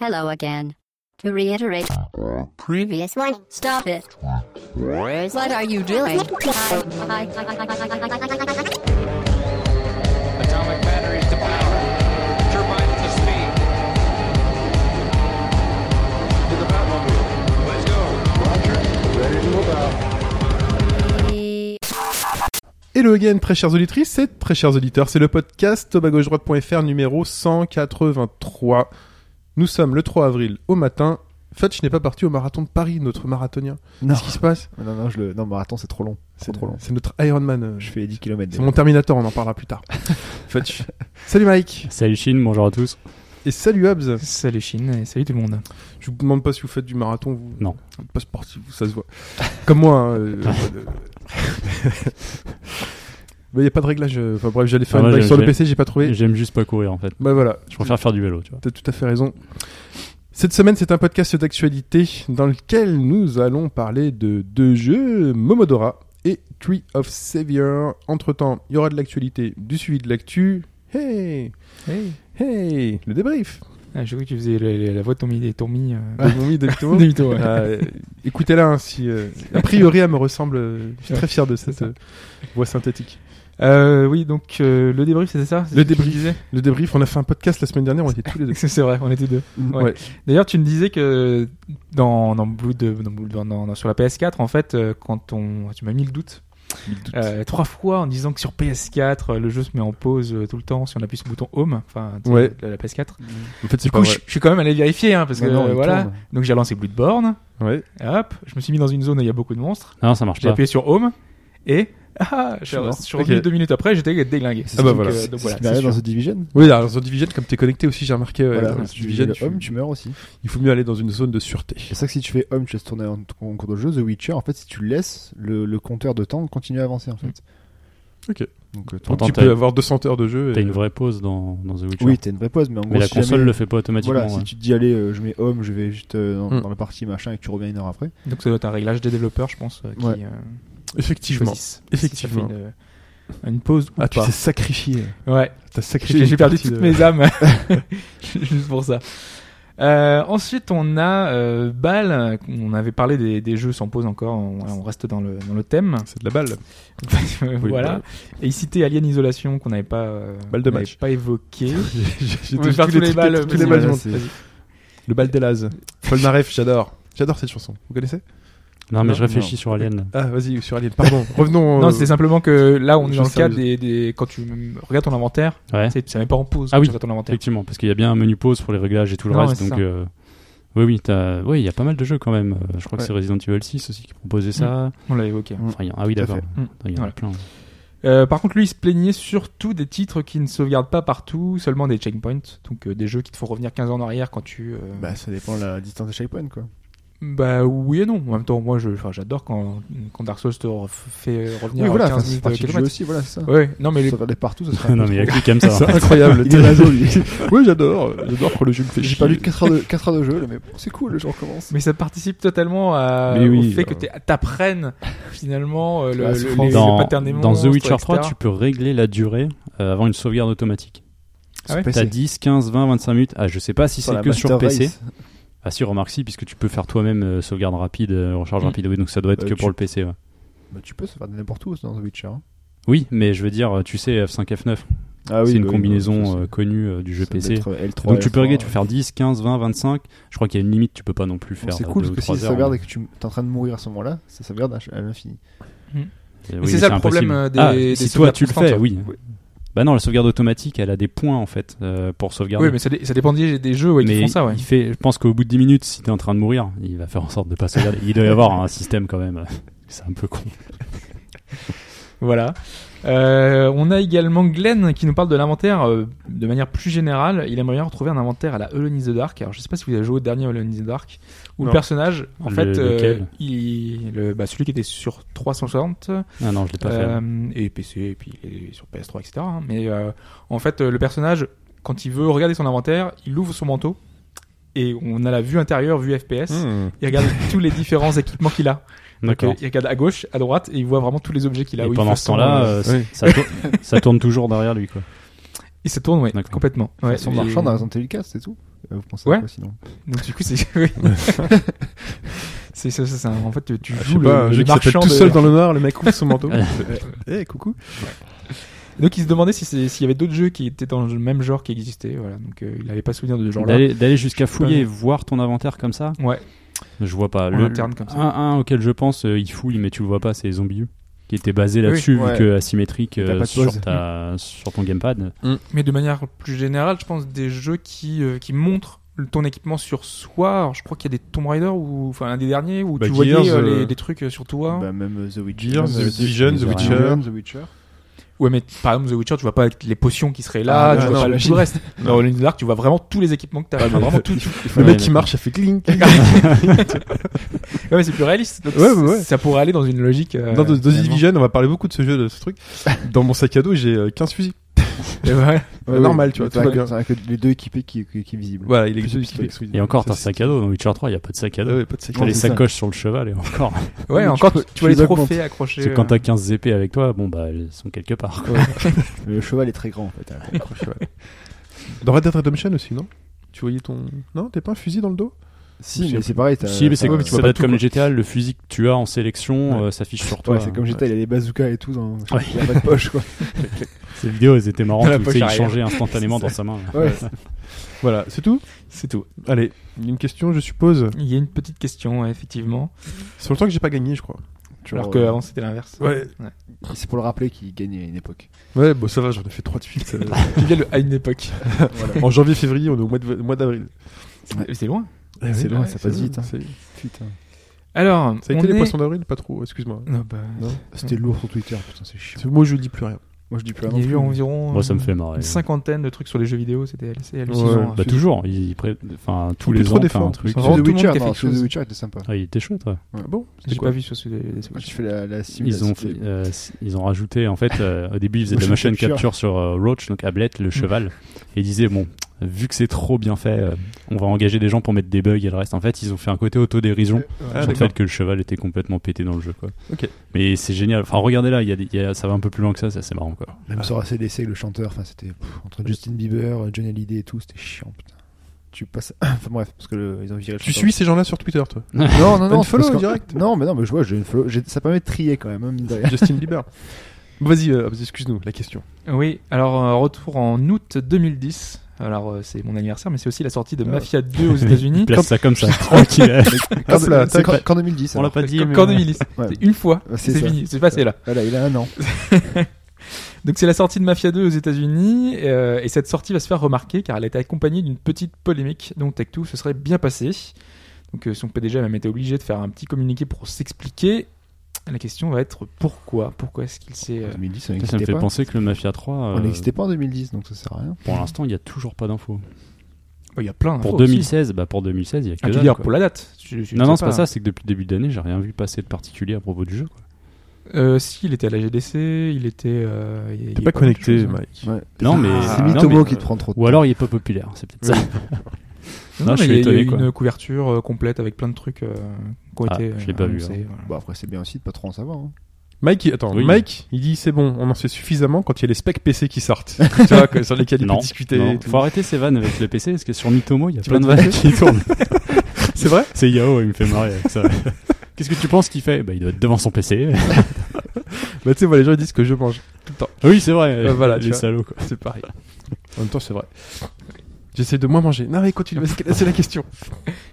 Hello again. To reiterate, previous one, stop it. What are you doing? Atomic batteries to power. Turbines to speed. To the Batmobile. Let's go. Hello again, très chères auditrices et très chers auditeurs, c'est le podcast bas-gauche-droite.fr numéro 183. Nous sommes le 3 avril au matin. Fetch n'est pas parti au marathon de Paris, notre marathonien. Non, Qu'est-ce qui se passe non, non, je le... non, marathon, c'est trop long. C'est trop long. C'est notre Ironman. euh, Je fais les 10 km. C'est mon Terminator, on en parlera plus tard. Fetch. Salut Mike. Salut Chine, bonjour à tous. Et salut Hobbs. Salut Chine et salut tout le monde. Je vous demande pas si vous faites du marathon. Vous... Non. Vous êtes Pas sportif, ça se voit. Comme moi. hein, euh, euh, Mais il n'y a pas de réglage. euh, Enfin bref, j'allais faire Ah, une moi, blague j'ai- sur le j'ai- PC, j'ai pas trouvé. J'aime juste pas courir en fait. Bah voilà. Je préfère faire du vélo, tu vois. T'as tout à fait raison. Cette semaine, c'est un podcast d'actualité dans lequel nous allons parler de deux jeux, Momodora et Tree of Savior. Entre-temps, il y aura de l'actualité, du suivi de l'actu. Hey Hey. Hey Le débrief Ah, j'ai cru que tu faisais la, la- la voix de Tommy et Tommy. euh, de mon ami David Thomo. de Mito, ouais. Euh, Écoutez-la, hein, si, euh, a priori, elle me ressemble. euh, Je suis très fier de cette ça. euh, voix synthétique. Euh, oui, donc euh, le débrief, c'était ça c'est Le ce que tu débrief. disais Le débrief, on a fait un podcast la semaine dernière, on était tous les deux. C'est vrai, on était deux. Ouais. D'ailleurs, tu me disais que dans, dans Blood, dans Blood- dans- dans- sur la PS4, en fait, euh, quand on, tu m'as mis le doute, euh, trois fois en disant que sur PS4, euh, le jeu se met en pause euh, tout le temps si on appuie sur le bouton Home, enfin tu sais, Ouais. la, la PS4. En fait, c'est Du pas coup, vrai. je, je suis quand même allé vérifier, hein, parce que Non, non, il euh, voilà. tourne. Donc j'ai relancé Bloodborne. Ouais. et hop, je me suis mis dans une zone où il y a beaucoup de monstres. Ah Non, ça marche J'ai pas. appuyé sur Home et ah, je suis mort. re- je suis revenu Ok. deux minutes après, j'étais déglingué. Ah bah voilà. Donc, euh, C'est donc ce voilà, qui m'arrive c'est dans sûr. The Division. Oui, alors, dans The Division, comme t'es connecté aussi, j'ai remarqué. ouais, Voilà, dans The si tu fais Division, le tu- homme, tu meurs aussi. Il faut mieux aller dans une zone de sûreté. C'est ça que si tu fais homme, tu laisses tourner en, en cours de jeu. The Witcher, en fait, si tu laisses, le, le compteur de temps continue à avancer en fait. Ok. Donc, euh, toi- Donc Pourtant, tu t'as- peux avoir 200 heures de jeu. T'as et- une vraie pause dans, dans The Witcher. oui, t'as une vraie pause, mais en mais gros, la si console jamais- le fait pas automatiquement. Voilà, ouais. Mm. si tu te dis allez, euh, je mets homme, je vais juste euh, dans, Hmm. dans la partie machin et que tu reviens une heure après. Donc ça doit être un réglage des développeurs, je pense, euh, qui Ouais. euh, Effectivement. choisissent. Effectivement. Si ça fait une, une pause ou Ah, tu pas. t'es sacrifié. Ouais, T'as sacrifié. j'ai une j'ai perdu partie toutes de- mes âmes juste pour ça. Euh, ensuite, on a euh, Ball. On avait parlé des, des jeux sans pause encore. On, on reste dans le, dans le thème. C'est de la balle. voilà. bah. Et il citait Alien Isolation qu'on n'avait pas, euh, Balle de qu'on n'avait match. pas évoqué. J'ai- j'ai- j'ai On peut tous faire tous les trucs- balles, tous les vas-y, balles du vas-y, monde. c'est- Vas-y. Le bal des Lazes. Polnareff, j'adore. J'adore cette chanson. Vous connaissez Non, mais Non, je réfléchis non. sur Alien. Ah, vas-y, sur Alien. Pardon. Revenons. euh, Non, c'était simplement que là, on est je dans le sais, cadre je- des, des- Quand tu regardes ton inventaire, Ouais, c'est ça met pas en pause Ah quand oui. tu regardes ton inventaire. effectivement, parce qu'il y a bien un menu pause pour les réglages et tout le Non, reste. ouais, c'est donc, ça. euh, oui, oui, t'as- oui, il y a pas mal de jeux quand même. Euh, Je crois que Ouais. c'est Resident Evil 6 aussi qui proposait ça. On l'a évoqué. Enfin, il y en- Ah oui, Mm. Tout à d'accord. fait. Attends, Il y en a Voilà. plein. Euh, par contre, lui, il se plaignait surtout des titres qui ne sauvegardent pas partout, seulement des checkpoints. Donc, euh, des jeux qui te font revenir 15 ans en arrière quand tu. euh, Bah, Bah, ça dépend de la distance de checkpoint quoi. oui et non. En même temps, moi, je- enfin, j'adore quand, quand Dark Souls te ref- fait euh, revenir Ah, Oui, voilà, enfin, 15 c'est minutes, parti euh, du jeu kilomètres. aussi, voilà, c'est ça. Ouais, non, mais les- Ça regardait partout, ça serait un non, peu mais il y trop. a que comme ça. C'est incroyable. Il est raison, lui. Oui, j'adore. J'adore quand le jeu me fait J'ai chier. perdu 4 heures, de, 4 heures de jeu, là, mais bon, c'est cool, je recommence. mais ça participe totalement à, Mais oui, au fait euh, que t'es- t'apprennes finalement euh, le, La le- souffrance. les- le Dans, pattern des dans The monstres, Witcher etc. 3, tu peux régler la durée euh, avant une sauvegarde automatique. Ah ouais Sur T'as PC. 10, 15, 20, 25 minutes. Ah, je sais pas si Sur c'est la que sur Master PC. Race. Ah si, remarque si, puisque tu peux faire toi-même euh, sauvegarde rapide, euh, recharge Mm. rapide, oui, donc ça doit être Euh, que tu- pour le PC. ouais. Bah, tu peux se faire de n'importe où dans The Witcher. hein. Oui, mais je veux dire, euh, tu sais, F5, F9, Ah c'est une bah combinaison bah, ça, euh, connue euh, du c'est- jeu ça doit PC. être L3, donc tu peux L3, régler, tu peux ouais. faire 10, 15, 20, 25. Je crois qu'il y a une limite, tu peux pas non plus Donc, faire. C'est euh, cool deux parce que ou si trois ça heures, sauvegarde mais- et que tu es en train de mourir à ce moment-là, ça sauvegarde à, à l'infini. Euh, c'est mais ça le impossible. problème, euh, des- Ah, des si toi sauvegardes tu le constantes, fais, ouais. oui. Bah non, la sauvegarde automatique, elle a des points en fait euh, pour sauvegarder. Oui, mais ça, dé- ça dépend des, des jeux ouais, qui Mais font ça, ouais. il fait, je pense qu'au bout de 10 minutes, si t'es en train de mourir, il va faire en sorte de pas sauvegarder. Il doit y avoir un système quand même. C'est un peu con. Voilà. Euh, on a également Glenn qui nous parle de l'inventaire euh, de manière plus générale. Il aimerait bien retrouver un inventaire à la Alone in the Dark. Alors, je sais pas si vous avez joué au dernier Alone in the Dark, où Non. le personnage, en Le- fait, euh, lequel il, le- bah, celui qui était sur 360 Ah non, je l'ai pas fait. euh, et PC, et puis il est sur PS3, etc. hein. Mais euh, en fait, euh, le personnage, quand il veut regarder son inventaire, il ouvre son manteau et on a la vue intérieure, vue FPS. Hmm. Il regarde tous les différents équipements qu'il a. Donc, D'accord. euh, il regarde à gauche, à droite, et il voit vraiment tous les objets qu'il a. et où il pendant fait ce son- temps-là, euh, Oui. ça, tourne, ça tourne toujours derrière lui. Quoi. Il se tourne, ouais, D'accord. complètement. Ouais, Son et- marchand dans Resident Evil 4, c'est tout. Euh, Vous pensez Ouais. à quoi sinon Donc du coup, c'est. oui. c'est ça, ça, c'est un- En fait, tu Ah, je joues sais pas, un le, jeu le qui s'appelle marchand tout de- seul dans le noir, le mec ouvre son manteau. Eh, coucou. Donc il se demandait si c'est- s'il y avait d'autres jeux qui étaient dans le même genre qui existaient. Voilà. Donc euh, il n'avait pas souvenir de ce genre-là. D'aller d'aller jusqu'à fouiller Ouais. et voir ton inventaire comme ça Ouais. Je vois pas. En interne, comme ça. Ah. Un, un auquel je pense, euh, il fouille, mais tu le vois pas, c'est Zombie qui était basé là-dessus, ouais. vu que asymétrique t'as euh, pas de sur, pause. ta- sur ton gamepad. Mais de manière plus générale, je pense des jeux qui, euh, qui montrent le- ton équipement sur soi. Alors, je crois qu'il y a des Tomb Raider ou enfin l'un des derniers où Bah, tu voyais Gears, euh, euh, les, les trucs euh, sur toi. Bah, même euh, The Witcher, Gears, euh, The Division, The The Witcher. The Witcher. Ouais, mais par exemple The Witcher, tu vois pas les potions qui seraient là, Ah, tu ouais, vois non, pas le- tout le reste. Dans Alone in the Dark, tu vois vraiment tous les équipements que t'as. Ah, Enfin, vraiment tout. tout. Le mec Ouais, qui marche, ça fait clink. Ah Ouais, mais c'est plus réaliste. Donc, Ouais, ouais, c- ouais. Ça pourrait aller dans une logique. euh, Dans The- The finalement. Division, on va parler beaucoup de ce jeu, de ce truc. Dans mon sac à dos, j'ai euh, 15 fusils. Et ouais. Ouais, normal, tu vois, t'as tout va que- bien. t'as que les deux équipés qui, qui, qui est visible. Voilà, il est Plus de équipé. Et encore, t'as un sac à dos. Dans Witcher 3, il n'y a pas de sac à dos. Ouais, pas de sac à T'as non, les c'est ça. sacoches sur le cheval et encore. Ouais, mais tu encore, peux- tu, vois tu les les augmentes. trophées accrochés. Parce que quand t'as euh. 15 épées avec toi, bon, bah, elles sont quelque part. quoi. Le cheval est très grand en fait. hein. à la fin. dos. Dans Red Dead Redemption aussi, non Tu voyais ton. Non, t'es pas un fusil dans le dos si, mais c'est pareil. t'as- Si, mais c'est t'as- comme, ouais, ça doit être comme les GTA, le fusil que tu as en sélection Ouais. euh, s'affiche sur toi. c'est comme j'étais, il y a des bazookas et tout dans il y a pas de poche quoi. Ces vidéos, elles étaient marrantes. La où, tu poche sais, il arrière. changeait instantanément dans sa main. Ouais. Voilà, c'est tout C'est tout. Allez, une question, je suppose. Il y a une petite question, ouais, effectivement. Sur le temps que j'ai pas gagné, je crois. Tu Alors vois, qu'avant, c'était l'inverse. Ouais. C'est pour le rappeler qu'il gagnait à une époque. Ouais, bon, ça va, j'en ai fait 3 de suite. ça va. Qui vient le- à une époque. en janvier, février, on est au mois de- mois d'avril. C'est loin. C'est loin, ouais, ça Eh c'est passe loin, vite. hein. c'est- Putain. Alors, Ça a on été les est- poissons d'avril Pas trop, excuse-moi. Non, bah, Non C'était lourd sur Twitter, putain, c'est chiant. C'est- Moi, je dis plus rien. Moi je dis plus il y a eu environ Moi, ça me euh, fait marrer. une cinquantaine de trucs sur les jeux vidéo, c'était c'est Ouais, hallucinant. hein. Bah, toujours. Il, il pré- Enfin, tous Il fait les trop ans, t'as d'efforts, un en truc. plus. Vraiment, The tout le monde Witcher, qui a fait non, quelque The chose. Witcher était sympa. Ah, il était chouette, ouais. Ah bon J'ai quoi pas vu sur ce Quand tu fais la, la Ils simulation, ont, bah, c'est- fait- euh, s- ils ont rajouté, en fait, euh, au début, ils faisaient de la Motion motion capture. capture sur euh, Roach, donc Ablett, le cheval, et ils disaient, bon, vu que c'est trop bien fait, euh, on va engager des gens pour mettre des bugs et le reste. En fait, ils ont fait un côté autodérision Ah, sur le d'accord. fait que le cheval était complètement pété dans le jeu, quoi. Ok. Mais c'est génial. Enfin, regardez là, il y a des- il y a- ça va un peu plus loin que ça, c'est assez marrant, quoi. Même sur ACDC, le chanteur, enfin c'était pff, entre Justin Bieber, euh, Johnny Hallyday et tout, c'était chiant, putain. Tu passes. enfin bref, parce que le- ils ont viré le Tu chanteur. suis ces gens-là sur Twitter, toi Non, non, T'as non, une follow parce que- direct Non, mais non, mais je vois, j'ai une follow. j'ai- Ça permet de trier quand même, hein, mine de rien. Justin Bieber. Vas-y, euh, excuse-nous, la question. Oui, alors euh, retour en août 2010. Alors euh, c'est mon anniversaire, mais c'est aussi la sortie de Mafia 2 aux Il États-Unis. place ça comme ça, tranquille. Quand- Hop là, c'est tac. quand, quand 2010. on l'a alors. pas dit. Comme mais- Corneille Willis. hein. Ouais. C'est une fois, Ouais, c'est c'est ça. fini, c'est passé là. Voilà, il a un an. Donc c'est la sortie de Mafia 2 aux États-Unis euh, et cette sortie va se faire remarquer car elle a été accompagnée d'une petite polémique dont Tech2 se serait bien passé. Donc euh, son PDG a même été obligé de faire un petit communiqué pour s'expliquer. La question va être pourquoi Pourquoi est-ce qu'il s'est euh, 2010, on Ça me n'existait fait pas. penser que le Mafia 3, On euh, n'existait pas en 2010, donc ça sert à rien. pour l'instant, il y a toujours pas d'infos. Oh, Il y a plein Pour d'infos 2016, bah pour 2016, il y a que aussi. Ah, tu dalle, veux dire quoi. pour la date Je- je Non, sais non, c'est pas ça, c'est que depuis le début d'année, j'ai rien vu passer de particulier à propos du jeu. quoi. Euh, si, il était à la GDC, il était. euh, il y a- il y a mal de choses, hein. Mike. Non, mais. C'est non, Mitomo mais- qui te prend trop de Ou alors il est pas populaire, c'est peut-être ça. Non, Non, mais je il y suis a- il y étonné, a eu quoi. une couverture euh, complète avec plein de trucs euh, qui ont Ah, été. je euh, l'ai pas vu, annoncés, voilà. temps. Bon, après, c'est bien aussi de pas trop en savoir. hein. Mike, il- attends, Oui. Mike, il dit c'est bon, on en sait suffisamment quand il y a les specs PC qui sortent. tu vois, que- sur lesquels il Non, peut discuter. non. et tout. faut arrêter ces vannes avec le PC parce que sur Mitomo, il y a Tu plein de vas vannes qui tournent. C'est vrai C'est Yao, il me fait marrer avec ça. Qu'est-ce que tu penses qu'il fait Bah, il doit être devant son PC. Bah, tu sais, moi, les gens ils disent que je mange. oui, c'est vrai. Euh, voilà, tu les vois. salauds quoi. C'est pareil. En même temps, c'est vrai. J'essaie de moins manger. Non, mais continue, parce que là, c'est la question.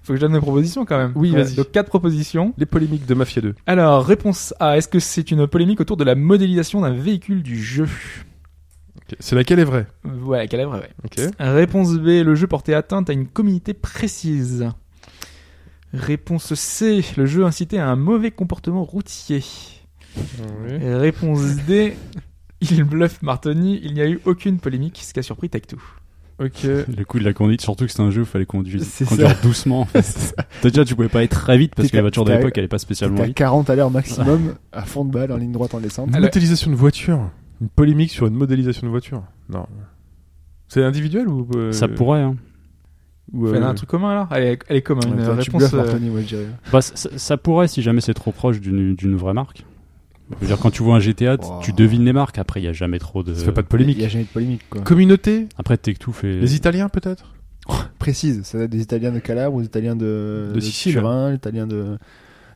Faut que je donne mes propositions quand même. Oui, vas-y. Donc, quatre propositions. Les polémiques de Mafia 2. Alors, réponse A. Est-ce que c'est une polémique autour de la modélisation d'un véhicule du jeu C'est laquelle est vraie Ouais, Calabre, ouais. Ok. Réponse B. Le jeu portait atteinte à une communauté précise. Réponse C. Le jeu incitait à un mauvais comportement routier. Et Réponse D. Il bluffe Martoni, il n'y a eu aucune polémique, ce qui a surpris Tech2. Ok. Le coup de la conduite, surtout que c'est un jeu où il fallait conduire, C'est conduire doucement. T'as déjà, tu pouvais pas être très vite parce que T'étais- la voiture de t'étais- l'époque, elle est pas spécialement T'es à vite. 40 à l'heure maximum, à fond de balle, en ligne droite en descente. Une Alors- modélisation de voiture. Une polémique sur une modélisation de voiture. Non. C'est individuel ou. euh, Ça pourrait. Hein. ou, euh, Elle a un truc commun alors Elle est, elle est commune. Ouais, une putain, tu réponse. bluffes, euh, Martoni, moi, je dirais. Bah, ça, ça- ça pourrait si jamais c'est trop proche d'une d'une vraie marque. Je veux dire, quand tu vois un GTA, t- Wow. tu devines les marques. Après, il y a jamais trop de. Ça fait pas de Il polémique. n'y a jamais eu de polémique, quoi. Communauté Euh. Après, Tech2 fait. Les Italiens peut-être précises. Ça date des Italiens de Calabre, des Italiens de, De Sicile. Turin, des Italiens de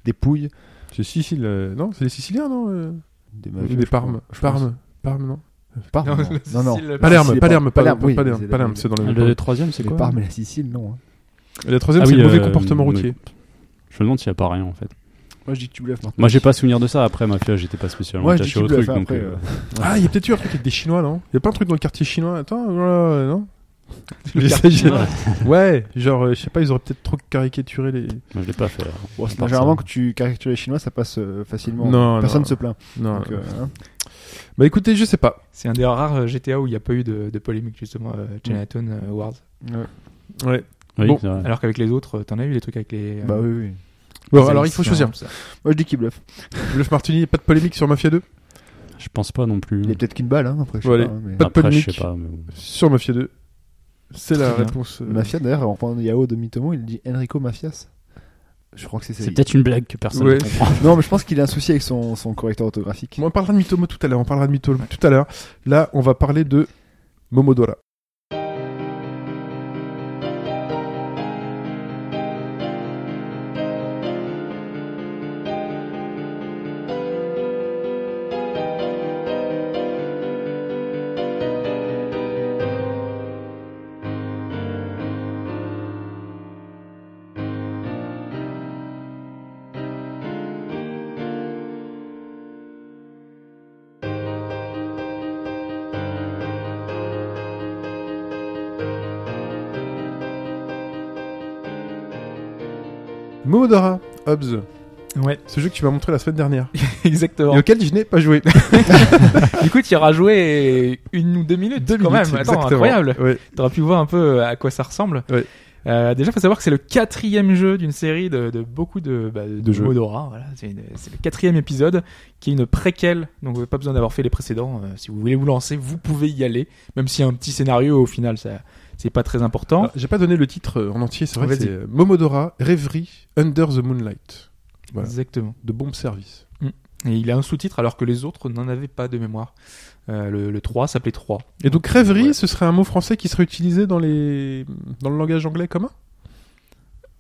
des Pouilles, C'est Sicile. euh, Non, c'est les Siciliens, non euh, des, ou mafieux, Des je crois. Parmes. Je pense. Parme. Parme, non Parme, Non, non. le Non, non. Sicile, le- Palerme, Sicile, Palerme, Palerme, oui, Palerme, c'est- Palerme, c'est dans le même Le temps. troisième, c'est Les quoi Parmes et la Sicile, non. hein. Et La troisième, Ah c'est oui, le mauvais euh, comportement oui. routier. Je me demande s'il n'y a pas rien en fait. Moi, je dis que tu bluffes. maintenant. Moi, j'ai pas souvenir de ça. Après, mafia, j'étais pas spécialement Moi, je dis qu'il attaché au bluffe truc. après. donc, euh, euh. Ah, il y a peut-être eu un truc avec des Chinois, non Il y a pas un truc dans le quartier chinois Attends, voilà, non Le quartier chinois. Ouais, genre, euh, je sais pas, ils auraient peut-être trop caricaturé les. moi, je l'ai pas fait. Bon, c'est- Par généralement, ça. quand tu caricatures les Chinois, ça passe euh, facilement. Non, Personne non. se plaint. Non. Donc, euh, hein. Bah écoutez, je sais pas. C'est un des rares euh, GTA où il n'y a pas eu de, de polémique, justement, euh, Chinatown euh, Awards. Ouais. Oui, Bon. c'est vrai. Alors qu'avec les autres, euh, t'en as eu des trucs avec les. euh, Bah oui, oui. Bon, les alors il faut choisir. Américains, ça. Moi, je dis qu'il bluffe. Bluff Martini, pas de polémique sur Mafia 2 je pense pas non plus. Il Mm. est peut-être qu'une balle, hein, après. Je sais Voilà. pas, hein, mais- Pas de Après, je polémique. sais pas. mais bon. Sur Mafia 2. C'est la Très bien. réponse. euh, Mafia, d'ailleurs, en parlant de Yao de Mitomo, il dit Enrico Mafias. Je crois que c'est ça. C'est peut-être une blague que personne Ouais. ne comprend. Non, mais je pense qu'il a un souci avec son, son correcteur orthographique. Bon, on parlera de Mitomo tout à l'heure. On parlera de Mitomo tout à l'heure. Là, on va parler de Momodora. Momodora, Hobbs. Ouais, Ce jeu que tu m'as montré la semaine dernière. exactement. Et auquel je n'ai pas joué. Du coup, tu y auras joué une ou deux minutes Deux quand minutes, même. Attends, exactement. incroyable. Ouais. T'auras pu voir un peu euh, à quoi ça ressemble. Ouais. Euh, déjà, faut savoir que c'est le quatrième jeu d'une série de, de beaucoup de, bah, de, De jeux. Modora. Voilà, c'est une- c'est le quatrième épisode qui est une préquelle. Donc, euh, pas besoin d'avoir fait les précédents. Euh, si vous voulez vous lancer, vous pouvez y aller. Même s'il y a un petit scénario, au final, ça, c'est pas très important. Alors, J'ai pas donné le titre euh, en entier. C'est vrai que Vas-y. c'est euh, Momodora, Rêverie, Under the Moonlight. voilà. Exactement. De Bomb Service. Et il a un sous-titre alors que les autres n'en avaient pas de mémoire. Euh, le, le 3 s'appelait 3. Et donc, rêverie, Ouais. ce serait un mot français qui serait utilisé dans, les... dans le langage anglais commun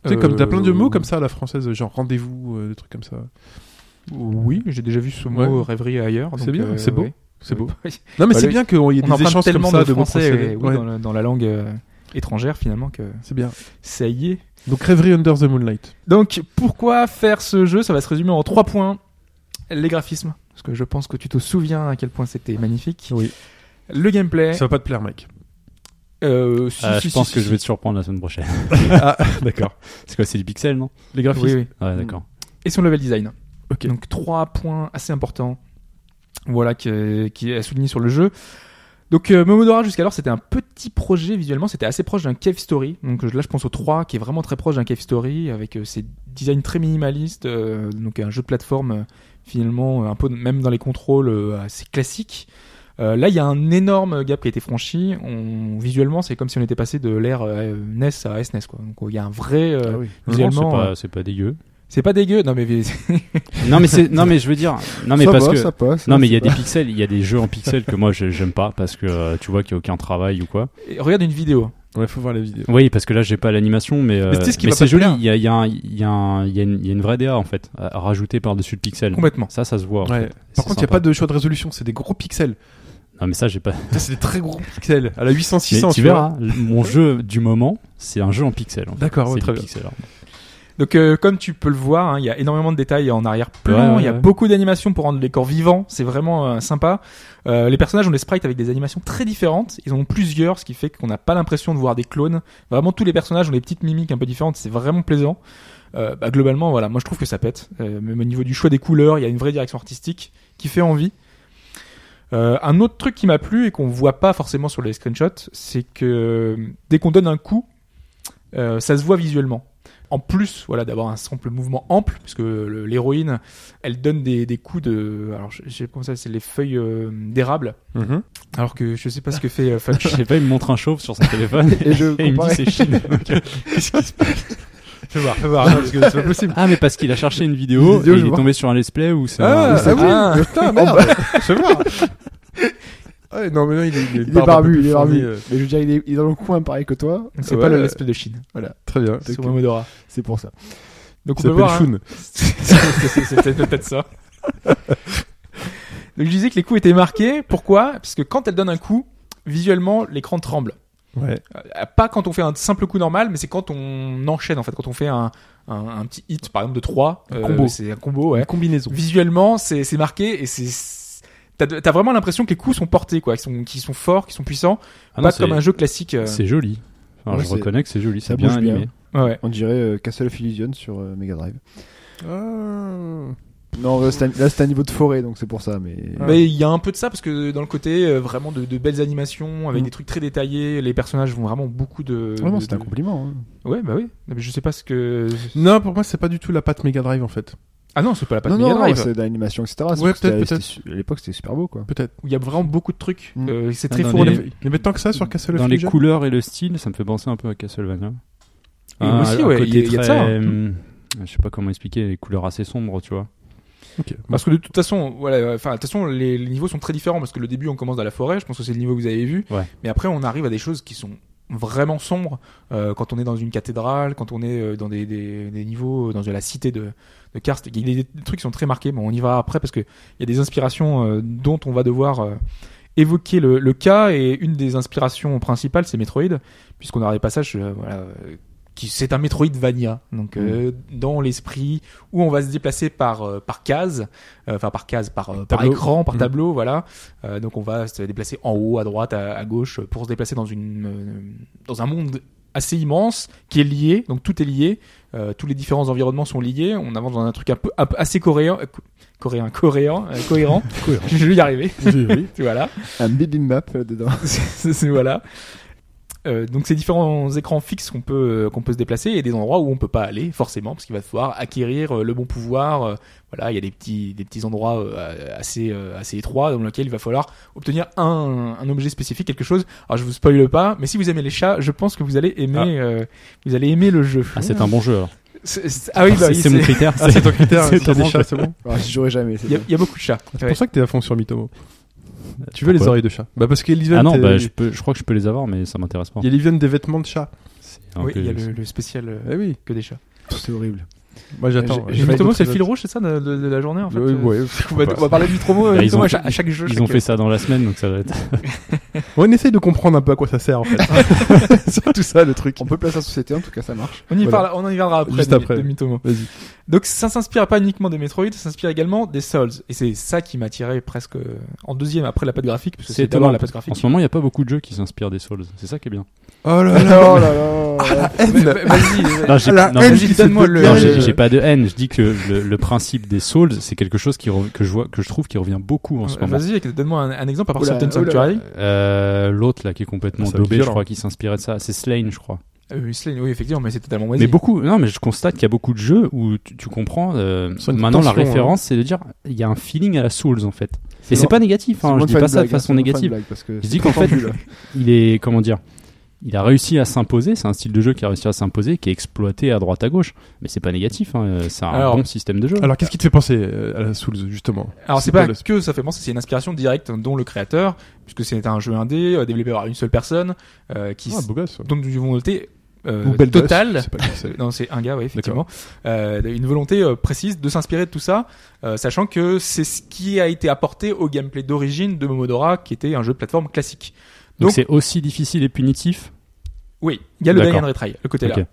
Tu sais, comme t'as plein de mots Euh, comme ça à la française, genre rendez-vous, euh, des trucs comme ça. Oui, j'ai déjà vu ce mot Ouais. rêverie ailleurs. C'est donc, euh, bien, c'est beau, ouais. C'est beau. Oui. Non, mais Bah, c'est le- bien qu'il y ait On des emprunte échanges comme tellement ça de français procédés. euh, hein. oui, Ouais, dans, la, dans la langue euh, étrangère finalement que C'est bien. ça y est. Donc, rêverie Under the Moonlight. Donc pourquoi faire ce jeu Ça va se résumer en trois points. Les graphismes, parce que je pense que tu te souviens à quel point c'était magnifique. Oui. Le gameplay. Ça va pas te plaire, mec. euh, si, Ah, si, je si, pense si, que si. je vais te surprendre la semaine prochaine. ah, d'accord. C'est quoi C'est du pixel, non Les graphismes. Oui, oui. Ouais, d'accord. Et sur le level design. Ok. Donc trois points assez importants, voilà, que- qui est souligné sur le jeu. Donc euh, Momodora jusqu'alors c'était un petit projet visuellement, c'était assez proche d'un cave story. Donc euh, là je pense au 3 qui est vraiment très proche d'un cave story avec euh, ses designs très minimalistes, euh, donc un jeu de plateforme euh, finalement euh, un peu même dans les contrôles euh, assez classique. Euh, là il y a un énorme gap qui a été franchi. On, visuellement c'est comme si on était passé de l'ère euh, NES à SNES quoi. Donc il y a un vrai euh, Ah oui. Non, visuellement. c'est euh, pas, c'est pas dégueu. c'est pas dégueu. Non mais non, mais c'est, non, mais je veux dire, non, Ah, mais ça parce va, que, ça passe. non, mais il y a c'est des pixels, il y a des jeux en pixels que moi je- j'aime pas parce que euh, tu vois qu'il y a aucun travail ou quoi. Et regarde une vidéo. Ouais, faut voir les vidéos. Oui, parce que là j'ai pas l'animation, mais, euh, Mais tu sais ce qui mais va pas c'est te joli. plaire Il y a, il y a un- il y a un- il y a une il y a une vraie DA en fait à à rajouter par-dessus le pixel. Complètement. Ça, ça se voit. en Ouais. fait. C'est Par contre, il n'y a pas sympa. de choix de résolution, c'est des gros pixels. Non, mais ça j'ai pas. Putain, c'est des très gros pixels. À la 800, Mais 600, tu vois. verras, mon jeu du moment, c'est un jeu en pixel. en fait. D'accord, ouais, C'est très du bien. pixel hein. art. Donc euh, comme tu peux le voir, hein, il y a énormément de détails en arrière-plan, Ouais, ouais, il y a ouais. beaucoup d'animations pour rendre les corps vivants, c'est vraiment euh, sympa. Euh, les personnages ont des sprites avec des animations très différentes, ils en ont plusieurs, ce qui fait qu'on n'a pas l'impression de voir des clones. Vraiment tous les personnages ont des petites mimiques un peu différentes, c'est vraiment plaisant. Euh, bah, globalement, voilà, moi je trouve que ça pète. Euh, même au niveau du choix des couleurs, il y a une vraie direction artistique qui fait envie. Euh, un autre truc qui m'a plu et qu'on voit pas forcément sur les screenshots, c'est que euh, dès qu'on donne un coup, euh, ça se voit visuellement en plus voilà d'avoir un sample mouvement ample puisque le- l'héroïne elle donne des, des coups de alors je, je sais pas comment ça c'est les feuilles euh, d'érable Mhm. alors que je sais pas ce que fait euh, Fudge Je sais pas, il me montre un chauve sur son téléphone Et je et il me comparais. dit c'est Chine. euh, Fais voir, fais voir, Bah, parce que c'est pas possible. Ah, mais parce qu'il a cherché une vidéo, Une vidéo, et je il est vois. tombé sur un let's play où c'est. Ah, un- ah oui, Ah. putain, merde. Fais voir. Ouais, non, mais non, il est, il est Il est barbe un peu barbu, plus il est fournie, barbu. euh, Mais je veux dire, il est, il est dans le coin pareil que toi. Donc, C'est Ouais, pas le ouais. l'espèce de Chine. Voilà, Très bien. C'est que- Momodora. c'est pour ça. Donc on Il s'appelle peut voir. hein. Shun. C'est c'est- c'est peut-être ça. Donc je disais que les coups étaient marqués. Pourquoi Parce que quand elle donne un coup, visuellement, l'écran tremble. Ouais. Euh, Pas quand on fait un simple coup normal, mais c'est quand on enchaîne en fait, quand on fait un, un, un petit hit par exemple de 3. combo. C'est un combo, ouais. Combinaison. Visuellement, c'est c'est marqué et c'est. T'as t'as vraiment l'impression que les coups sont portés, quoi, qu'ils sont, qu'ils sont forts, qu'ils sont puissants. Ah non, pas c'est- comme un jeu classique. euh, C'est joli. Alors, Ouais, je c'est- reconnais que c'est joli, ça c'est bien bouge bien. animé. ouais, ouais. On dirait euh, Castle of Illusion sur euh, Mega Drive. Ah. Non, là, c'est un- là, c'est un niveau de forêt, donc c'est pour ça, mais. Ah. euh, Mais il y a un peu de ça parce que dans le côté euh, vraiment de, de belles animations avec Mm. des trucs très détaillés, les personnages vont vraiment beaucoup de. Vraiment, euh, de- c'est un de- compliment. hein. Ouais, bah oui. Mais je sais pas ce que. Non, pour moi, c'est pas du tout la patte Mega Drive en fait. Ah non, c'est pas la patte non, Mega non, non, Drive. c'est de l'animation, etc. C'est Ouais, que c'était- peut-être, c'était su- À l'époque, c'était super beau, quoi. Peut-être. où il y a vraiment beaucoup de trucs. Mm. Euh, c'est Ah, très dans Il fourni. les- y avait- il y avait tant que ça sur Castle of Dans les Illusion couleurs et le style, ça me fait penser un peu à Castlevania. Et Un- aussi, un ouais, côté il y a- il y a de très, ça, hein. euh, Je sais pas comment expliquer, les couleurs assez sombres, tu vois. Ok. Parce que de toute façon, voilà, enfin, de toute façon, les, les niveaux sont très différents parce que le début, on commence dans la forêt. Je pense que c'est le niveau que vous avez vu. Ouais. Mais après, on arrive à des choses qui sont vraiment sombres euh, quand on est dans une cathédrale, quand on est euh, dans des, des, des niveaux, euh, dans de la cité de, de Karst. Il y a des, des trucs qui sont très marqués. Bon, on y va après parce que il y a des inspirations euh, dont on va devoir euh, évoquer le, le cas et une des inspirations principales, c'est Metroid, puisqu'on aura des passages, euh, voilà. euh, qui, c'est un Metroidvania, donc euh, dans l'esprit où on va se déplacer par euh, par case, euh, enfin par case, par, euh, par Tableau. écran, par Mhm. tableau, voilà. Euh, donc on va se déplacer en haut, à droite, à, à gauche, pour se déplacer dans une euh, dans un monde assez immense qui est lié, donc tout est lié, euh, tous les différents environnements sont liés. On avance dans un truc un peu, un peu- assez coréen, euh, co- coréen, coréen, euh, cohérent. Je vais y arriver. Oui, oui. Voilà. Un bibimbap euh, dedans. C'est- c'est- voilà. Euh, donc ces différents écrans fixes qu'on peut euh, qu'on peut se déplacer et des endroits où on peut pas aller forcément parce qu'il va falloir acquérir euh, le bon pouvoir euh, voilà il y a des petits des petits endroits euh, assez euh, assez étroits dans lesquels il va falloir obtenir un, un objet spécifique quelque chose alors je vous spoile pas mais si vous aimez les chats je pense que vous allez aimer Ah. euh, vous allez aimer le jeu Ah, c'est un bon jeu alors. C'est- c'est- ah oui bah C'est- oui, c'est mon critère. Ah, c'est ton critère. C'est hein, s'il y a ton des chats, jeu. c'est bon. Alors, j'y jouerais jamais. c'est il y, a- ça. il y a beaucoup de chats C'est Ouais. pour ça que t'es à fond sur Mythomo. Tu veux les Pourquoi oreilles de chat Bah parce qu'il y Ah a non, bah, je, il peux, je crois que je peux les avoir, mais ça m'intéresse pas. y a Liviane des vêtements de chat. Ah, C'est un oui peu- il y a le, le spécial euh, Eh oui. que des chats Pff, C'est horrible. Moi j'attends. J'ai- Je j'ai vais Justement, d'autres c'est le fil épisodes. rouge c'est ça de, de- de la journée en fait Ouais, euh, ouais, on, va, on va parler du promo euh, Bah, ils Thomas, ont- à, chaque, à chaque jeu. Ils chaque- ont fait ça dans la semaine, donc ça doit être. On essaye de comprendre un peu à quoi ça sert en fait. C'est tout ça le truc. On peut placer la société, en tout cas, ça marche. On, y Voilà. parle- on en y viendra après. Juste de- après. de Mythomo. Vas-y. Donc ça s'inspire pas uniquement des Metroid, ça s'inspire également des Souls. Et c'est ça qui m'attirait presque euh, en deuxième après la patte graphique, parce que C'est c'est d'abord étonnant. la patte En graphique. ce moment, il n'y a pas beaucoup de jeux qui s'inspirent des Souls. C'est ça qui est bien. Oh là Oh là. là là Mais- mais- Vas-y, Non, j'ai- La non, haine mais- qui se donne-moi le- non, développe. j'ai j'ai pas de haine. Je dis que le, le principe des Souls, c'est quelque chose qui re- que je vois, que je trouve qui revient beaucoup en ce euh, moment. vas-y, donne-moi un, un exemple à part Oula, Certain oula. Sanctuary. Euh, L'autre là qui est complètement Ça va être daubé, je violent. crois, qui s'inspirait de ça, c'est Slane, je crois. Euh, Slane, oui, effectivement, mais c'est totalement Mais vas-y. beaucoup, non, mais je constate qu'il y a beaucoup de jeux où tu, tu comprends. euh, Sur une maintenant, la tension, référence, c'est de dire, il y a un feeling à la Souls en fait. Et C'est c'est bon. pas négatif. C'est Hein, je bon dis faire pas une ça de blague, hein, façon c'est bon de faire une négative. blague, parce que Je c'est dis qu'en fait, tendu, là. il est comment dire il a réussi à s'imposer, c'est un style de jeu qui a réussi à s'imposer, qui est exploité à droite à gauche, mais c'est pas négatif, hein, euh, c'est un Alors- bon système de jeu. Alors qu'est-ce qui te fait penser euh, à la Souls justement Alors c'est quoi pas le- que ça fait penser, c'est une inspiration directe dont le créateur, puisque c'est un jeu indé euh, développé par une seule personne, euh, qui Ah, s- beau gosse. dont nous devons noter euh, Ou belle gosse, totale. c'est pas qui c'est. Non, c'est un gars, oui, effectivement. Euh, une volonté euh, précise de s'inspirer de tout ça, euh, sachant que c'est ce qui a été apporté au gameplay d'origine de Momodora, qui était un jeu de plateforme classique. Donc donc- c'est aussi difficile et punitif. Oui, il y a le die D'accord. and retry, le côté là. Ok.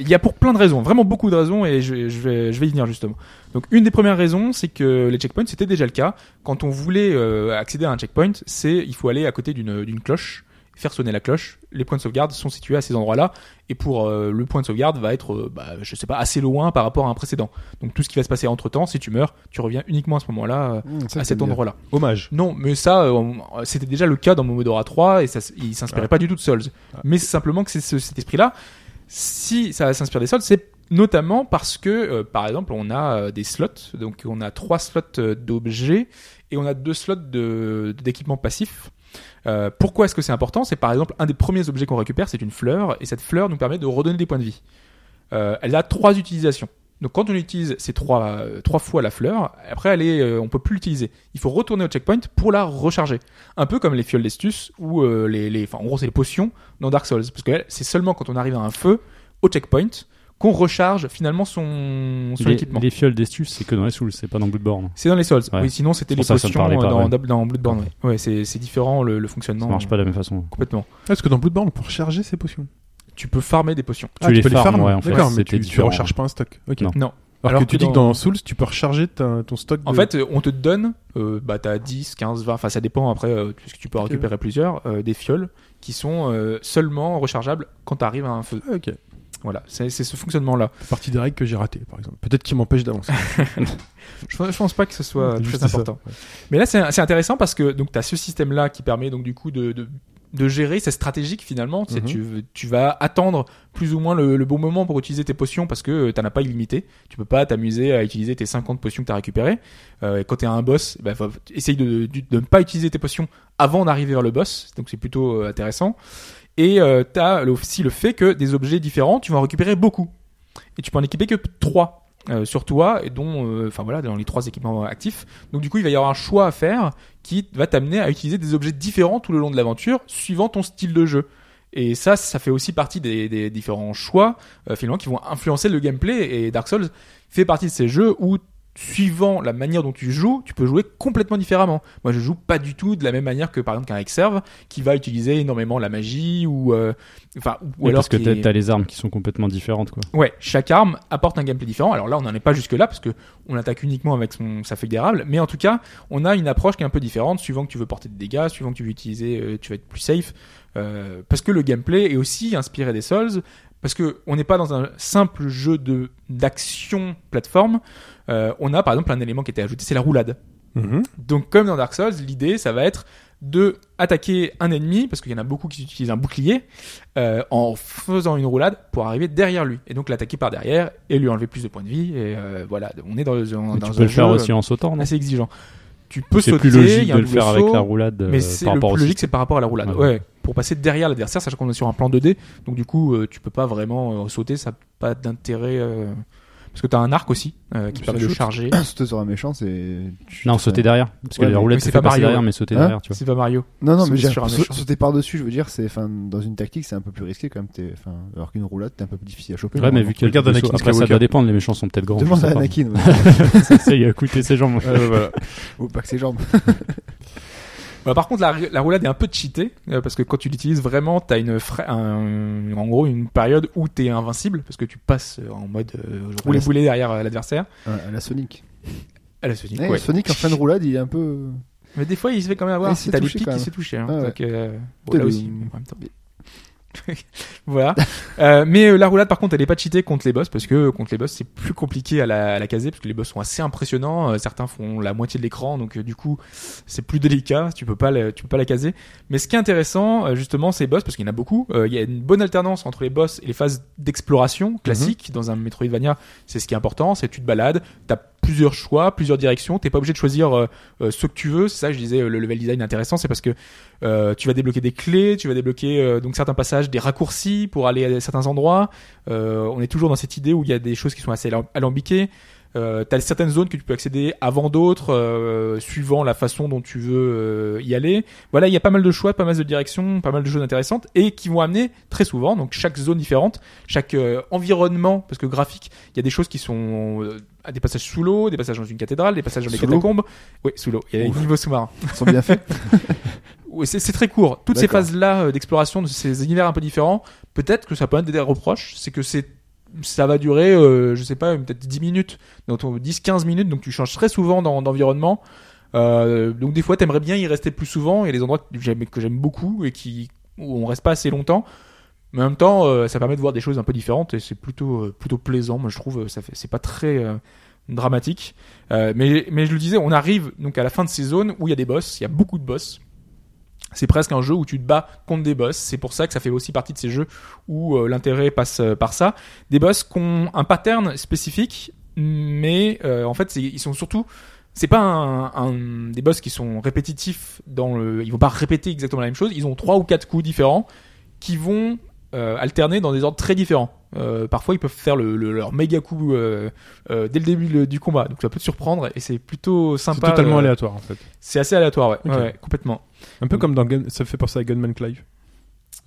Il y a pour plein de raisons, vraiment beaucoup de raisons, et je, je vais, je vais y venir justement. Donc une des premières raisons, c'est que les checkpoints, c'était déjà le cas. Quand on voulait euh, accéder à un checkpoint, c'est il faut aller à côté d'une d'une cloche, faire sonner la cloche. Les points de sauvegarde sont situés à ces endroits-là, et pour euh, le point de sauvegarde va être, euh, bah, je sais pas, assez loin par rapport à un précédent. Donc tout ce qui va se passer entre temps, si tu meurs, tu reviens uniquement à ce moment-là, euh, Mmh, ça, à c'est cet bien. endroit-là. Hommage. Non, mais ça, euh, on- c'était déjà le cas dans Momodora 3 et ça, s- il s'inspirait pas du tout de Souls. Mais c'est simplement que c'est ce- cet esprit-là. Si ça s'inspire des Souls, c'est notamment parce que, euh, par exemple, on a euh, des slots. Donc, on a trois slots euh, d'objets et on a deux slots de- d'équipements passifs. Euh, pourquoi est-ce que c'est important C'est par exemple un des premiers objets qu'on récupère, c'est une fleur, et cette fleur nous permet de redonner des points de vie. Euh, elle a trois utilisations. Donc quand on utilise ces trois, euh, trois fois la fleur, après elle est, euh, on peut plus l'utiliser. Il faut retourner au checkpoint pour la recharger. Un peu comme les fioles d'estus ou euh, les, les, enfin en gros c'est les potions dans Dark Souls, parce que là, c'est seulement quand on arrive à un feu au checkpoint qu'on recharge finalement son, son les, équipement. les fioles d'estus, c'est que dans les Souls, c'est pas dans Bloodborne. C'est dans les Souls. Ouais. Oui, sinon C'est c'était pour les ça que ça me potions parlait euh, pas, dans, ouais. dans Bloodborne. Ouais, Ouais, c'est c'est différent le, le fonctionnement. Ça marche pas de la même façon. complètement. Ah, Parce que dans Bloodborne, on peut recharger ses potions. Ah, Tu peux farmer des potions. tu les peux farmes, farm. ouais, en fait, D'accord, mais c'était tu, tu différent. recharges pas un stock. Ok. Non. Non. Alors, que, tu dis que dans- dans Souls, tu peux recharger ta- ton stock. En de- fait, euh, on te donne, euh, bah, t'as 10, 15, 20, enfin, ça dépend après, euh, parce que tu peux en récupérer plusieurs, euh, des fioles qui sont euh, seulement rechargeables quand t'arrives à un feu. Ah, ok. Voilà, c'est c'est ce fonctionnement-là. C'est partie des règles que j'ai ratées, par exemple. Peut-être qu'il m'empêche d'avancer. Je, je pense pas que ce soit C'est très juste ça. important. Mais là, c'est c'est intéressant parce que donc t'as ce système-là qui permet donc du coup de, de, de gérer, c'est stratégique finalement. Tu sais, Mhm. tu, tu vas attendre plus ou moins le, le bon moment pour utiliser tes potions parce que euh, t'en as pas illimité. Tu peux pas t'amuser à utiliser tes 50 potions que t'as récupérées. Euh, et quand t'es à un boss, bah, faut essayer de, de, de ne pas utiliser tes potions avant d'arriver vers le boss. Donc c'est plutôt euh, intéressant. Et euh, t'as le- aussi le fait que des objets différents, tu vas en récupérer beaucoup. Et tu peux en équiper que trois euh, sur toi, et dont, euh, enfin voilà, dans les trois équipements actifs. Donc du coup, il va y avoir un choix à faire qui va t'amener à utiliser des objets différents tout le long de l'aventure, suivant ton style de jeu. Et ça, ça fait aussi partie des, des différents choix euh, finalement qui vont influencer le gameplay. Et Dark Souls fait partie de ces jeux où suivant la manière dont tu joues, tu peux jouer complètement différemment. Moi, je joue pas du tout de la même manière que par exemple qu'un Exerve qui va utiliser énormément la magie ou euh, enfin ou Ouais, alors parce que qui t'as est- t'as les armes qui sont complètement différentes, quoi. Ouais, chaque arme apporte un gameplay différent. Alors là, on n'en est pas jusque là parce que on attaque uniquement avec son sa feuille d'érable, mais en tout cas, on a une approche qui est un peu différente suivant que tu veux porter des dégâts, suivant que tu veux utiliser, euh, tu vas être plus safe, euh, parce que le gameplay est aussi inspiré des Souls, parce que on n'est pas dans un simple jeu de d'action plateforme. Euh, on a par exemple un élément qui était ajouté, c'est la roulade. Mhm. Donc comme dans Dark Souls, l'idée ça va être de attaquer un ennemi parce qu'il y en a beaucoup qui utilisent un bouclier euh, en faisant une roulade pour arriver derrière lui et donc l'attaquer par derrière et lui enlever plus de points de vie et euh, voilà on est dans, dans, Mais dans tu un peux le faire jeu aussi en sautant, non assez exigeant tu peux C'est sauter plus il logique y de a un le faire double avec saut, la roulade euh, mais c'est par le rapport plus au logique c'est par rapport à la roulade Ouais. ouais, pour passer derrière l'adversaire sachant qu'on est sur un plan 2D donc du coup euh, tu peux pas vraiment euh, sauter ça n'a pas d'intérêt euh, parce que t'as un arc aussi euh, qui Ça permet de shoot. charger Sauter sur un méchant, c'est. tu- Non, sauter derrière. Parce que Ouais, la mais- roulette, mais c'est c'est pas pas passer Mario. derrière, mais sauter Hein derrière, tu vois. c'est pas Mario Non, non, Sauter mais j'ai- sur un sa- méchant. sauter par-dessus, je veux dire, c'est, enfin, dans une tactique, c'est un peu plus risqué quand même. t'es- enfin, alors qu'une roulade, t'es un peu plus difficile à choper. Ouais, mais normalement. vu que Regarde après, Anakin ça Skywalker. doit dépendre, les méchants sont peut-être grands. Demande je à sais pas. Anakin. Ça, il a coûté ses jambes. Ou pas que ses jambes. Bah, par contre, la, la roulade est un peu cheatée euh, parce que quand tu l'utilises vraiment, t'as une fra- un- en gros une période où t'es invincible parce que tu passes euh, en mode Ah, euh, rouler boulet derrière euh, l'adversaire. Ah, À à Ah, la Sonic. Elle se dit. Eh, Sonic en fin de roulade, il est un peu. Mais des fois, il se fait quand même Ah, avoir. il s'est T'as les touché pics quand qui même. s'est touché. Hein, Ah ouais. Donc, euh, bon, T'as là le- aussi. mais en même temps. voilà. Euh, mais euh, la roulade, par contre, elle est pas cheatée contre les boss parce que euh, contre les boss, c'est plus compliqué à la, à la caser parce que les boss sont assez impressionnants. Euh, certains font la moitié de l'écran, donc euh, du coup, c'est plus délicat. Tu peux pas, la- tu peux pas la caser. Mais ce qui est intéressant, euh, justement, ces boss, parce qu'il y en a beaucoup, euh, il y a une bonne alternance entre les boss et les phases d'exploration classiques. Dans un Metroidvania, c'est ce qui est important, c'est que tu te balades, t'as plusieurs choix, plusieurs directions, t'es pas obligé de choisir euh, euh, ce que tu veux. C'est ça, je disais, euh, le level design intéressant, c'est parce que euh, tu vas débloquer des clés, tu vas débloquer euh, donc certains passages, des raccourcis pour aller à certains endroits. Euh, on est toujours dans cette idée où il y a des choses qui sont assez alam- alambiquées. Euh, t'as certaines zones que tu peux accéder avant d'autres, euh, suivant la façon dont tu veux euh, y aller. Voilà, il y a pas mal de choix, pas mal de directions, pas mal de choses intéressantes et qui vont amener très souvent, donc chaque zone différente, chaque euh, environnement, parce que graphique, il y a des choses qui sont euh, à des passages sous l'eau, des passages dans une cathédrale, des passages dans les Sous l'eau catacombes. Oui, sous l'eau. Il y a des Ouf. niveaux sous-marins. Ils sont bien faits. Ouais, c'est, c'est très court. Toutes ces D'accord. phases-là euh, d'exploration de ces univers un peu différents, peut-être que ça peut être des reproches, c'est que c'est ça va durer, euh, je sais pas, peut-être 10 minutes, donc 10-15 minutes, donc tu changes très souvent dans- d'environnement. Euh, donc des fois, t'aimerais bien y rester plus souvent. Il y a des endroits que j'aime, que j'aime beaucoup et qui où on reste pas assez longtemps. Mais en même temps, euh, ça permet de voir des choses un peu différentes et c'est plutôt euh, plutôt plaisant. Moi, je trouve, euh, ça fait, c'est pas très euh, dramatique. Euh, mais mais je le disais, on arrive donc à la fin de ces zones où il y a des boss, il y a beaucoup de boss. C'est presque un jeu où tu te bats contre des boss. C'est pour ça que ça fait aussi partie de ces jeux où euh, l'intérêt passe euh, par ça. Des boss qui ont un pattern spécifique, mais euh, en fait, c'est- ils sont surtout. C'est pas un, un- des boss qui sont répétitifs dans le. Ils vont pas répéter exactement la même chose. Ils ont trois ou quatre coups différents qui vont euh, alternés dans des ordres très différents. Euh, parfois, ils peuvent faire le, le- leur méga coup euh, euh, dès le début le- du combat, donc ça peut te surprendre et c'est plutôt C'est sympa. totalement euh, Mm. aléatoire en fait. C'est assez aléatoire, ouais, Ok. ouais, ouais, complètement. Un peu comme dans Gun... ça fait penser à Gunman Clive.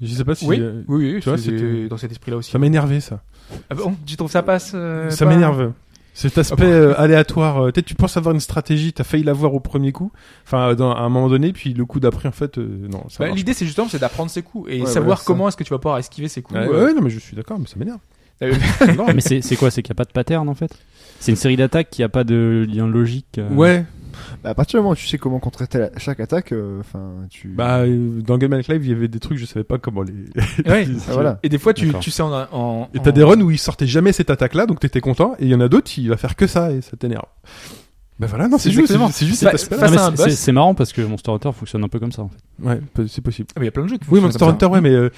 Je sais pas si Oui, euh, oui, oui, tu vois, c'est- c'était- dans cet esprit-là aussi. ça m'a énervé ça. Ah bon, tu trouves ça passe euh, ça pas Ah m'énerve. Cet aspect euh, aléatoire, euh, peut-être tu penses avoir une stratégie, t'as failli l'avoir au premier coup, enfin euh, dans- à un moment donné, puis le coup d'après en fait, euh, non. Ça Bah, marche L'idée, c'est justement, c'est d'apprendre ses coups et Ouais, voilà, savoir c'est ça. comment est-ce que tu vas pouvoir esquiver ses pas. coups. Ouais, euh, ouais, non mais je suis d'accord, mais ça m'énerve. Non. Mais c'est c'est quoi C'est qu'il n'y a pas de pattern en fait C'est une série d'attaques qui a pas de lien logique. euh, Ouais, Bah, à partir du moment où tu sais comment contrer telle- chaque attaque, euh, enfin, tu. bah euh, dans Gunman Clive, il y avait des trucs, je savais pas comment les. ouais. Ah, voilà. Et des fois, tu, D'accord. tu sais en. en Et t'as en- Ah, des runs où il sortait jamais cette attaque-là, donc t'étais content, et il y en a d'autres, il va faire que ça, et ça t'énerve. Bah voilà, non, c'est juste, Exactement. c'est juste Bah, cet aspect-là. Non, mais face à un c'est- c'est- boss. C'est marrant parce que Monster Hunter fonctionne un peu comme ça. en fait. Ouais, peut- c'est possible. Ah, mais Il y a plein de jeux qui Oui, fonctionnent Monster comme Hunter, ça. ouais, mais euh,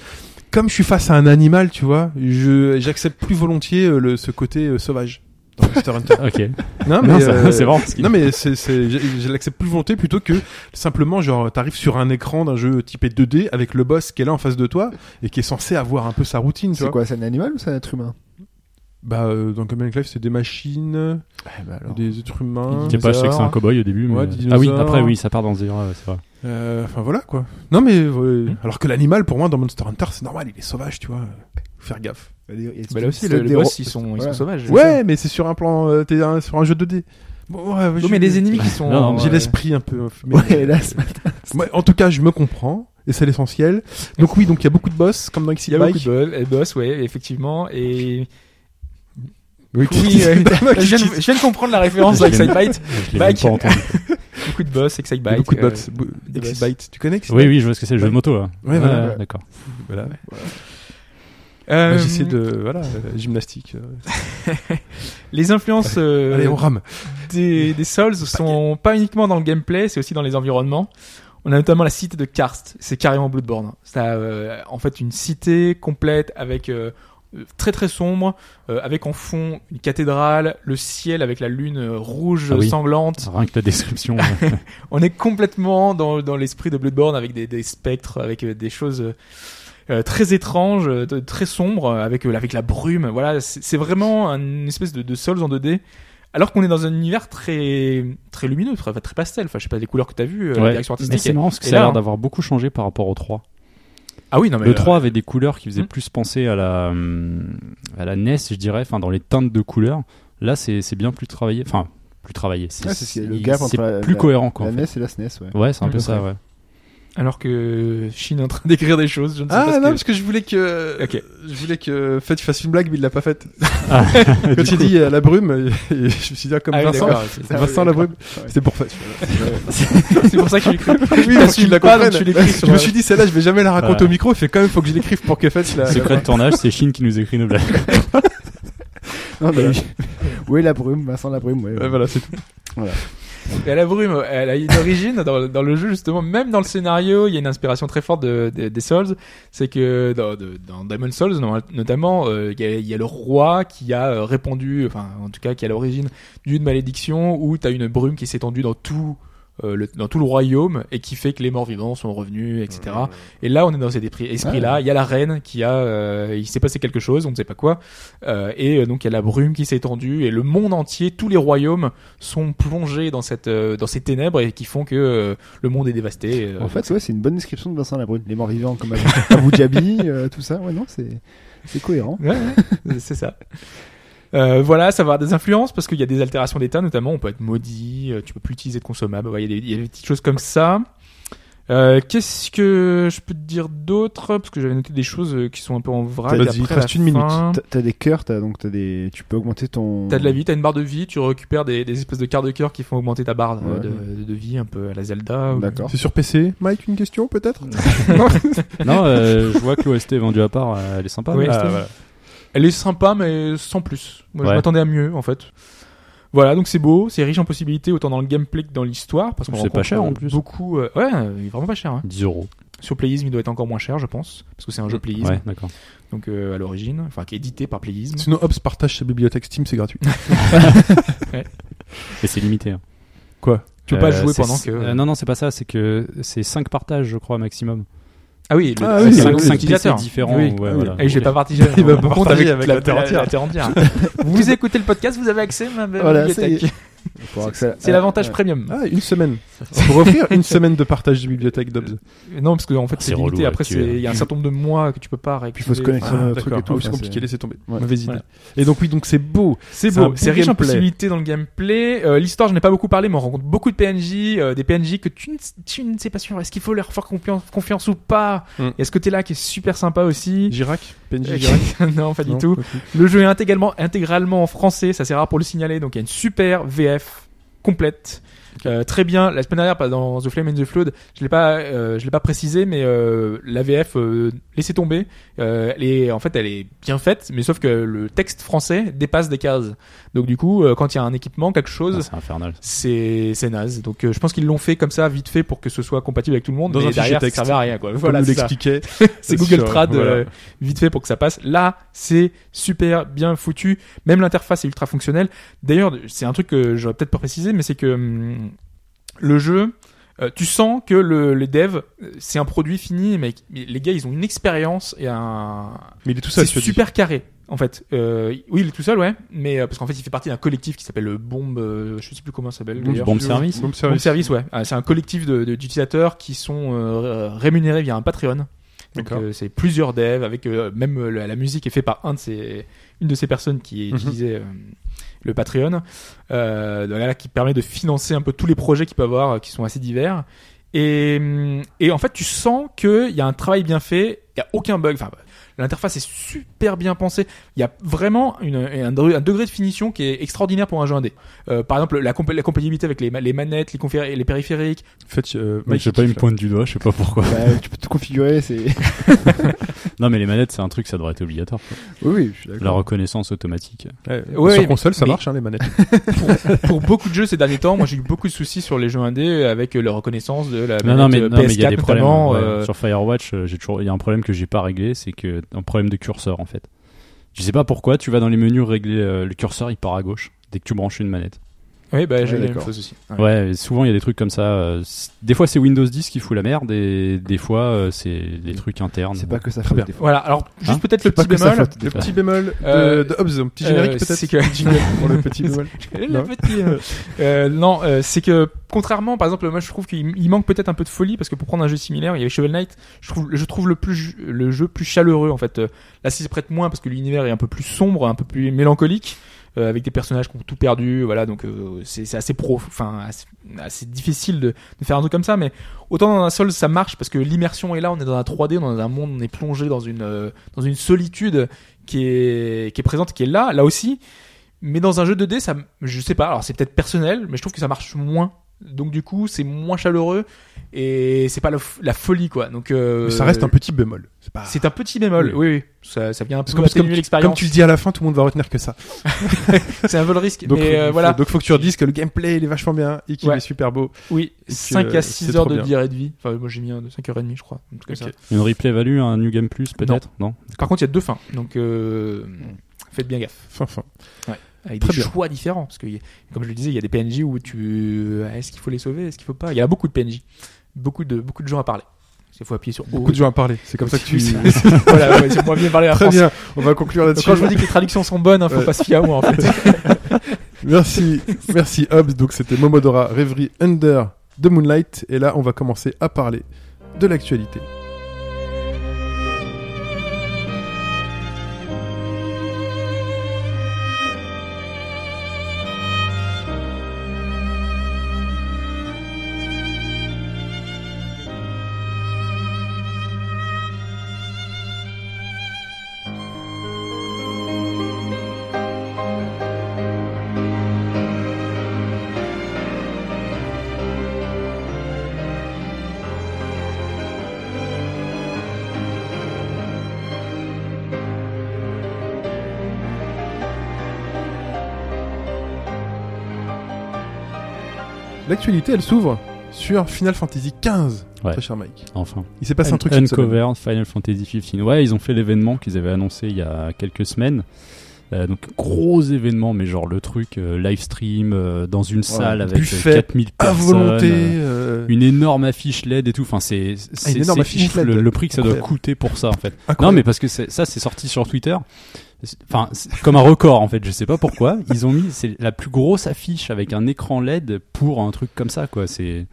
comme je suis face à un animal, tu vois, je j'accepte plus volontiers euh, le, ce côté euh, sauvage dans Monster Hunter. Ok. non, Non, ça- euh, c'est marrant parce qu'il- Non mais c'est, c'est, je, je l'accepte plus volontiers plutôt que simplement genre t'arrives sur un écran d'un jeu typé 2D avec le boss qui est là en face de toi et qui est censé avoir un peu sa routine. tu C'est vois. quoi, c'est un animal ou c'est un être humain Bah euh, dans Common Life c'est des machines, Eh ben alors. des êtres Il humains. dit pas, je sais que c'est un cowboy au début. Ouais, mais- des Ah oui, dinosaures. après, oui, ça part dans des. ouais, ouais, c'est vrai. Euh, Enfin voilà quoi. Non mais euh, Hmm. alors que l'animal pour moi dans Monster Hunter c'est normal, il est sauvage, tu vois. Faut faire gaffe. Il y a- il y a- Bah, là aussi, c'est le, des le boss, ro- ils sont, ils voilà. sont sauvages. Ouais, mais c'est sur un plan, euh, t'es un- sur un jeu 2D. Bon, ouais, Non, je- mais les ennemis qui sont. Non, non, J'ai euh, l'esprit un peu. mais- Ouais, là, c'est- Ouais, en tout cas, je me comprends et c'est l'essentiel. Donc oui, donc il y a beaucoup de boss comme dans Il y Exit a beaucoup Bike. de boss- boss, ouais, effectivement. Et. Oui, qui- Oui, ouais. c'est pas moi qui- je, viens de, je viens de comprendre la référence Je avec l'ai- Sidebite. Je l'ai même Bike. pas entendu. Beaucoup de boss, Excite Il y a Bite. beaucoup de euh, bots. Bo- des Exit boss. Bite. Tu connais Exit Oui, Bike oui, je vois ce que c'est, le jeu de moto. là. Ouais, voilà. Ouais, D'accord. Voilà. Euh, Bah, J'essaie de voilà euh, gymnastique. euh. Les influences euh, Allez, on rame. des, Mmh. des Souls sont pas uniquement dans le gameplay, c'est aussi dans les environnements. On a notamment la cité de Karst, c'est carrément Bloodborne. Ça, euh, en fait, une cité complète avec euh, euh, très très sombre, euh, avec en fond une cathédrale, le ciel avec la lune euh, rouge Ah oui. sanglante. Rien que la description. euh, On est complètement dans, dans l'esprit de Bloodborne avec des, des spectres, avec euh, des choses euh, euh, très étranges, euh, de- très sombres, euh, avec, euh, avec la brume. Voilà, c'est c'est vraiment un- une espèce de, de Souls en 2D. Alors qu'on est dans un univers très, très lumineux, très, très pastel. Enfin, je sais pas les couleurs que t'as vues, euh, la ouais. direction Mais artistique. c'est marrant parce que Et ça a là, l'air hein. d'avoir beaucoup changé par rapport au 3. Ah oui, non, mais. Le euh, 3 avait des couleurs qui faisaient hmm. plus penser à la, hum, à la NES, je dirais, enfin dans les teintes de couleurs. Là, c'est c'est bien plus travaillé. Enfin, plus travaillé. C'est Ouais, c'est ce qui est le gap c'est entre la- plus la- cohérent, quoi. La en fait. NES et la SNES, ouais. Ouais, c'est un Mm, peu ça, ouais. Alors que Chine est en train d'écrire des choses, je ne sais pas. Ah ce non, que- parce que je voulais que Ok. je voulais que Fed fasse une blague, mais il l'a pas faite. Ah, Quand tu dis euh, la brume, euh, je me suis dit ah, comme Ah oui, Vincent, d'accord, c'est- Ah oui, Vincent la d'accord. brume, c'était pour Fed. c'est pour ça que je l'écris. Oui, T'assumes pour qu'il la pas, donc comprenne. tu l'écris sur je me la- suis dit, celle-là, je vais jamais la raconter Voilà. au micro. Il fait quand même, faut que je l'écrive pour que Fetch la. Secret de tournage, c'est Chine qui nous écrit nos blagues. Non, mais oui. Où est la brume Vincent la brume, ouais. Ouais, voilà, c'est tout. Et à la brume, elle a une origine dans, dans le jeu justement, même dans le scénario, il y a une inspiration très forte de, de- des Souls. C'est que dans, de- dans Diamond Souls, no- notamment, euh, il y, a- il y a le roi qui a euh, répandu, enfin en tout cas qui a l'origine d'une malédiction où t'as une brume qui s'est étendue dans tout. euh, le, dans tout le royaume et qui fait que les morts vivants sont revenus etc et là on est dans cet esprit là il y a la reine qui a euh, il s'est passé quelque chose on ne sait pas quoi euh, et euh, donc il y a la brume qui s'est étendue et le monde entier tous les royaumes sont plongés dans cette euh, dans ces ténèbres et qui font que euh, le monde est dévasté. euh. En fait, ouais, c'est une bonne description de Vincent Labrune. Les morts vivants comme Abu Dhabi, euh, tout ça. Ouais, non, c'est c'est cohérent. Ouais, ouais, c'est ça. Euh, voilà, ça va avoir des influences parce qu'il y a des altérations d'état, notamment on peut être maudit, euh, tu peux plus utiliser de consommables. Ouais, Il y, a des- il y a des petites choses comme ça. Euh, Qu'est-ce que je peux te dire d'autre Parce que j'avais noté des choses euh, qui sont un peu en vrac. Vas-y, après il te la reste une minute. fin. T'as- T'as des cœurs, t'as donc t'as des, tu peux augmenter ton. T'as de la vie, t'as une barre de vie, tu récupères des, des espèces de quarts de cœur qui font augmenter ta barre euh, Ouais. de, de vie, un peu à la Zelda. ou- D'accord. C'est sur PC. Mike, une question peut-être non, euh, je vois que l'OST est vendu à part, euh, elle est sympa. mais- Oui, l'OST. Ah, voilà. Elle est sympa, mais sans plus. Moi, Ouais. je m'attendais à mieux, en fait. Voilà, donc c'est beau, c'est riche en possibilités, autant dans le gameplay que dans l'histoire, parce qu'on C'est rencontre pas cher, en plus. Beaucoup, euh, ouais, euh, il est vraiment pas cher. hein. 10 euros. Sur Playism, il doit être encore moins cher, je pense, parce que c'est un jeu Playism, Ouais, d'accord. donc euh, à l'origine, enfin qui est édité par Playism. Sinon, Hobbs partage sa bibliothèque Steam, c'est gratuit. Et c'est limité. hein. Quoi Tu peux pas Euh, jouer c'est- pendant que. euh, non, non, c'est pas ça. C'est que c'est 5 partages, je crois, maximum. Ah oui, le Ah c'est oui, cinq- oui, cinq oui. utilisateurs. différents. Oui. ouais, oui. voilà. Ah, Et je vais pas partager. Il va on pas partage partager avec la la terre entière. terre entière. vous écoutez le podcast, vous avez accès à ma Voilà, ça y est. bibliothèque. Pour accès- C'est l'avantage Ouais. premium. Ah, une semaine. C'est pour offrir une semaine de partage de bibliothèque d'Obs. Non, parce que en fait, Ah, c'est c'est limité. relou, Après, tu c'est- es- il y a un certain nombre de mois que tu peux pas Puis récupérer. il faut se connecter sur le truc et tout. Ah, c'est compliqué, laissez tomber. Ouais. Mauvaise idée. Voilà. Et donc, oui, donc c'est beau. C'est C'est un beau, bon c'est riche en gameplay. possibilités dans le gameplay. Euh, L'histoire, je n'ai pas beaucoup parlé, mais on rencontre beaucoup de PNJ, euh, des PNJ que tu ne, tu ne sais pas sûr. Est-ce qu'il faut leur faire confiance, confiance ou pas Mm. Et ce côté-là qui est super sympa aussi. Girac PNJ Girac non, pas Non, du tout. pas plus. Le jeu est intégralement, intégralement en français, ça c'est rare pour le signaler, donc il y a une super VF complète. Euh, très bien. La semaine dernière, pas dans The Flame and the Flood, je l'ai pas, euh, je l'ai pas précisé, mais euh, la VF euh, laissez tomber. Euh, elle est, en fait, elle est bien faite, mais sauf que le texte français dépasse des cases. Donc du coup, euh, quand il y a un équipement, quelque Ah, chose, C'est infernal. c'est c'est naze. Donc euh, je pense qu'ils l'ont fait comme ça vite fait pour que ce soit compatible avec tout le monde. Dans mais un fichier derrière, texte. ça servait à rien quoi. Comme Voilà, nous c'est ça. l'expliquait. C'est Sur- Google Trad voilà. euh, vite fait pour que ça passe. Là, c'est super bien foutu. Même l'interface est ultra fonctionnelle. D'ailleurs, c'est un truc que j'aurais peut-être pas précisé, mais c'est que hum, le jeu, euh, tu sens que le, les devs, euh, c'est un produit fini, mais mais les gars, ils ont une expérience et un, Mais il est tout seul, c'est je te dis. super carré. En fait, Euh, oui, il est tout seul, ouais, mais euh, parce qu'en fait, il fait partie d'un collectif qui s'appelle le Bombe, euh, je sais plus comment ça s'appelle. Bombe- d'ailleurs. Bombe service. Bon Bombe service. Service, ouais. Ah, c'est un collectif de- de- d'utilisateurs qui sont euh, rémunérés via un Patreon. Donc D'accord. euh, c'est plusieurs devs avec euh, même euh, la, la musique est faite par un de ces, une de ces personnes qui Mhm. utilisait euh, le Patreon, euh, donc là, qui permet de financer un peu tous les projets qu'il peut avoir, euh, qui sont assez divers. Et, hum, et en fait, tu sens qu'il y a un travail bien fait, il n'y a aucun bug. Enfin, l'interface est super bien pensée. Il y a vraiment une, un, dre- un degré de finition qui est extraordinaire pour un jeu indé. Euh, par exemple, la, compa- la compatibilité avec les, ma- les manettes, les, confé- les périphériques. Faites, euh, Mec, Mike, j'ai pas il une kiffe, pointe du doigt, je sais pas pourquoi. Bah, tu peux te configurer, c'est. Non, mais les manettes, c'est un truc, ça devrait être obligatoire. quoi. Oui, oui, je suis La d'accord. reconnaissance automatique. là. Ouais, Ouais, sur mais- console, ça mais- marche, hein, les manettes. Pour beaucoup de jeux ces derniers temps, moi j'ai eu beaucoup de soucis sur les jeux indés avec euh, la reconnaissance de la Non, manette non, mais euh, non, mais il y a PS4 des problèmes. notamment. ouais. euh, Sur Firewatch, euh, j'ai toujours, il y a un problème que j'ai pas réglé, c'est que un problème de curseur en fait. Je sais pas pourquoi, tu vas dans les menus régler euh, le curseur, il part à gauche dès que tu branches une manette. Oui, bah, Ouais, j'ai la même d'accord. chose aussi. Ouais. Ouais, et souvent il y a des trucs comme ça. euh, c- Des fois c'est Windows 10 qui fout la merde, et des fois euh, c'est des trucs internes. C'est pas que ça Très bien. flotte des fois. Voilà, alors juste Hein peut-être le pas petit que ça bémol. flotte Le des fois. petit bémol de, Euh, de Hobbes, un petit euh, générique peut-être c'est que- Jingle pour le petit bémol. Le Non. petit, euh, euh, non, euh, c'est que contrairement, par exemple, moi je trouve qu'il il manque peut-être un peu de folie parce que pour prendre un jeu similaire, il y avait Shovel Knight. Je trouve, je trouve le plus ju- le jeu plus chaleureux en fait. Euh, Là, s'y prête moins parce que l'univers est un peu plus sombre, un peu plus mélancolique, euh, avec des personnages qui ont tout perdu. Voilà, donc euh, c'est c'est assez pro, enfin assez, assez difficile de, de faire un truc comme ça. Mais autant dans un sol ça marche parce que l'immersion est là. On est dans un 3D, on est dans un monde, on est plongé dans une euh, dans une solitude qui est qui est présente, qui est là, là aussi. Mais dans un jeu 2D, ça, m- je sais pas. Alors c'est peut-être personnel, mais je trouve que ça marche moins. Donc du coup, c'est moins chaleureux et c'est pas la, f- la folie quoi. Donc euh, Mais ça reste un petit bémol. C'est pas. C'est un petit bémol. Oui. Oui, oui. Ça, ça vient un peu Parce que- parce que atténuer Comme l'expérience. tu le dis à la fin, tout le monde va retenir que ça. C'est un peu le risque. Donc, mais euh, faut- voilà. donc faut que tu leur dises que le gameplay, il est vachement bien et qu'il Ouais. est super beau. Oui, Et que, 5 euh, à c'est 6 heures trop de bien. durée de vie. Enfin, moi j'ai mis un de 5 heures et demie, je crois. un truc comme Ok. ça. Une replay value, un New Game Plus peut-être, non, Par contre, il y a deux fins. Donc, euh, Hmm. faites bien gaffe. Fin, fin. Avec Très des bien. choix différents. Parce que, y a- comme je le disais, il y a des PNJ où tu. ah, Est-ce qu'il faut les sauver Est-ce qu'il faut pas Il y a beaucoup de PNJ. Beaucoup de, beaucoup de gens à parler. Il faut appuyer sur Beaucoup de gens à parler. C'est comme ça que tu. voilà, ouais, c'est moins bien parler à Très français. bien. On va conclure Donc, là-dessus. quand je vous dis que les traductions sont bonnes, hein, faut Ouais. pas se fier à moi en fait. Merci, merci Hobbs. Donc c'était Momodora, Rêverie Under de Moonlight. Et là, on va commencer à parler de l'actualité. L'actualité, elle s'ouvre sur Final Fantasy XV, Ouais. très cher Mike. Enfin. Il s'est passé un truc cette semaine. Uncover Final Fantasy 15. Ouais, ils ont fait l'événement qu'ils avaient annoncé il y a quelques semaines. Euh, donc gros événement, mais genre le truc, euh, live stream euh, dans une salle avec euh, buffet 4000 à personnes. volonté. euh, euh, Une énorme affiche LED et tout. Enfin, c'est c'est- une énorme c'est affiche ouf, LED. Le, le prix que ça doit Incroyable. coûter pour ça, en fait. Non, incroyable. mais parce que c'est- ça, c'est sorti sur Twitter. C'est- Enfin, c'est comme un record, en fait. Je sais pas pourquoi. Ils ont mis c'est la plus grosse affiche avec un écran LED pour un truc comme ça, quoi. C'est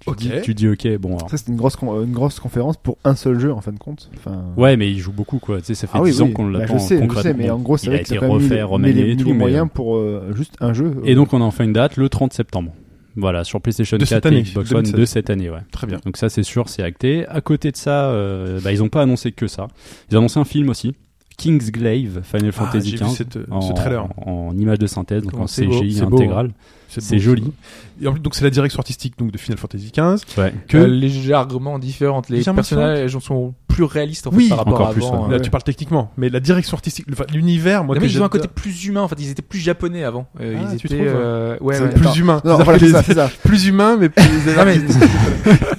tu, Ok. dis, tu dis ok, bon. alors. Ça, c'est une grosse, con- euh, une grosse conférence pour un seul jeu en fin de compte. Enfin, Ouais, mais ils jouent beaucoup, quoi. Tu sais, ça fait Ah oui, 10 ans oui. qu'on Bah, l'attend je sais, je sais, concrètement. mais en gros, c'est Il vrai a que c'est été quand même mis- refait, mis remanié les- et mis tout, les mais, moyens pour euh, juste un jeu. Et donc on en fait une date le 30 septembre. Voilà, sur PlayStation De 4 cette et année, Xbox 2016. One de cette année, ouais. Très bien. Donc ça c'est sûr, c'est acté. À côté de ça, euh, bah, ils n'ont pas annoncé que ça. Ils ont annoncé un film aussi, King's Glaive, Final Ah, j'ai Fantasy vu XV. cette- En, ce trailer. en, en image de synthèse, donc Comment en c'est beau, CGI c'est beau, hein. intégral. c'est beau, joli. beau. Et en plus, donc c'est la direction artistique donc de Final Fantasy XV. Ouais. Que Euh, légèrement différentes. Les Légèrement personnages sont plus réalistes en fait, Oui, par rapport encore à plus, avant. ouais. là euh. tu parles techniquement, mais la direction artistique, enfin, l'univers, moi Non, que mais ils ont un j'adore, côté plus humain en fait, ils étaient plus japonais avant. Euh, Ah, ils tu étaient trouves, ouais. euh, ouais, C'est ouais. plus humain. Non, C'est-à-dire voilà, que les- c'est ça, c'est ça. plus humain, mais Non, mais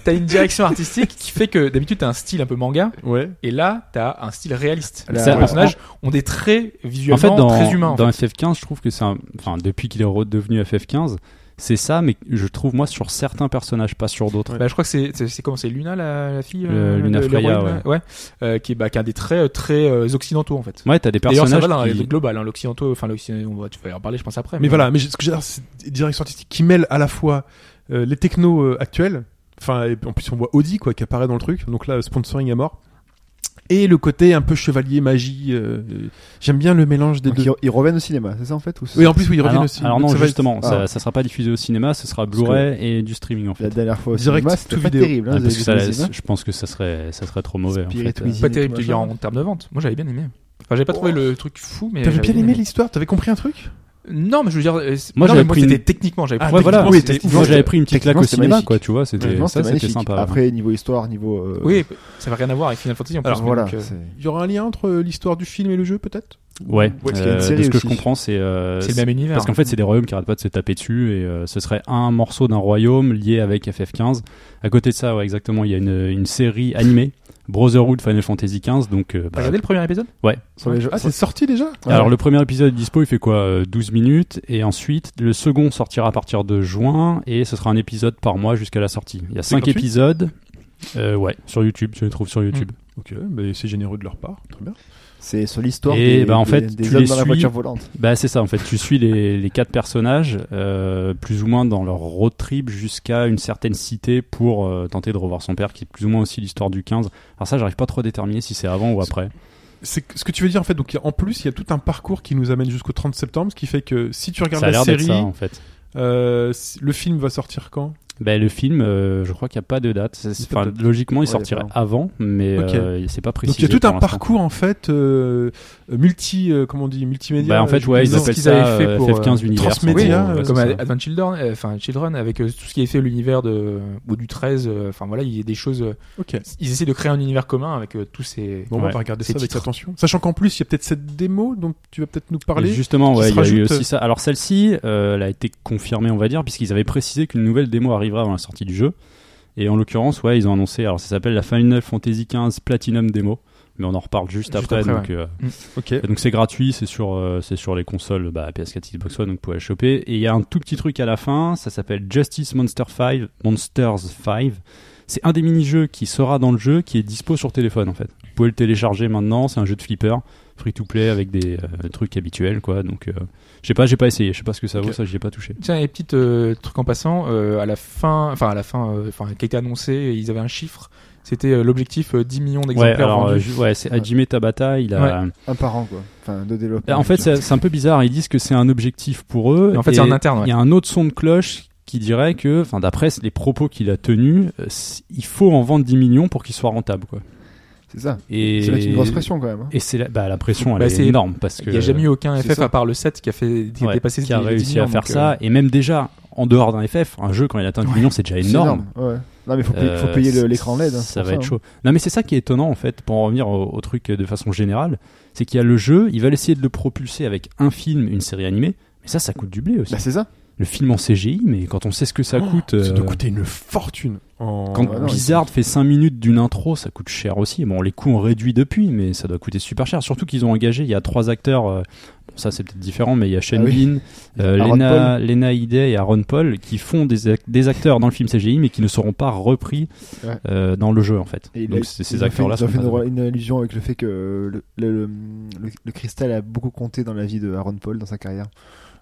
t'as une direction artistique qui fait que d'habitude t'as un style un peu manga ouais. et là t'as un style réaliste. Là, Les Ça, personnages ont des traits visuellement en fait, dans, très humains. en dans fait. FF15, je trouve que c'est un. Enfin, depuis qu'il est redevenu FF15, c'est ça, mais je trouve, moi, sur certains personnages, pas sur d'autres. Bah, je crois que c'est c'est- c'est comment c'est Luna la, la fille Euh, de- Luna de Freya, l'héroïne, ouais, Euh, qui est bah, qui a des traits euh, très euh, occidentaux en fait. Ouais, t'as des D'ailleurs, ça personnages. va dans qui- le global, hein, l'occidentaux, enfin l'occidentaux, on va- tu vas y en parler je pense après. Mais voilà, mais j'ai- ce que j'adore, c'est une direction artistique qui mêle à la fois euh, les technos euh, actuels, enfin, et en plus on voit Audi quoi qui apparaît dans le truc, donc là sponsoring à mort, et le côté un peu chevalier magie. euh, euh, J'aime bien le mélange des Donc, deux. ils, ils reviennent au cinéma, c'est ça en fait ou c'est- Oui, en plus oui, ils Ah reviennent non, aussi. Alors donc non, ça va être- justement, Ah. ça, ça sera pas diffusé au cinéma, ce sera Parce que- Blu-ray et du streaming en fait. La dernière fois au Direct, cinéma, c'était tout pas vidéo. terrible. hein, Ah, vous parce avez que vu ça, les images je pense que ça serait, ça serait trop mauvais. En Spirit fait. Wheezy. pas terrible machin. de dire en termes de vente. Moi j'avais bien aimé. Enfin j'ai pas Oh. trouvé le truc fou mais. T'avais j'avais bien aimé l'histoire, t'avais compris un truc Non mais je veux dire. euh, c'est- Moi, non, j'avais mais pris une- c'était techniquement j'avais. Ah, pris- Ouais, voilà, techniquement, oui, c'était- techniquement, moi j'avais pris une petite claque au techniquement, c'est cinéma, magnifique. quoi, tu vois, c'était, Franchement, ça c'était c'était magnifique. sympa. ouais. Après, niveau histoire, niveau. euh, Oui, ça avait rien à voir avec Final Fantasy en Alors plus. mais voilà. donc, euh, c'est- Il y aura un lien entre euh, l'histoire du film et le jeu peut-être Ouais, parce qu'il y a une euh, de série ce que je aussi. comprends, c'est. euh, c'est le même univers. hein. Parce qu'en fait, c'est des royaumes qui arrêtent pas de se taper dessus, et euh, ce serait un morceau d'un royaume lié avec FF15. À côté de ça, ouais, exactement, il y a une, une série animée, Brotherhood Final Fantasy XV, donc. euh, bah, T'as regardé le premier épisode ouais. Sur les jeux- Ah c'est sorti déjà Ouais. Alors, le premier épisode dispo, il fait quoi euh, 12 minutes, et ensuite, le second sortira à partir de juin, et ce sera un épisode par mois jusqu'à la sortie. Il y a 5 gratuit épisodes, euh, ouais, sur YouTube, tu les trouves sur YouTube. Ok, mais c'est généreux de leur part, très bien. C'est sur l'histoire Et des, bah, en des- fait, des tu hommes les dans la suis. voiture volante. Hmm. Bah c'est ça en fait, tu suis les, les quatre personnages euh, plus ou moins dans leur road trip jusqu'à une certaine cité pour euh, tenter de revoir son père qui est plus ou moins aussi l'histoire du 15. Alors ça j'arrive pas trop à déterminer si c'est avant ou après. C'est ce que tu veux dire en fait, donc il y a- en plus il y a tout un parcours qui nous amène jusqu'au 30 septembre, ce qui fait que si tu regardes Ça a la l'air d'être série, ça hein. en fait. euh, si- le film va sortir quand Bah, le film, euh, je crois qu'il n'y a pas de date. C'est- Il y a pas enfin, de logiquement, il Ouais, sortirait il y a avant, mais Ok. euh, c'est pas précisé. Donc il y a tout pour un l'instant. parcours en fait euh, multi, euh, comment on dit, multimédia. Bah, en euh, fait, je ouais, sais ils pas. ce appellent qu'ils ça avaient fait euh, pour, FF15 euh, Univers. Transmédia, en gros, euh, ouais, comme c'est à- ça. Advent Children, euh, enfin Children avec euh, tout ce qui est fait l'univers de ou du 13 euh, enfin voilà, il y a des choses euh, Ok. ils essaient de créer un univers commun avec euh, tous ces Bon, Ouais. on va regarder Ces ça avec titres. attention. Sachant qu'en plus, il y a peut-être cette démo dont tu vas peut-être nous parler. Et Justement, qui ouais, se il y a eu rajoute, aussi ça. Alors celle-ci, euh, elle a été confirmée, on va dire, puisqu'ils avaient précisé qu'une nouvelle démo arrivera avant la sortie du jeu. Et en l'occurrence, ouais, ils ont annoncé. Alors ça s'appelle la Final Fantasy XV Platinum Demo, mais on en reparle juste, Juste après. après, donc, euh, Ok. et donc c'est gratuit, c'est sur, euh, c'est sur les consoles bah, PS4, Xbox One, donc vous pouvez la choper. Et il y a un tout petit truc à la fin, ça s'appelle Justice Monster 5, Monsters 5. C'est un des mini-jeux qui sera dans le jeu, qui est dispo sur téléphone en fait. Vous pouvez le télécharger maintenant, c'est un jeu de flipper, free-to-play avec des euh, trucs habituels quoi. Donc euh, je sais pas, j'ai pas essayé, je sais pas ce que ça vaut, Ok. ça j'y ai pas touché. Tiens, et petit euh, truc en passant, euh, à la fin, enfin à la fin, euh, enfin qui a été annoncé, ils avaient un chiffre, c'était euh, l'objectif euh, 10 millions Ouais, d'exemplaires alors euh, vendus. ju- ouais, c'est Hajime Tabata, il a... Un par an, quoi. Enfin, de développement. Euh, En fait, c'est c'est un peu bizarre. Ils disent que c'est un objectif pour eux. Et en fait, c'est euh, Et en interne, ouais. Il y a un autre son de cloche qui dirait que, enfin, d'après les propos qu'il a tenus, euh, c- il faut en vendre 10 millions pour qu'il soit rentable, quoi. C'est ça. Et C'est une grosse pression quand même. hein. Et c'est la, bah, la pression, elle Bah, est c'est- énorme parce que Il n'y a jamais eu aucun c'est FF ça. à part le 7 qui a fait qui a ouais, dépassé qui a les 10 réussi à millions, faire donc, ça. euh, Et même déjà en dehors d'un FF, un jeu quand il atteint 10 millions, c'est déjà C'est énorme. Ouais. Non, mais faut, payer- faut Euh, payer le- c- l'écran LED. hein, c'est ça pour va être chaud. Non, mais c'est ça qui est étonnant en fait, pour en revenir au, au truc euh, de façon générale, c'est qu'il y a le jeu, ils veulent essayer de le propulser avec un film, une série animée, mais ça, ça coûte du blé aussi. Bah, Oh, c'est ça. le film en CGI, mais quand on sait ce que ça coûte, Oh, Ça euh, doit coûter une fortune. En... quand bah non, Blizzard fait 5 minutes d'une intro, ça coûte cher aussi. Bon, les coûts ont réduit depuis, mais ça doit coûter super cher. Surtout qu'ils ont engagé, il y a trois acteurs, euh, bon, ça c'est peut-être différent, mais il y a Shane Ah oui. Bean, euh, Aaron Lena, Lena Headey et Aaron Paul, qui font des, ac- des acteurs dans le film CGI, mais qui ne seront pas repris Ouais. euh, dans le jeu en fait. Et il a- Donc c'est- ces ils ont fait- acteurs-là Ils ont sont fait pas dedans. une, une allusion avec le fait que euh, le, le- le- le cristal a beaucoup compté dans la vie de Aaron Paul dans sa carrière.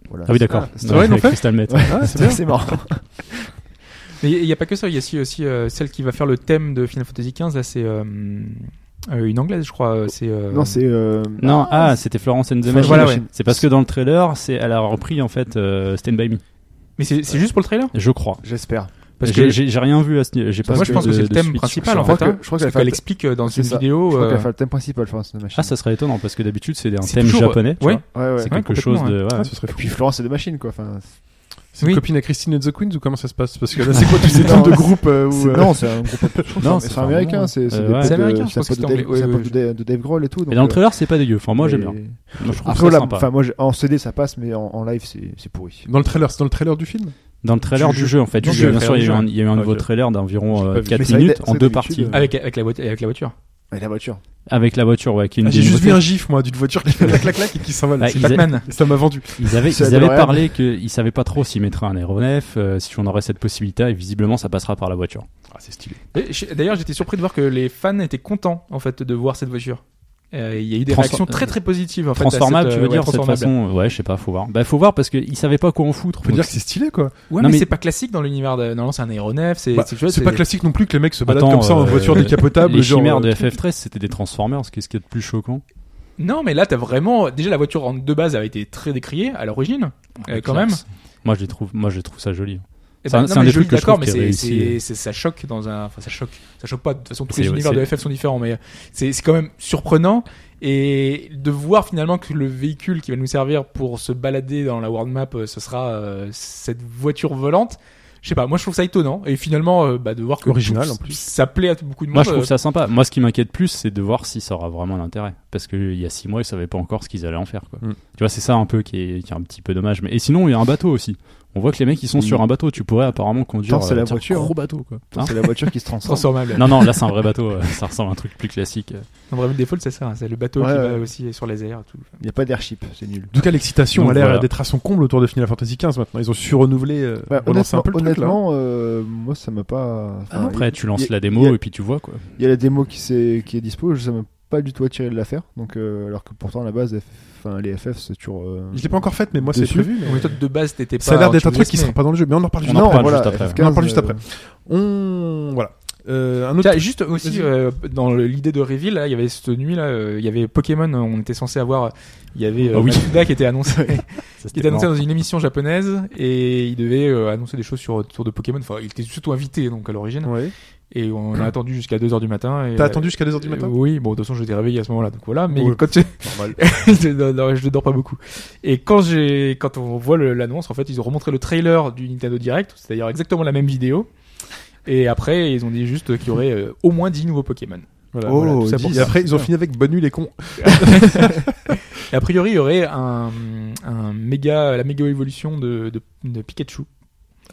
Voilà. Ah oui, d'accord. c'est Non, vrai, ils l'ont avec fait Crystal Met. Ah, c'est bien. C'est marrant. Mais il n'y a pas que ça, il y a aussi, aussi, euh, celle qui va faire le thème de Final Fantasy XV, là c'est euh, euh, une anglaise je crois. euh, C'est, euh, Non, c'est. euh, Non, ah, c'était Florence and the Machine. Voilà, ouais. C'est parce que dans le trailer, c'est elle a repris en fait euh, Stand By Me, Mais c'est, c'est juste pour le trailer je crois. J'espère. Parce J'ai- que j'ai j'ai rien vu à ce niveau. J'ai pas moi vu je pense de- que c'est le de thème suite principal sur- Je en crois fait. hein. que- je crois qu'elle Parce fait qu'elle le- explique euh, dans C'est une ça. Je vidéo. crois qu'elle euh, a fait le thème principal, Florence and the Machine. Ah, ça serait étonnant parce que d'habitude c'est un c'est thème toujours, euh, japonais. tu ouais. vois. Ouais, ouais. C'est Ouais, quelque chose complètement, de. ouais. Ah, ce serait Et fou. puis Florence et the Machine, quoi. Enfin, c'est- C'est Oui. une copine à Christine and the Queens ou comment ça se passe Parce que là, Euh, c'est quoi tous ces trucs de groupe euh, c'est- où, euh, Non, c'est un groupe. Non, c'est américain. C'est Euh, c'est des ouais. potes C'est de- américain, je c'est un pense que pote de c'est Dave- anglais. c'est un Ouais, pote de ouais, Dave- de Dave Grohl et tout. euh, Mais dans le trailer, c'est pas dégueu. Enfin, moi j'aime bien. Moi, je trouve Après, ça là, sympa. enfin, moi, j'ai- en CD, ça passe, mais en, en live, c'est c'est pourri. Dans le trailer, c'est dans le trailer du film Dans le trailer Du du jeu, en fait. Du Il y a- jeu, Bien sûr, il y a eu frère, un- du il y a eu un Ah, nouveau je- trailer j'ai pas d'environ vu. Mais 4 ça, il minutes est- en ça, deux d'habitude, parties. euh, Avec, avec, la voiture, avec la voiture. Et la voiture. Avec la voiture, ouais. qui est une Ah, J'ai des juste vu nouveautés. un gif, moi, d'une voiture qui fait la clac clac et qui s'envole. Ah, C'est ils Batman. Batman. Ça m'a vendu. Ils avaient, C'est ils avaient adorable. parlé qu'ils savaient pas trop s'ils mettraient un aéronef, euh, si on aurait cette possibilité, et visiblement ça passera par la voiture. Ah, c'est stylé. Et je- D'ailleurs, j'étais surpris de voir que les fans étaient contents en fait de voir cette voiture. Euh, Il y a eu des Transfor- réactions très très positives en fait. à transformable, tu cette, euh, veux ouais, dire, cette transformable. façon Ouais, je sais pas, faut voir. Bah, faut voir parce qu'ils savaient pas quoi en foutre. On peut donc dire que c'est stylé, quoi. Ouais, Non, mais, mais- c'est pas classique dans l'univers. De... Non, c'est un aéronef. C'est Bah, c'est- tu vois, c'est c'est- pas classique non plus que les mecs se baladent Attends, comme ça en euh, voiture décapotable. Les genre, chimères euh, de FF13, c'était des Transformers. Qu'est-ce qu'il y a de plus choquant Non, mais là, t'as vraiment. Déjà, la voiture en- de base avait été très décriée à l'origine, euh, quand même. Classe. Moi, je les trouve, moi, je trouve ça joli. Eh C'est un- non, c'est mais un des je le trucs que je dis d'accord, trouve mais qui est c'est, réussi. c'est- c'est- ça choque dans un, enfin ça choque, ça choque pas. De toute façon, tous C'est- les univers c'est- de FF sont différents, mais euh, c'est, c'est quand même surprenant et de voir finalement que le véhicule qui va nous servir pour se balader dans la world map, euh, ce sera euh, cette voiture volante. Je sais pas, moi je trouve ça étonnant et finalement euh, bah, de voir que Original, tout- en plus. ça plaît à tout- beaucoup de Moi, monde. euh, je euh, trouve ça sympa. Moi, ce qui m'inquiète plus, c'est de voir si ça aura vraiment d'intérêt. Parce qu'il y a six mois, ils savaient pas encore ce qu'ils allaient en faire, quoi. Mm. Tu vois, c'est ça un peu qui est, qui est un petit peu dommage. Mais, et sinon, il y a un bateau aussi. On voit que les mecs, Mm. ils sont sur un bateau. Tu pourrais apparemment conduire. Attends, c'est euh, la tiens, voiture, gros hein. bateau, quoi. Attends, Hein C'est la voiture qui se transforme. transformable. non, non, là, c'est un vrai bateau. euh, ça ressemble à un truc plus classique. euh. Dans Bravely Default, c'est ça, hein, c'est le bateau Ouais, qui ouais. va aussi sur les airs et tout. Il n'y a pas d'airship, c'est nul. En tout cas, l'excitation Donc, a l'air voilà. d'être à son comble autour de Final Fantasy XV maintenant. Ils ont su renouveler. euh, Bah, relancer honnêtement, un peu le truc, là. honnêtement, euh, moi, ça m'a pas. enfin, Après, tu lances Ah y- la y démo a- et puis tu vois, quoi. Il y a la démo qui, s'est- qui est dispo, ça m'a pas du tout attiré de la faire. Donc, euh, alors que pourtant, à la base, F- enfin, les FF, c'est toujours. euh, Je l'ai pas encore faite, mais moi, c'est Dessus. prévu. mais- Donc toi de base t'étais pas. Ça a l'air d'être un enthousiasmé. truc qui sera pas dans le jeu, mais on en reparle On juste en après. parle juste après, FF15, ouais. On en parle juste euh, après. On. Voilà. Euh, un autre. Tiens, juste aussi Vas-y. euh, dans le- l'idée de reveal, là, il y avait cette nuit là, euh, il y avait Pokémon, euh, on était censé avoir, il y avait euh, Ah oui. Matsuda qui était annoncé, Ça, qui c'était était annoncé marrant. dans une émission japonaise et il devait euh, annoncer des choses sur autour de Pokémon. Enfin, il était surtout invité donc à l'origine Ouais. et on a attendu jusqu'à 2 heures du matin. et- T'as attendu jusqu'à 2h du Euh, matin Oui, bon, de toute façon, j'étais réveillé à ce moment-là, donc voilà. Mais Ouais. quand tu... je, non, non, je ne dors pas beaucoup. Et quand j'ai, quand on voit le- l'annonce, en fait, ils ont remontré le trailer du Nintendo Direct, c'est d'ailleurs exactement la même vidéo. Et après, ils ont dit juste qu'il y aurait euh, au moins 10 nouveaux Pokémon. Voilà, Oh, voilà, tout ça dis- pour et ça. après, ils ont fini avec Bonne nuit les cons. Et a priori, il y aurait un, un méga, la méga évolution de, de, de Pikachu.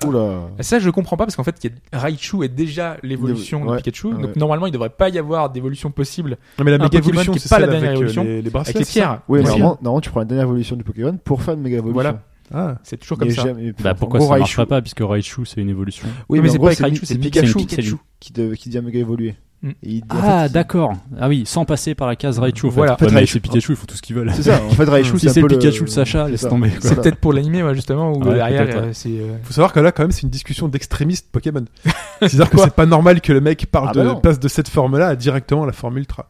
Oula. Ça, je comprends pas parce qu'en fait, il y a- Raichu est déjà l'évolution de Ouais, Pikachu, ouais. donc normalement, il devrait pas y avoir d'évolution possible Non, mais la Un méga Pokémon évolution, qui est c'est pas celle la dernière avec euh, évolutions, les, les avec bracelets. les Ah, c'est pierres. Oui, Bien sûr. normalement, normalement, tu prends la dernière évolution du Pokémon pour faire une méga évolution. Voilà. ça Ah. C'est Il toujours comme y a ça. jamais- Bah, en pourquoi gros, ça Raichu- marchera pas Puisque Raichu, c'est une évolution. Oui, mais, Non, mais c'est en gros, pas avec c'est Raichu, Mi- c'est c'est Pikachu. Pikachu C'est une- c'est une- qui, dev- qui devient méga évolué. Mm. Et il dit, en Ah, fait, d'accord. Ah oui, sans passer par la case Raichu. En fait. Voilà. Ouais, mais Raichu. c'est Pikachu, ils font tout ce qu'ils veulent. C'est ça, en fait, Raichu, Hmm. si un c'est peu Pikachu le le Sacha, laisse ça. tomber. quoi. C'est Voilà. peut-être pour l'animé, ouais, justement, ou Ouais, derrière, peut-être, ouais. euh, c'est. euh, Faut savoir que là, quand même, c'est une discussion d'extrémistes Pokémon. C'est-à-dire que c'est pas normal que le mec parle Ah bah de- non. passe de cette forme-là à directement la forme ultra.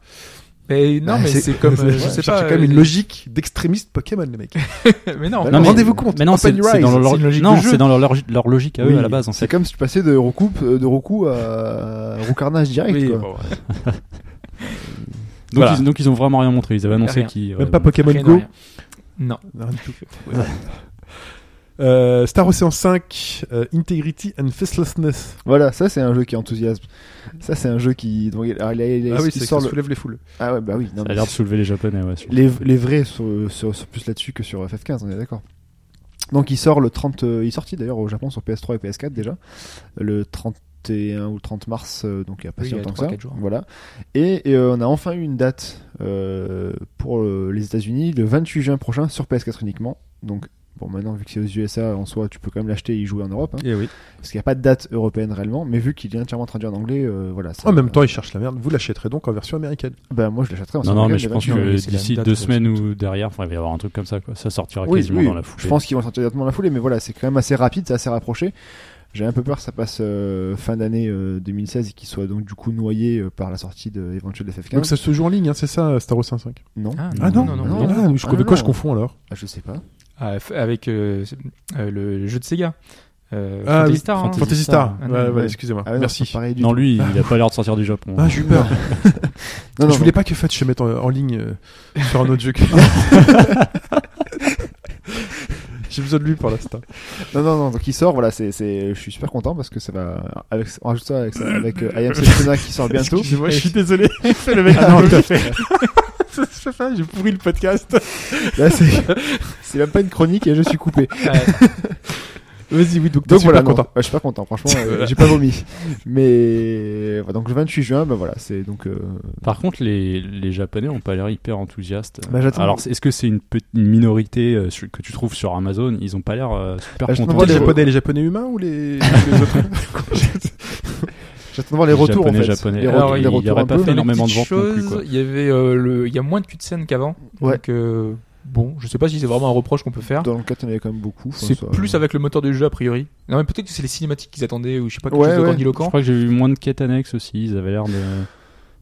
Mais non, Ouais, mais c'est- c'est comme. euh, Ouais, je c'est sais Cherchez pas. quand même euh, une logique d'extrémiste Pokémon, les mecs. Mais non, Bah Non, mais- Rendez-vous compte. Mais non, c'est Open c'est Rise, dans leur, c'est une logique non, de jeu. c'est dans leur, logi- leur logique à eux Oui, à la base en C'est fait. comme si tu passais de Roku, euh, de Roku à Roucarnage direct. oui, quoi. bon, ouais. Donc, Voilà. ils, donc ils ont vraiment rien montré. Ils avaient annoncé Rien. qu'ils. Même ouais, pas bon. Pokémon Rien, Go. rien. Non. Non, du tout. Euh, Star Ocean 5, euh, Integrity and Facelessness. Voilà, ça c'est un jeu qui enthousiasme. Ça c'est un jeu qui. donc, il- alors, il- il- Ah oui, il c'est ça sort le- soulève les foules. Ah ouais, bah oui. non, Ça a mais l'air de soulever les Japonais. Ouais, euh, Les, les vrais sont, sont- sont plus là-dessus que sur FF15, on est d'accord. Donc il sort le 30. euh, il est sorti d'ailleurs au Japon sur PS3 et PS4 déjà. Le 31 ou 30 mars, euh, donc il n'y a pas Oui, si il y a longtemps que trois, ça. quatre jours. Voilà. Et, et, euh, on a enfin eu une date euh, pour euh, les États-Unis le 28 juin prochain sur PS4 uniquement. Donc bon, maintenant vu que c'est aux USA en soi, tu peux quand même l'acheter et y jouer en Europe. hein, Eh Et oui. parce qu'il n'y a pas de date européenne réellement, mais vu qu'il est entièrement traduit en anglais, euh, voilà. ça- En même temps, ils cherchent la merde. Vous l'achèterez donc en version américaine. Ben, moi je l'achèterai en Non, non, anglais, mais je le pense 28 juin. mais que c'est la d'ici même deux date, semaines ou derrière, enfin, il va y avoir un truc comme ça. Quoi. Ça sortira Oui, quasiment oui, dans la foulée. Je pense qu'ils vont sortir directement dans la foulée, mais voilà, c'est quand même assez rapide, c'est assez rapproché. J'ai un peu peur que ça passe euh, fin d'année euh, 2016 et qu'il soit donc du coup noyé euh, par la sortie de Eventual FF15. Donc ça se joue en ligne, hein, c'est ça, Star Wars 5 Non, Ah, Ah non, non, non, non, non. non. Ah, je- Ah, de non, quoi je non. confonds alors Ah, je sais pas. Ah, f- avec euh, c'est- euh, le le jeu de Sega. Euh, Ah, Fantasy oui, Star, hein. Fantasy Fantasy Star. Star. Ah, non, Ouais, non, ouais, ouais. excusez-moi. Ah, ouais, non, c'est Merci. pas pareil du Non, tout. lui, il a pas l'air de sortir du Japon. Ah, j'ai eu peur. Non, non, je voulais pas que Fetch se mette en, en ligne euh, sur un autre jeu. que- J'ai besoin de lui pour l'instant. Non, non, non, donc il sort, voilà, c'est, c'est, je suis super content parce que ça va, avec, on rajoute ça avec, avec euh, I Am Setsuna qui sort bientôt. Excusez-moi, je suis désolé. le mec Ah non, tout à J'ai pourri le podcast. Là, c'est, c'est même pas une chronique et je suis coupé. Vas-y, oui, donc, t'es Donc super voilà, non, content. ouais, je suis pas content, franchement, euh, j'ai pas vomi. Mais, euh, voilà, donc le 28 juin, ben voilà, c'est donc, euh, Par contre, les, les Japonais ont pas l'air hyper enthousiastes. Bah, j'attends. Alors, c'est- est-ce que c'est une, petite- une minorité euh, sur- que tu trouves sur Amazon Ils ont pas l'air euh, super Bah, je contents. t'envoie Pourquoi les les- japonais, les japonais humains ou les, les autres j'attends de voir les retours, Japonais, en fait. Japonais. Les Alors, retours, il les y retours aurait un pas peu. fait énormément de Petite ventes non plus, chose, quoi. Il y avait euh, le, il y a moins de cutscenes qu'avant. Ouais. Donc euh, bon, je sais pas si c'est vraiment un reproche qu'on peut faire. Dans le euh, 4, il y en avait quand même beaucoup. hein, enfin, C'est ça- plus avec le moteur du jeu a priori. Non mais peut-être que c'est les cinématiques qu'ils attendaient ou je sais pas quelque Ouais, chose de ouais. Je grandiloquent. crois que j'ai vu moins de quêtes annexes aussi. Ils avaient l'air de.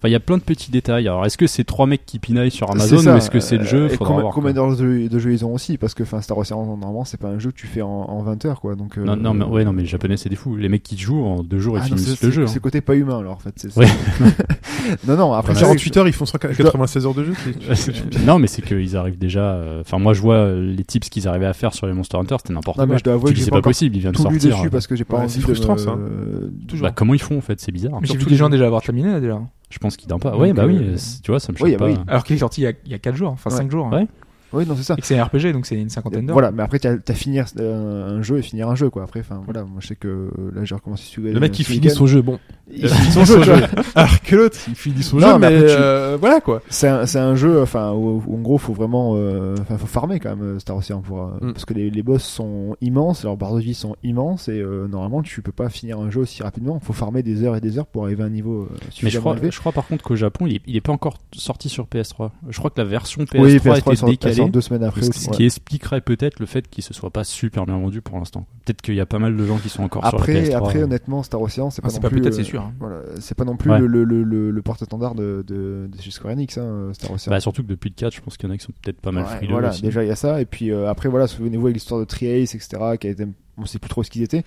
Enfin, il y a plein de petits détails. Alors, est-ce que c'est trois mecs qui pinaillent sur Amazon ça, ou est-ce que c'est le jeu euh, et Faudra combien, voir, combien quoi. d'heures de, de jeu ils ont aussi Parce que enfin, Star Wars Heroes, normalement, c'est pas un jeu que tu fais en, en 20 heures, quoi. Donc, euh, Non, non, mais, ouais, non, mais les Japonais, c'est des fous. Les mecs qui jouent en deux jours, ils ah, non, finissent c'est- le c'est- jeu. C'est hein. côté pas humain, alors, en fait. c'est- Ouais. c'est- non, non, après, Après c'est vrai que 48 heures, ils font 96 heures de jeu. c'est- hein. non, mais c'est qu'ils arrivent déjà. euh, Enfin, moi, je vois euh, les tips qu'ils arrivaient à faire sur les Monster Hunter, c'était n'importe Non, quoi. mais je dois avouer Tu que dis, j'ai c'est pas pas encore possible, ils viennent tout lu sortir. euh. dessus parce que j'ai pas Ouais, envie c'est frustrant, de me- ça. euh, Toujours. Bah, comment ils font en fait C'est bizarre. Mais j'ai vu Surtout des les- gens déjà avoir terminé là, déjà. Je pense qu'ils n'ont pas. Ouais, Donc, bah oui, euh, euh, c'est- tu vois, ça me choque oui, bah pas. oui. Ah, Alors qu'il est sorti il y a, il y a 4 jours, enfin Ouais. 5 jours. hein. Ouais. Oui, non, c'est ça. Et que c'est un RPG donc c'est une cinquantaine d'heures. Voilà, mais après, t'as as fini euh, un jeu et finir un jeu, quoi. Après, enfin, voilà, moi, je sais que euh, là, j'ai recommencé Suikoden- Le mec, il finit Suikoden. son jeu. Bon, Il finit son jeu, tu vois. Alors que l'autre, il finit son Non, jeu, mais, mais après, tu- euh, voilà quoi. C'est un, c'est un jeu enfin où, où, en gros faut vraiment euh, enfin faut farmer quand même euh, Star Ocean pour euh, Mm. parce que les, les boss sont immenses leurs barres de vie sont immenses et euh, normalement tu peux pas finir un jeu aussi rapidement faut farmer des heures et des heures pour arriver à un niveau euh, Mais je suffisamment crois, élevé je crois par contre qu'au Japon, il est, il est pas encore sorti sur PS3. Je crois que la version PS3, oui était PS3 sort, décalée. sort deux semaines après Ce, aussi, ce ouais. qui expliquerait peut-être le fait qu'il se soit pas super bien vendu pour l'instant. Peut-être qu'il y a pas mal de gens qui sont encore sur le après PS3. après honnêtement Star Ocean c'est Ah, pas c'est non pas plus peut-être, euh, c'est sûr. hein. voilà, c'est pas non plus Ouais. le, le, le, le, le porte-étendard de, de, de chez Square Enix, hein, Star Ocean. Bah, surtout que depuis le 4, je pense qu'il y en a qui sont peut-être pas mal Ouais, frileux voilà, aussi. déjà il y a ça. Et puis euh, après, voilà, souvenez-vous avec l'histoire de Triace, etc., qui a été, on sait plus trop ce qu'ils étaient.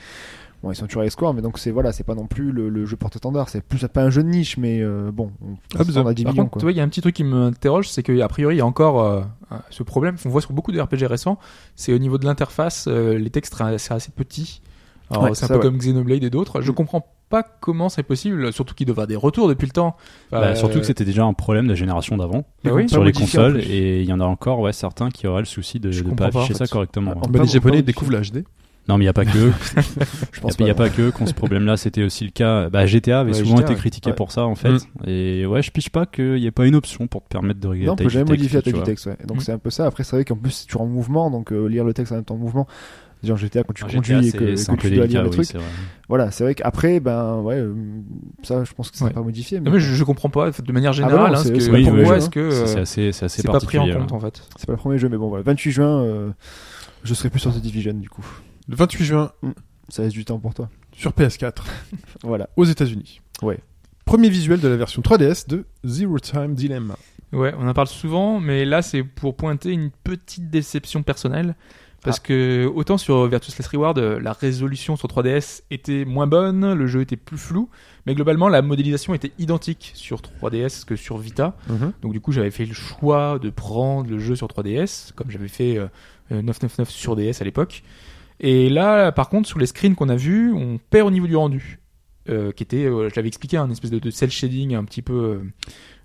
Bon, ils sont toujours les squares, mais donc c'est voilà, c'est pas non plus le, le jeu porte-étendard. C'est plus pas un jeu de niche, mais euh, bon, on, Ah, mais on a 10 Par millions. contre, tu quoi. vois, il y a un petit truc qui m'interroge, c'est qu'a priori, il y a encore euh, ce problème qu'on voit sur beaucoup de RPG récents, c'est au niveau de l'interface, euh, les textes ra- c'est assez petit. Alors, Ouais, c'est un ça, peu ouais. Mm. comme Xenoblade et d'autres. Je comprends pas comment c'est possible, surtout qu'il doit y avoir des retours depuis le temps. Bah, Euh, surtout que c'était déjà un problème de la génération d'avant bah oui. sur Pas les modifié, en consoles plus. et il y en a encore ouais, certains qui auraient le souci de Je ne pas comprends pas, en afficher fait. ça correctement. Ah, ouais. on Bah, peut- les on japonais peut- découvrent la HD. Non mais il n'y a pas que eux. je Il pense n'y a pas. hein. pas que eux qui ont ce problème-là, c'était aussi le cas. Bah, GTA avait Ouais, souvent GTA, été ouais. critiqué Ouais. pour ça en fait. Mm. Et ouais, je piche pas qu'il n'y ait pas une option pour te permettre de régler Non, on la peut jamais taille du modifier la texte, taille tu du vois. texte. ouais. Et Donc Mm. c'est un peu ça. Après, c'est vrai qu'en plus, c'est toujours en mouvement, donc euh, lire le texte en même temps en mouvement. Genre GTA, quand tu Ah, conduis GTA, et que, c'est- c'est que un peu tu dois lire délicat, le oui, truc. c'est vrai. Voilà, c'est vrai qu'après, ben ouais, euh, ça, je pense que c'est Ouais. pas modifié. Non, mais je, je comprends pas, de manière Ah non, générale, hein, c'est- ce que- c'est pas pourquoi pour moi, est-ce que C'est- C'est euh, assez, c'est assez c'est pas pris en particulier, hein. compte ouais. en fait C'est pas le premier jeu, mais bon, voilà. 28 juin, euh, je serai plus sur The Division du coup. Le 28 juin, Ça laisse du temps pour toi. sur PS4, Voilà. aux États-Unis. Ouais. Premier visuel de la version 3DS de Zero Time Dilemma. Ouais, on en parle souvent, mais là c'est pour pointer une petite déception personnelle. Parce que autant sur Virtus Last Reward, euh, la résolution sur 3DS était moins bonne, le jeu était plus flou, mais globalement la modélisation était identique sur 3DS que sur Vita. Mm-hmm. Donc du coup j'avais fait le choix de prendre le jeu sur 3DS, comme j'avais fait euh, euh, 999 sur DS à l'époque. Et là, par contre, sous les screens qu'on a vus, on perd au niveau du rendu. euh, qui était, euh, je l'avais expliqué, un espèce de, de cel shading un petit peu. euh,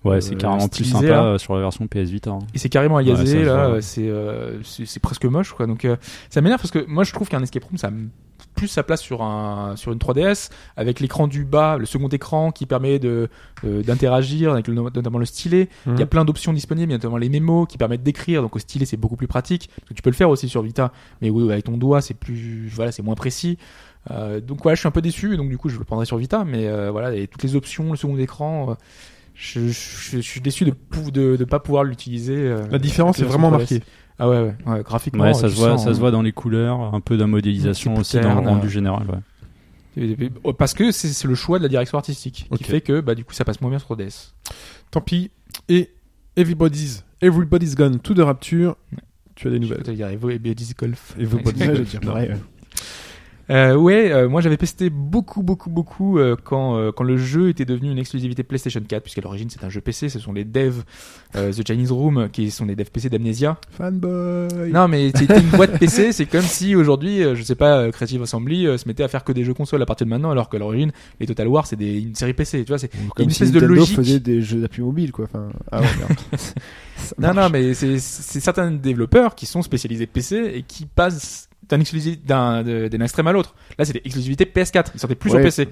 Ouais, c'est euh, carrément plus stylisé, sympa là. euh, sur la version PS Vita. hein. et c'est carrément agazé Ouais, ça se là, voit. euh, c'est euh, c'est c'est presque moche quoi. Donc euh, ça m'énerve parce que moi je trouve qu'un escape room ça a m- plus sa place sur un sur une 3DS avec l'écran du bas, le second écran qui permet de euh, d'interagir avec le- notamment le stylet. Mhm. Hmm. Il y a plein d'options disponibles, il y a notamment les mémos qui permettent d'écrire. Donc au stylet c'est beaucoup plus pratique parce que tu peux le faire aussi sur Vita, mais oui, avec ton doigt c'est plus voilà c'est moins précis. Euh, donc voilà, je suis un peu déçu, donc du coup je le prendrai sur Vita, mais euh, voilà, et toutes les options, le second écran, euh, je, je- je suis déçu de pou- de de pas pouvoir l'utiliser. euh, La différence est avec la vraiment version marquée. 3DS. Ah ouais, ouais, ouais, graphiquement. Ouais, ça tu se voit, sens, ça se hein. voit dans les couleurs, un peu d'un modélisation Petit aussi dans pattern, le rendu euh. général. ouais. Euh, Parce que c'est c'est le choix de la direction artistique Ok. qui fait que bah, du coup ça passe moins bien sur DS. Tant pis. Et Everybody's, Everybody's Gone to the Rapture. Tu as des Je peux nouvelles. te dire, Evo et Biodis Golf. Et vos Ouais, potes. c'est- Ouais, je veux dire, pareil, ouais. Euh, ouais, euh, moi j'avais pesté beaucoup, beaucoup, beaucoup euh, quand, euh, quand le jeu était devenu une exclusivité PlayStation 4, puisqu'à l'origine c'est un jeu PC, ce sont les devs euh, The Chinese Room qui sont les devs PC d'Amnesia Fanboy. Non, mais c'était une boîte PC, c'est comme si aujourd'hui, euh, je sais pas, euh, Creative Assembly euh, se mettait à faire que des jeux consoles à partir de maintenant, alors qu'à l'origine, les Total War, c'est des- une série PC, tu vois. c'est- Comme une si espèce de Nintendo logique. faisait des jeux d'appui mobile, quoi. Enfin, ah ouais, merde. Ça Non, non, marche. mais c'est c'est certains développeurs qui sont spécialisés PC et qui passent d'un exclusi- d'un de- d'un extrême à l'autre. Là, c'était exclusivité PS4, ils sortaient plus sur Ouais. PC.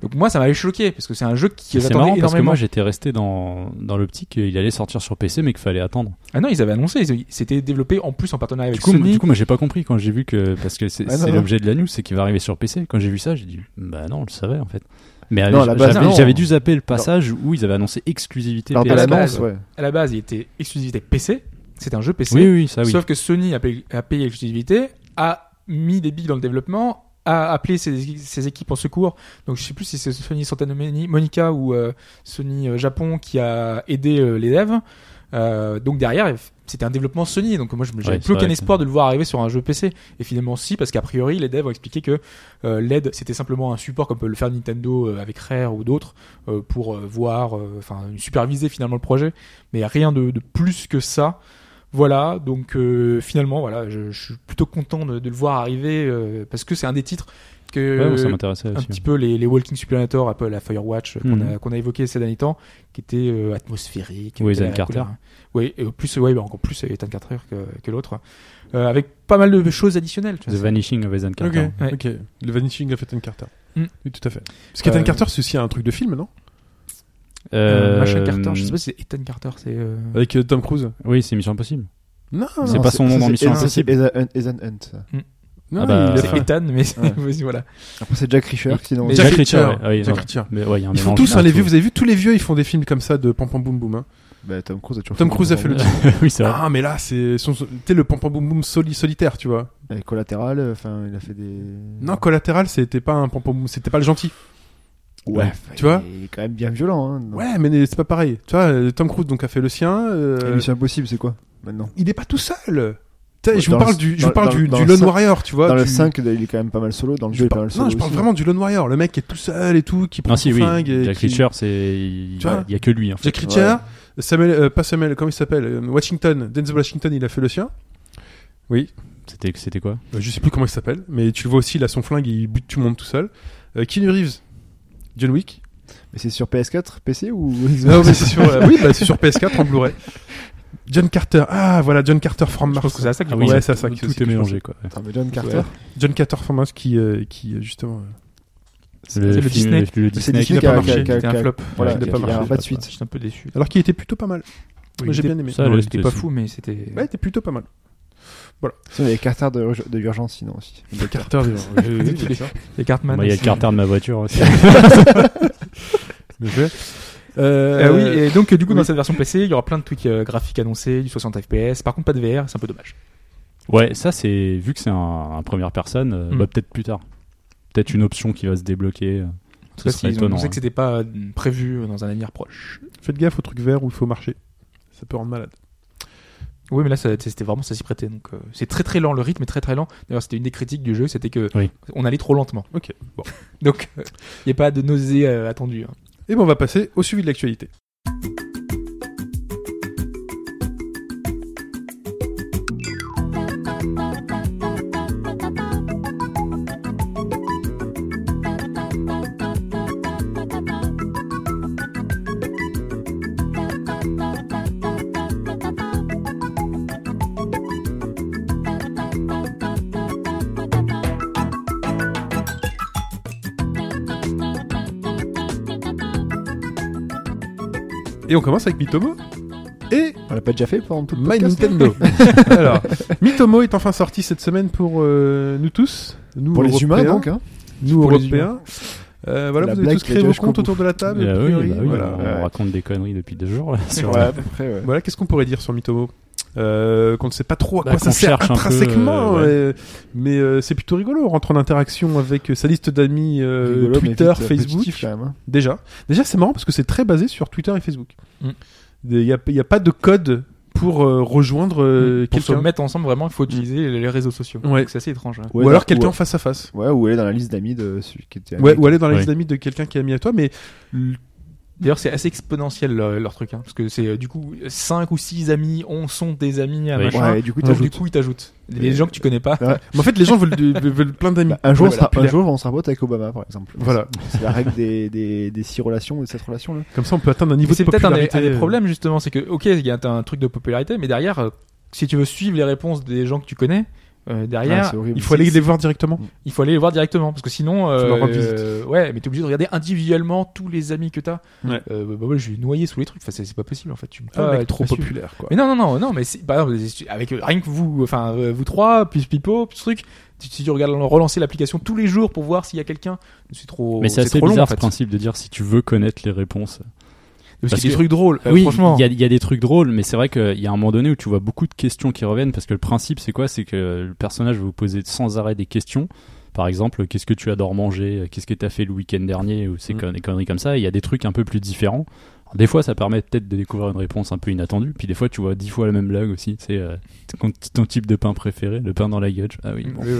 Donc moi, ça m'avait choqué, parce que c'est un jeu qui C'est j'attendais marrant parce que énormément. moi j'étais resté dans, dans l'optique qu'il allait sortir sur PC mais qu'il fallait attendre. ah non, ils avaient annoncé, ils- c'était développé en plus en partenariat Du avec coup, Sony. du coup, moi j'ai pas compris quand j'ai vu que. Parce que c'est Ah, non, c'est non. l'objet de la news, c'est qu'il va arriver sur PC. Quand j'ai vu ça, j'ai dit bah non, on le savait en fait. Mais Non, à la base, j'avais non. j'avais dû zapper le passage où ils avaient annoncé exclusivité Lors de PS4, l'annonce, ouais. ouais. à la base, il était exclusivité PC, c'était un jeu PC. Oui, oui, ça Ah oui. Sauf que Sony a payé, a payé l'exclusivité, a mis des billes dans le développement, a appelé ses, ses équipes en secours. Donc je sais plus si c'est Sony Santa Moni- Monica ou euh, Sony euh, Japon qui a aidé euh, les devs. Euh, donc derrière, c'était un développement Sony. Donc moi, je me- j'avais Ouais, c'est plus aucun vrai, espoir de le voir arriver sur un jeu PC. Et finalement, si, parce qu'a priori, les devs ont expliqué que euh, l'aide, c'était simplement un support comme peut le faire Nintendo euh, avec Rare ou d'autres euh, pour euh, voir, euh, enfin, superviser finalement le projet. Mais rien de, de plus que ça. Voilà, donc euh, finalement, voilà, je, je suis plutôt content de, de le voir arriver euh, parce que c'est un des titres que Ouais, ouais, ça m'intéressait un aussi. petit peu les, les Walking Simulator, un peu la Firewatch euh, qu'on Mhm. a, qu'on a évoqué ces derniers temps, qui était euh, atmosphérique. Oui, était Ethan la Carter. couleur. Oui, et au plus, ouais, bah, encore plus Ethan Carter que, que l'autre, Euh, avec pas mal de choses additionnelles. tu The vois, c'est- Vanishing of Ethan Ok, Carter. Ouais. ok. Le Vanishing of Ethan Carter. Mm. Oui, tout à fait. Parce qu'Ethan Euh, Carter, ceci a un truc de film, non Euh, Euh, machin Carter, je sais pas si c'est Ethan Carter, c'est. euh, Avec euh, Tom Cruise Oui, c'est Mission Impossible. Non, C'est pas son nom dans Mission Impossible. Ethan Hunt. ça. non Ah bah, il a c'est fait- Ethan, mais c'est- Ouais. voilà. Après, c'est Jack Reacher qui dans Mais Jack Jack Reacher, Reacher. ouais, ouais, Jack ouais. Reacher. Mais ouais, il y a un Ils font mélange tous, hein, là, les tout. vieux, vous avez vu, tous les vieux, ils font des films comme ça de pam pam boum boum. hein. Bah, Tom Cruise a toujours Tom fait Cruise a fait le Collateral, oui, c'est vrai. Ah, mais là, c'est son, son- t'es le pam pam boum boum soli- solitaire, tu vois. Avec Collateral, euh, enfin, il a fait des. Non, collatéral, c'était pas un pam pam boum, c'était pas le gentil. ouais. Tu vois Il est quand même bien violent, hein. dans- Ouais, mais c'est pas pareil. Tu vois, euh, Tom Cruise donc a fait le sien. euh, Et Mission Impossible, c'est quoi maintenant il est pas tout seul. Tu sais, Ouais, je vous dans parle le- du, je dans- vous parle dans- du, dans du le Lone cin- Warrior, tu vois. Dans le tu- 5, il est quand même pas mal solo. Dans le je jeu, il est parle- pas mal solo. non, je parle aussi. vraiment du Lone Warrior, le mec qui est tout seul et tout, qui prend Ah si, son oui. flingue et Jack qui- Reacher, c'est. Il Tu vois il y a que lui en fait. Jack Reacher, Samuel, euh, pas Samuel, comment il s'appelle euh, Washington, Denzel Washington, il a fait le sien. C'était c'était quoi Euh, Je sais plus comment il s'appelle, mais tu le vois aussi, il a son flingue, il bute tout le monde tout seul. Euh, Keanu Reeves, John Wick. Mais c'est sur PS4, PC ou Non, mais c'est sur, euh, oui, bah, c'est sur PS4 en Blu-ray. John Carter, ah voilà, John Carter from Je Mars. pense que c'est à ça que Ah je oui, pensais. ouais, c'est à ça que c'est Tout aussi est que je mélangé quoi. Attends, mais John Carter. Ouais. John Carter from Mars qui, euh, qui euh, justement. euh, C'est le Disney. Le le C'est Disney qui Disney n'a qui pas a- marché. qui a- C'était un qui a- flop. Voilà, Ouais, il il a n'y pas a marché, pas de je suite. J'étais un peu déçu. Alors qu'il était plutôt pas mal. il J'ai était- bien aimé. Ça, Non, le- il était pas c'est- fou, mais c'était. Ouais, il était plutôt pas mal. Il y a Carter de, Urg- de l'urgence, sinon aussi. Carter, Les Cartman. Moi, Il y a le aussi. Carter de ma voiture aussi. bien joué. Euh, oui, et donc euh, du coup oui. dans cette version PC, il y aura plein de tweaks euh, graphiques annoncés, du 60 FPS, par contre pas de VR, c'est un peu dommage. Ouais, ça c'est vu que c'est un, un première personne, euh, Hmm. bah, peut-être plus tard. Peut-être une option qui va se débloquer. euh, Parce Ce que serait ils ont étonnant. annoncé hein. que c'était pas euh, prévu dans un avenir proche. Faites gaffe aux trucs verts où il faut marcher. Ça peut rendre malade. Oui, mais là ça- c'était vraiment ça s'y prêtait. Donc euh, c'est très très lent, le rythme est très très lent. D'ailleurs, c'était une des critiques du jeu, c'était que Oui. on allait trop lentement. Ok, bon. Donc euh, il n'y a pas de nausée euh, attendue. hein. Et ben on va passer au suivi de l'actualité. Et on commence avec Mitomo et On l'a pas déjà fait pendant tout le My podcast, là Nintendo. Alors, Mitomo est enfin sorti cette semaine pour euh, nous tous. Nous, Pour les humains, Européens. donc. hein. Nous, Pour les Européens. Euh, voilà, La vous avez blague tous qui a créé duré vos jusqu'au comptes bout. Ah autour de la table. Eh, a oui, priori, bah oui, voilà. on, on raconte des conneries depuis deux jours. là, sur- Ouais, à peu près, ouais. Voilà, qu'est-ce qu'on pourrait dire sur Mitomo Euh, qu'on ne sait pas trop à Bah, quoi ça qu'on sert cherche un peu, intrinsèquement, euh, ouais. euh, mais euh, c'est plutôt rigolo. On rentre en interaction avec euh, sa liste d'amis euh, Rigolo, mais Twitter, vite, euh, Facebook. positif, quand même, hein. Déjà, déjà c'est marrant parce que c'est très basé sur Twitter et Facebook. Mm. Il n'y a, il y a pas de code pour euh, rejoindre euh, Mm. Pour se quelqu'un. mettre ensemble, vraiment, il faut utiliser les réseaux sociaux. Ouais. Donc, C'est assez étrange. hein. Ou Ouais, alors dans- quelqu'un en face à face. Ouais, ou elle est dans la liste d'amis de celui qui était. Ouais, avec. ou aller dans la liste Ouais. d'amis de quelqu'un qui est ami à toi, mais D'ailleurs, c'est assez exponentiel euh, leur truc, hein, parce que c'est euh, du coup 5 ou 6 amis, on sont des amis, à Oui. machin. Ouais, et du coup, Donc, du t'ajoutes. coup, ils t'ajoutent. Des Et- gens que tu connais pas. mais en fait les gens veulent, du- veulent plein d'amis. Bah, un, jour, Ouais, on sera- un populaire. jour, on sera pote avec Obama, par exemple. Voilà, C'est la règle des, des, des six relations ou de cette relation là. comme ça on peut atteindre un Mais niveau c'est de peut-être un, des- popularité. un des euh, problèmes justement, c'est que ok, il y a un, un truc de popularité, mais derrière, euh, si tu veux suivre les réponses des gens que tu connais, euh, Ah, derrière, c'est horrible. Il faut aller les voir directement. il faut aller les voir directement, parce que sinon, euh, leur rendre visite. euh, ouais, mais t'es obligé de regarder individuellement tous les amis que t'as. Ouais. Euh, bah, bah, ouais, je vais noyer sous les trucs. Enfin, c'est c'est pas possible en fait. Tu peux Ah, pas mec, être trop là-dessus. populaire quoi. Mais non, non, non, non, mais c'est- par exemple, avec euh, rien que vous, enfin, euh, vous trois, plus Pipo, plus truc, tu- si tu regardes relancer l'application tous les jours pour voir s'il y a quelqu'un, c'est trop. Mais c'est assez trop long, bizarre en ce fait. principe de dire si tu veux connaître les réponses. Parce Parce qu'il y a des que- trucs drôles, euh, oui, franchement. il y a, il y a des trucs drôles, mais c'est vrai qu'il y a un moment donné où tu vois beaucoup de questions qui reviennent parce que le principe, c'est quoi C'est que le personnage va vous poser sans arrêt des questions. Par exemple, qu'est-ce que tu adores manger Qu'est-ce que tu as fait le week-end dernier Ou ces Mm. con- des conneries comme ça. Et Il y a des trucs un peu plus différents. Alors, Des fois, ça permet peut-être de découvrir une réponse un peu inattendue. Puis des fois, tu vois dix fois la même blague aussi. C'est euh, ton, ton type de pain préféré, le pain dans la gueule. Ah oui, bon, Oui, oui.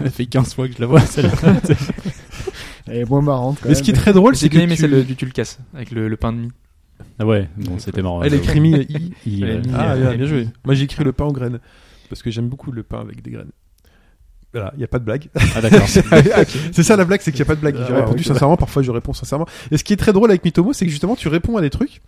Mm. ça fait 15 fois que je la vois celle-là. Elle est moins marrante. Quand Mais ce qui est même. très drôle, J'ai c'est bien que aimé tu... celle du tu le casses avec le, le pain de mie. Ah ouais, bon, c'était marrant. Elle est J'avoue. crimi. i- Il, Elle est euh, mignonne. Ah, euh, bien, et bien puis- joué. Moi, j'ai écrit le pain aux graines. Parce que j'aime beaucoup le pain avec des graines. Voilà, il n'y a pas de blague. Ah d'accord. c'est ça la blague, c'est qu'il n'y a pas de blague. J'ai Ah, répondu ok. sincèrement, parfois je réponds sincèrement. Et ce qui est très drôle avec Mitomo, c'est que justement, tu réponds à des trucs.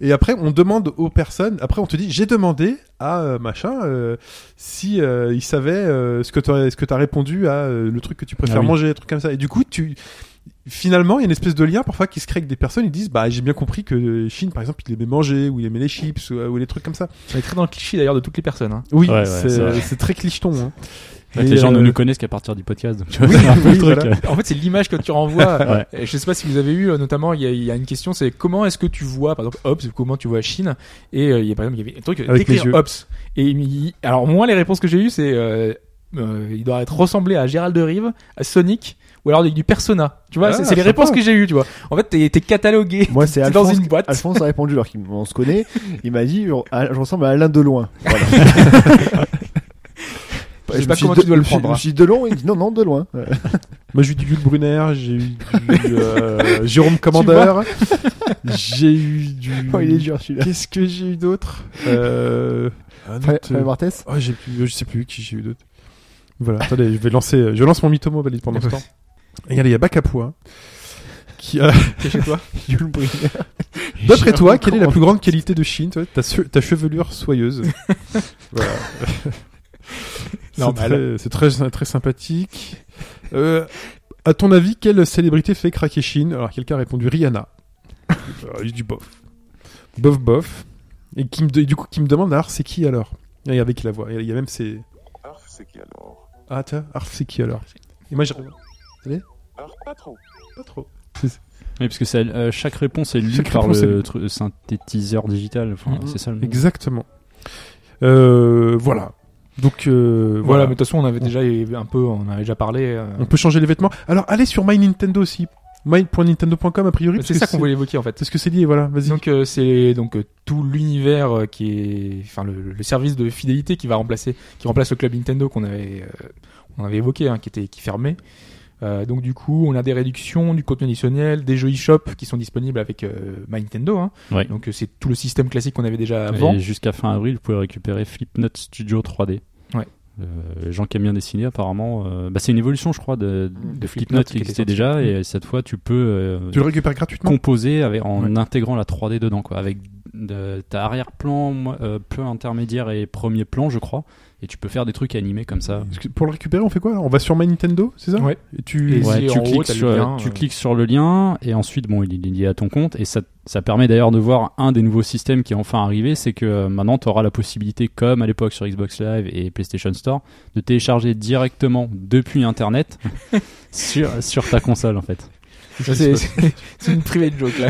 Et après, on demande aux personnes. Après, on te dit, j'ai demandé à euh, machin euh, si euh, il savait euh, ce que t'aurais- ce que t'as répondu à euh, le truc que tu préfères Ah oui. manger, un truc comme ça. Et du coup, tu finalement, il y a une espèce de lien parfois qui se crée avec des personnes. Ils disent, bah j'ai bien compris que Chine, par exemple, il aimait manger ou il aimait les chips ou, ou les trucs comme ça. On est très dans le cliché d'ailleurs de toutes les personnes. hein. Oui, Ouais, ouais, c'est- c'est vrai. c'est très clicheton. Hein. En fait, Mais, les gens ne euh, nous connaissent qu'à partir du podcast, donc tu vois, oui, c'est un peu oui, le truc. euh. voilà. En fait, c'est l'image que tu renvoies. Ouais. Euh, Je sais pas si vous avez eu, euh, notamment, il y, a- il y a une question, c'est comment est-ce que tu vois, par exemple, Hobbes, comment tu vois Chine Et euh, il y a par exemple, il y avait un truc, Avec décrire les yeux. Hobbes. Et il- alors moi, les réponses que j'ai eues, c'est euh, euh, il doit être ressemblé à Gérald de Rive, à Sonic, ou alors avec du Persona. Tu vois, Ah, c'est c'est les sympa. réponses que j'ai eues, tu vois. En fait, t'es t'es catalogué. Moi, c'est T'es dans Alphonse. une boîte. Alphonse a répondu alors qu'on se connaît. Il m'a dit je- ah, Je ressemble à Alain Deloin. Voilà. Je sais me pas suis comment de- tu dois le je me suis- prendre, Je me suis dit Delon, il dit non, non, Deloin. Ouais. Moi, j'ai eu du Jules Brunner, j'ai eu du euh, Jérôme Commandeur, j'ai eu du. Oh, il est dur celui-là. Qu'est-ce que j'ai eu d'autre euh... un Fabien autre- Barthès Oh, j'ai plus- je sais plus qui j'ai eu d'autre. Voilà, attendez, je vais lancer, je lance mon mythomo valide pendant ce temps. Et Regardez, il y a Bacapois. Qui a... T'es chez toi. Yul Brynner. D'après toi, J'ai quelle est la encore- plus grande qualité de Chine toi ta, se- ta chevelure soyeuse. voilà. C'est Normal. très, c'est très, très sympathique. Euh, à ton avis, quelle célébrité fait craquer Chine Alors, quelqu'un a répondu Rihanna. Euh, du bof. Bof, bof. Et qui me, de- du coup, qui me demande Alors, c'est qui alors Et Regardez qui la voix. Il y a même ces. Arf, c'est qui alors Ah, tiens, Arf, c'est qui alors Et moi, j'ai répondu Arf, pas trop. Pas trop. Oui, parce que ça, euh, chaque réponse est lue Chaque par réponse est lue. le tru- synthétiseur digital. Enfin, Mhm. C'est ça le mot. Exactement. Euh, voilà. Donc, euh, Voilà, voilà. mais de toute façon, on avait déjà eu un peu, on avait déjà parlé. euh, On peut changer les vêtements. Alors, allez sur My Nintendo aussi. My.nintendo.com, a priori. mais C'est parce ça que qu'on voulait évoquer en fait. C'est ce que c'est lié, voilà, vas-y. Donc euh, c'est donc euh, tout l'univers euh, qui est enfin le, le service de fidélité qui va remplacer qui remplace le club Nintendo qu'on avait euh, on avait évoqué hein, qui était qui fermait. Euh, donc du coup, on a des réductions, du contenu additionnel, des jeux eShop qui sont disponibles avec euh, My Nintendo. hein. Ouais. Donc euh, c'est tout le système classique qu'on avait déjà avant. Et jusqu'à fin avril, vous pouvez récupérer Flipnote Studio 3D. Ouais. Euh, les gens qui aiment bien dessiner, apparemment, euh, bah, c'est une évolution, je crois, de, de Flipnote qui existait déjà. Et cette fois, tu peux euh, Mm-hmm. Tu le récupères gratuitement composer avec- en Ouais. intégrant la 3D dedans, quoi, avec de- t'as arrière-plan, mo- euh, plan intermédiaire et premier plan, je crois. Et tu peux faire des trucs animés comme ça. Parce que Pour le récupérer, on fait quoi alors On va sur My Nintendo, c'est ça Ouais. Et tu... Et- Ouais, si tu, en haut, cliques t'as le sur, lien, tu euh. cliques sur le lien et ensuite, bon, il est lié à ton compte et ça, ça permet d'ailleurs de voir un des nouveaux systèmes qui est enfin arrivé, c'est que euh, maintenant tu auras la possibilité, comme à l'époque sur Xbox Live et PlayStation Store, de télécharger directement depuis Internet sur, sur ta console en fait. Ça, C'est c'est- c'est une private joke là.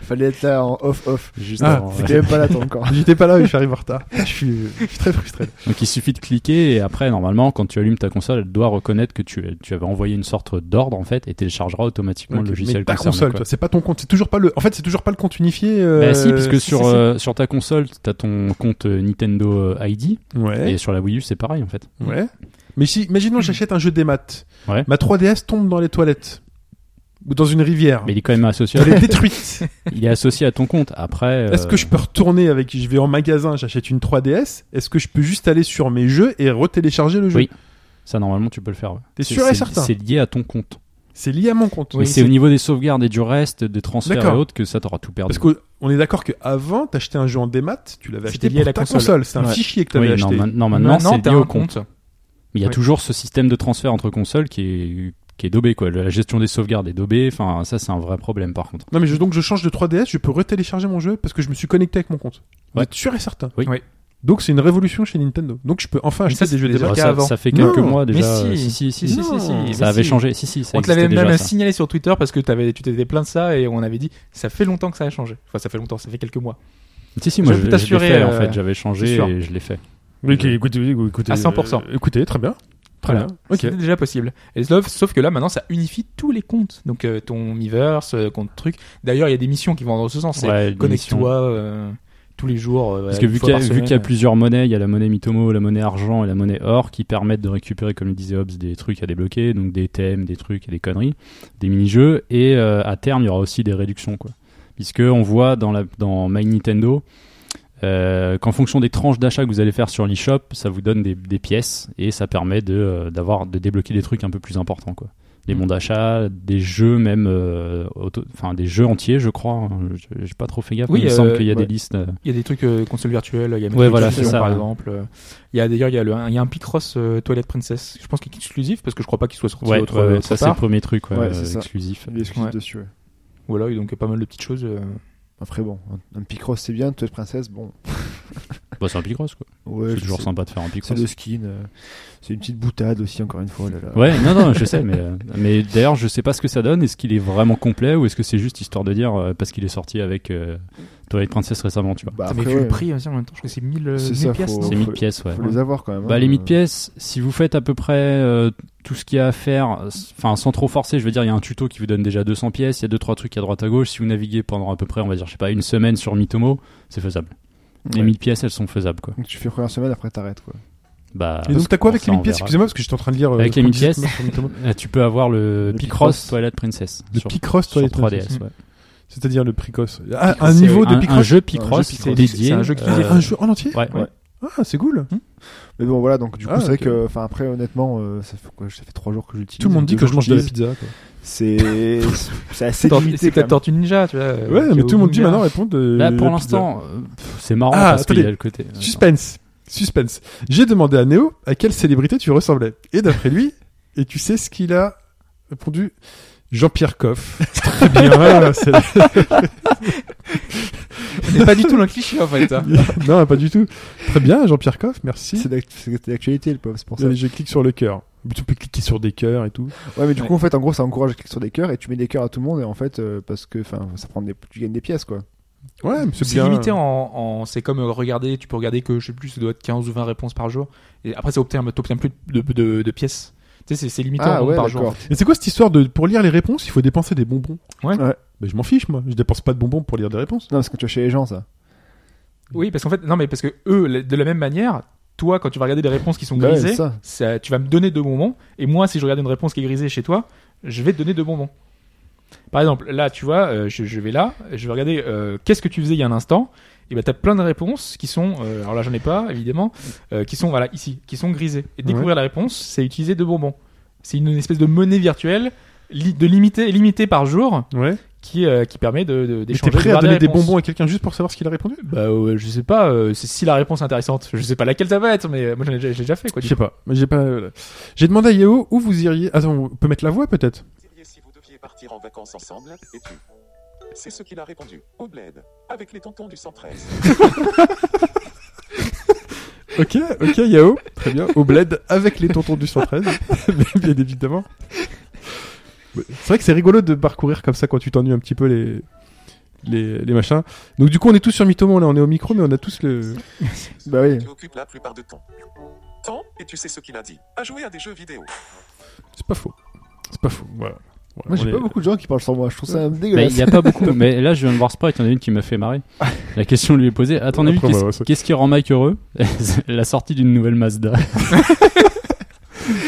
Fallait être là en off-off. Juste Ah, avant, ouais. C'était même pas là, toi, encore. J'étais pas là, oui, j'arrive en retard. Je suis, je suis très frustré. Donc il suffit de cliquer et après normalement quand tu allumes ta console, elle doit reconnaître que tu, tu avais envoyé une sorte d'ordre en fait et téléchargera automatiquement Ok, le logiciel mais ta concerné, console, quoi. toi, c'est pas ton compte, c'est toujours pas le. En fait, c'est toujours pas le compte unifié. euh, Bah si, parce que si, sur, si, si. euh, sur ta console, t'as ton compte euh, Nintendo euh, ID, Ouais. et sur la Wii U, c'est pareil en fait. Ouais. Mais si, imaginons, j'achète un jeu des maths. Ouais. Ma 3DS tombe dans les toilettes ou dans une rivière. Mais il est quand même associé. Elle est détruite. il est associé à ton compte. Après, Est-ce euh, que je peux retourner avec Je vais en magasin, j'achète une 3DS. Est-ce que je peux juste aller sur mes jeux et retélécharger le jeu Oui. ça normalement tu peux le faire. ouais. T'es C'est- sûr et c'est- certain C'est lié à ton compte. C'est lié à mon compte. Mais c'est au niveau des sauvegardes et du reste, des transferts et D'accord. autres que ça t'aura tout perdu. Parce qu'on est d'accord qu'avant, t'achetais un jeu en démat, tu l'avais C'était acheté lié pour à la ta console. console. C'est un Ouais. fichier que Oui, t'avais non, acheté. ma- non, maintenant c'est t'as lié un au compte. Mais il y a Ouais. toujours ce système de transfert entre consoles qui est qui est daubé quoi. La gestion des sauvegardes est daubée. Enfin ça c'est un vrai problème par contre. Non, mais je- donc je change de 3DS, je peux retélécharger mon jeu parce que je me suis connecté avec mon compte. Vous Ouais. êtes sûr et certain. Oui. Oui. Donc c'est une révolution chez Nintendo. Donc je peux enfin Mais acheter ça, des jeux des c'est déjà maths. le cas ça, avant. ça fait quelques Non, mois mais déjà. si. euh, si si si, Si, si, si, si, si, mais Ça avait si. changé. Si si. Ça On te l'avait existait même déjà, ça. signalé sur Twitter parce que t'avais- tu t'étais plaint de ça et on avait dit ça fait longtemps que ça a changé. Enfin, ça fait longtemps, ça fait quelques mois. Si si moi Je je, peux je l'ai t'assurer, fait en euh, fait. J'avais changé c'est sûr. et je l'ai fait. Oui, ok, écoutez, écoutez, À 100%. euh, écoutez, très bien. Très Voilà. bien. Ok. C'était déjà possible. Et sauf, sauf que là, maintenant, ça unifie tous les comptes. Donc, euh, ton Miiverse, euh, compte truc. D'ailleurs, il y a des missions qui vont dans ce sens. C'est Ouais, l'émission. connecte-toi euh, tous les jours. Parce euh, voilà, que une vu fois qu'il y, a- par vu semaine. qu'il y a plusieurs monnaies, il y a la monnaie Mitomo, la monnaie argent et la monnaie or qui permettent de récupérer, comme le disait Hobbs, des trucs à débloquer, donc des thèmes, des trucs et des conneries, des mini-jeux. Et euh, à terme, il y aura aussi des réductions, quoi. Puisque on voit dans, la, dans My Nintendo euh, qu'en fonction des tranches d'achat que vous allez faire sur l'eShop, ça vous donne des, des pièces et ça permet de, euh, d'avoir, de débloquer des trucs un peu plus importants, quoi. Mm. Des bons d'achat, des jeux même, euh, auto- enfin des jeux entiers, je crois. Je- J'ai pas trop fait gaffe. Oui, mais il me semble euh, qu'il y a des ouais. listes. euh, Il y a des trucs euh, console virtuelle, il y a même Ouais, des voilà, trucs c'est ça, par ouais. exemple. euh, Il y a d'ailleurs il y a le il y a un Picross euh, Toilette Princess. Je pense qu'il est exclusif parce que je crois pas qu'il soit sorti Ouais, autre, euh, ouais, ouais, autre ça c'est le part. premier truc ouais, Ouais, c'est euh, ça. exclusif. Il est exclusif Ouais. dessus, ouais. Voilà, et donc il y a pas mal de petites choses. euh. Après, bon, un, un Picross, c'est bien, Toy Princess, bon. Bah, c'est un Picross quoi. Ouais, c'est je toujours sais. sympa de faire un Picross. C'est le skin. euh, c'est une petite boutade aussi, encore une fois. là, là. Ouais, non, non, je sais, mais, euh, mais d'ailleurs, je sais pas ce que ça donne. Est-ce qu'il est vraiment complet ou est-ce que c'est juste histoire de dire euh, parce qu'il est sorti avec euh, Twilight Princess récemment, tu vois Bah, Putain, mais après, vu ouais, le prix aussi en même temps, je crois que c'est 1000 euh, C'est 1000 ça, pièces. faut- non C'est 1000 pièces, ouais. Faut les avoir quand même. Bah, hein. les 1000 pièces, si vous faites à peu près euh, tout ce qu'il y a à faire, enfin sans trop forcer, je veux dire, il y a un tuto qui vous donne déjà 200 pièces, il y a 2-3 trucs à droite à gauche. Si vous naviguez pendant à peu près, on va dire, je sais pas, une semaine sur Mitomo, c'est faisable. Les Ouais. 1000 pièces, elles sont faisables quoi. Donc, tu fais première semaine, après t'arrêtes, quoi. Bah, Et donc t'as quoi avec les ça, on 1000 pièces verra. Excusez-moi parce que j'étais en train de lire. euh, Avec les ce qu'on 1000 disait pièces, tout à l'heure sur Nintendo. euh, tu peux avoir Le le, Picross Picross. Toilette Princess Le sur, Picross sur Toilet 3DS. Princess. ouais. C'est-à-dire le Picross. Ah, Picross, un c'est- niveau Un, de un Picross. jeu Picross Picross. dédié. C'est un jeu qui- euh, Un jeu en entier. Ouais. Ouais. Ah, c'est cool. Mais bon, voilà, donc du coup, Ah, c'est vrai ok. que. Enfin, après, honnêtement, euh, ça fait quoi Ça fait 3 jours que j'utilise. Tout le monde dit deux que jours je mange de la j'utilise. pizza. C'est. c'est assez Tor- limité. C'est quand peut-être même. Tortue Ninja, tu vois. euh, Ouais, qui est mais au tout le monde dit Google. maintenant répond de. Là, pour la l'instant, euh, pff, c'est marrant Ah, parce qu'il y a attendez. le côté. euh, pizza. Suspense. Suspense. J'ai demandé à Néo à quelle célébrité tu ressemblais. Et d'après lui, et tu sais ce qu'il a répondu Jean-Pierre Coff. Très bien. c'est- C'est pas du tout le cliché en fait. hein. non, pas du tout. Très bien, Jean-Pierre Coff, merci. C'est d'act- c'est d'actualité, le pauvre, c'est pour ça. Allez, je clique sur le cœur. Tu peux cliquer sur des cœurs et tout. Ouais, mais du Ouais. coup, en fait, en gros, ça encourage à cliquer sur des cœurs et tu mets des cœurs à tout le monde et en fait, euh, parce que, enfin, ça prend des, tu gagnes des pièces, quoi. Ouais, mais c'est C'est bien. limité en, en- c'est comme euh, regarder, tu peux regarder que je sais plus, ça doit être 15 ou 20 réponses par jour. Et après, ça obtient, t'obtiens plus de, de, de- de pièces. Tu sais, c'est- c'est limité en ah nombre ouais, par jour. d'accord. Et c'est quoi cette histoire de pour lire les réponses, il faut dépenser des bonbons Ouais. Ouais. Ben, je m'en fiche moi, je dépense pas de bonbons pour lire des réponses. Non, parce que tu vas chez les gens, ça. Oui, parce qu'en fait, non, mais parce que eux, la- de la même manière, toi, quand tu vas regarder des réponses qui sont Bah ouais, grisées, c'est ça. ça- tu vas me donner deux bonbons. Et moi, si je regarde une réponse qui est grisée chez toi, je vais te donner deux bonbons. Par exemple, là, tu vois, euh, je, je vais là, je vais regarder euh, qu'est-ce que tu faisais il y a un instant. Et ben, t'as plein de réponses qui sont, euh, alors là, j'en ai pas, évidemment, euh, qui sont, voilà, ici, qui sont grisées. Et découvrir la réponse, c'est utiliser deux bonbons. C'est une, espèce de monnaie virtuelle, li- de limité, limitée par jour, Ouais. qui, euh, qui permet de, de, Mais t'es d'échanger. prêt de à voir donner des réponses. bonbons à quelqu'un juste pour savoir ce qu'il a répondu Bah ouais, je sais pas, euh, c'est si la réponse est intéressante. Je sais pas laquelle ça va être, mais euh, moi j'en ai, déjà- je l'ai déjà fait quoi. Je du sais pas. Mais j'ai pas. voilà. J'ai demandé à Yao où vous iriez. Attends, on peut mettre la voix peut-être. Et si vous deviez partir en vacances ensemble, et tu C'est ce qu'il a répondu. Au bled. Avec les tontons du 113. Ok, ok, Yao. Très bien. Au bled avec les tontons du 113. Mais bien évidemment. Ouais. C'est vrai que c'est rigolo de parcourir comme ça quand tu t'ennuies un petit peu les. Les, les machins. Donc du coup on est tous sur Mythomo là, on est au micro mais on a tous le... Bah oui. Tu occupes la plupart de ton temps, et tu sais ce qu'il a dit. À jouer à des jeux vidéo. C'est pas faux. C'est pas faux, voilà. Voilà, on Moi, j'ai pas est- beaucoup de gens qui parlent sans moi. Je trouve ça Mais dégueulasse. Bah, il n'y a pas beaucoup. mais là, je viens de voir Sprite, il y en a une qui m'a fait marrer. La question lui est posée. Attendez, Après, qu'est-ce bah, ouais, ça- qu'est-ce qui rend Mike heureux La sortie d'une nouvelle Mazda.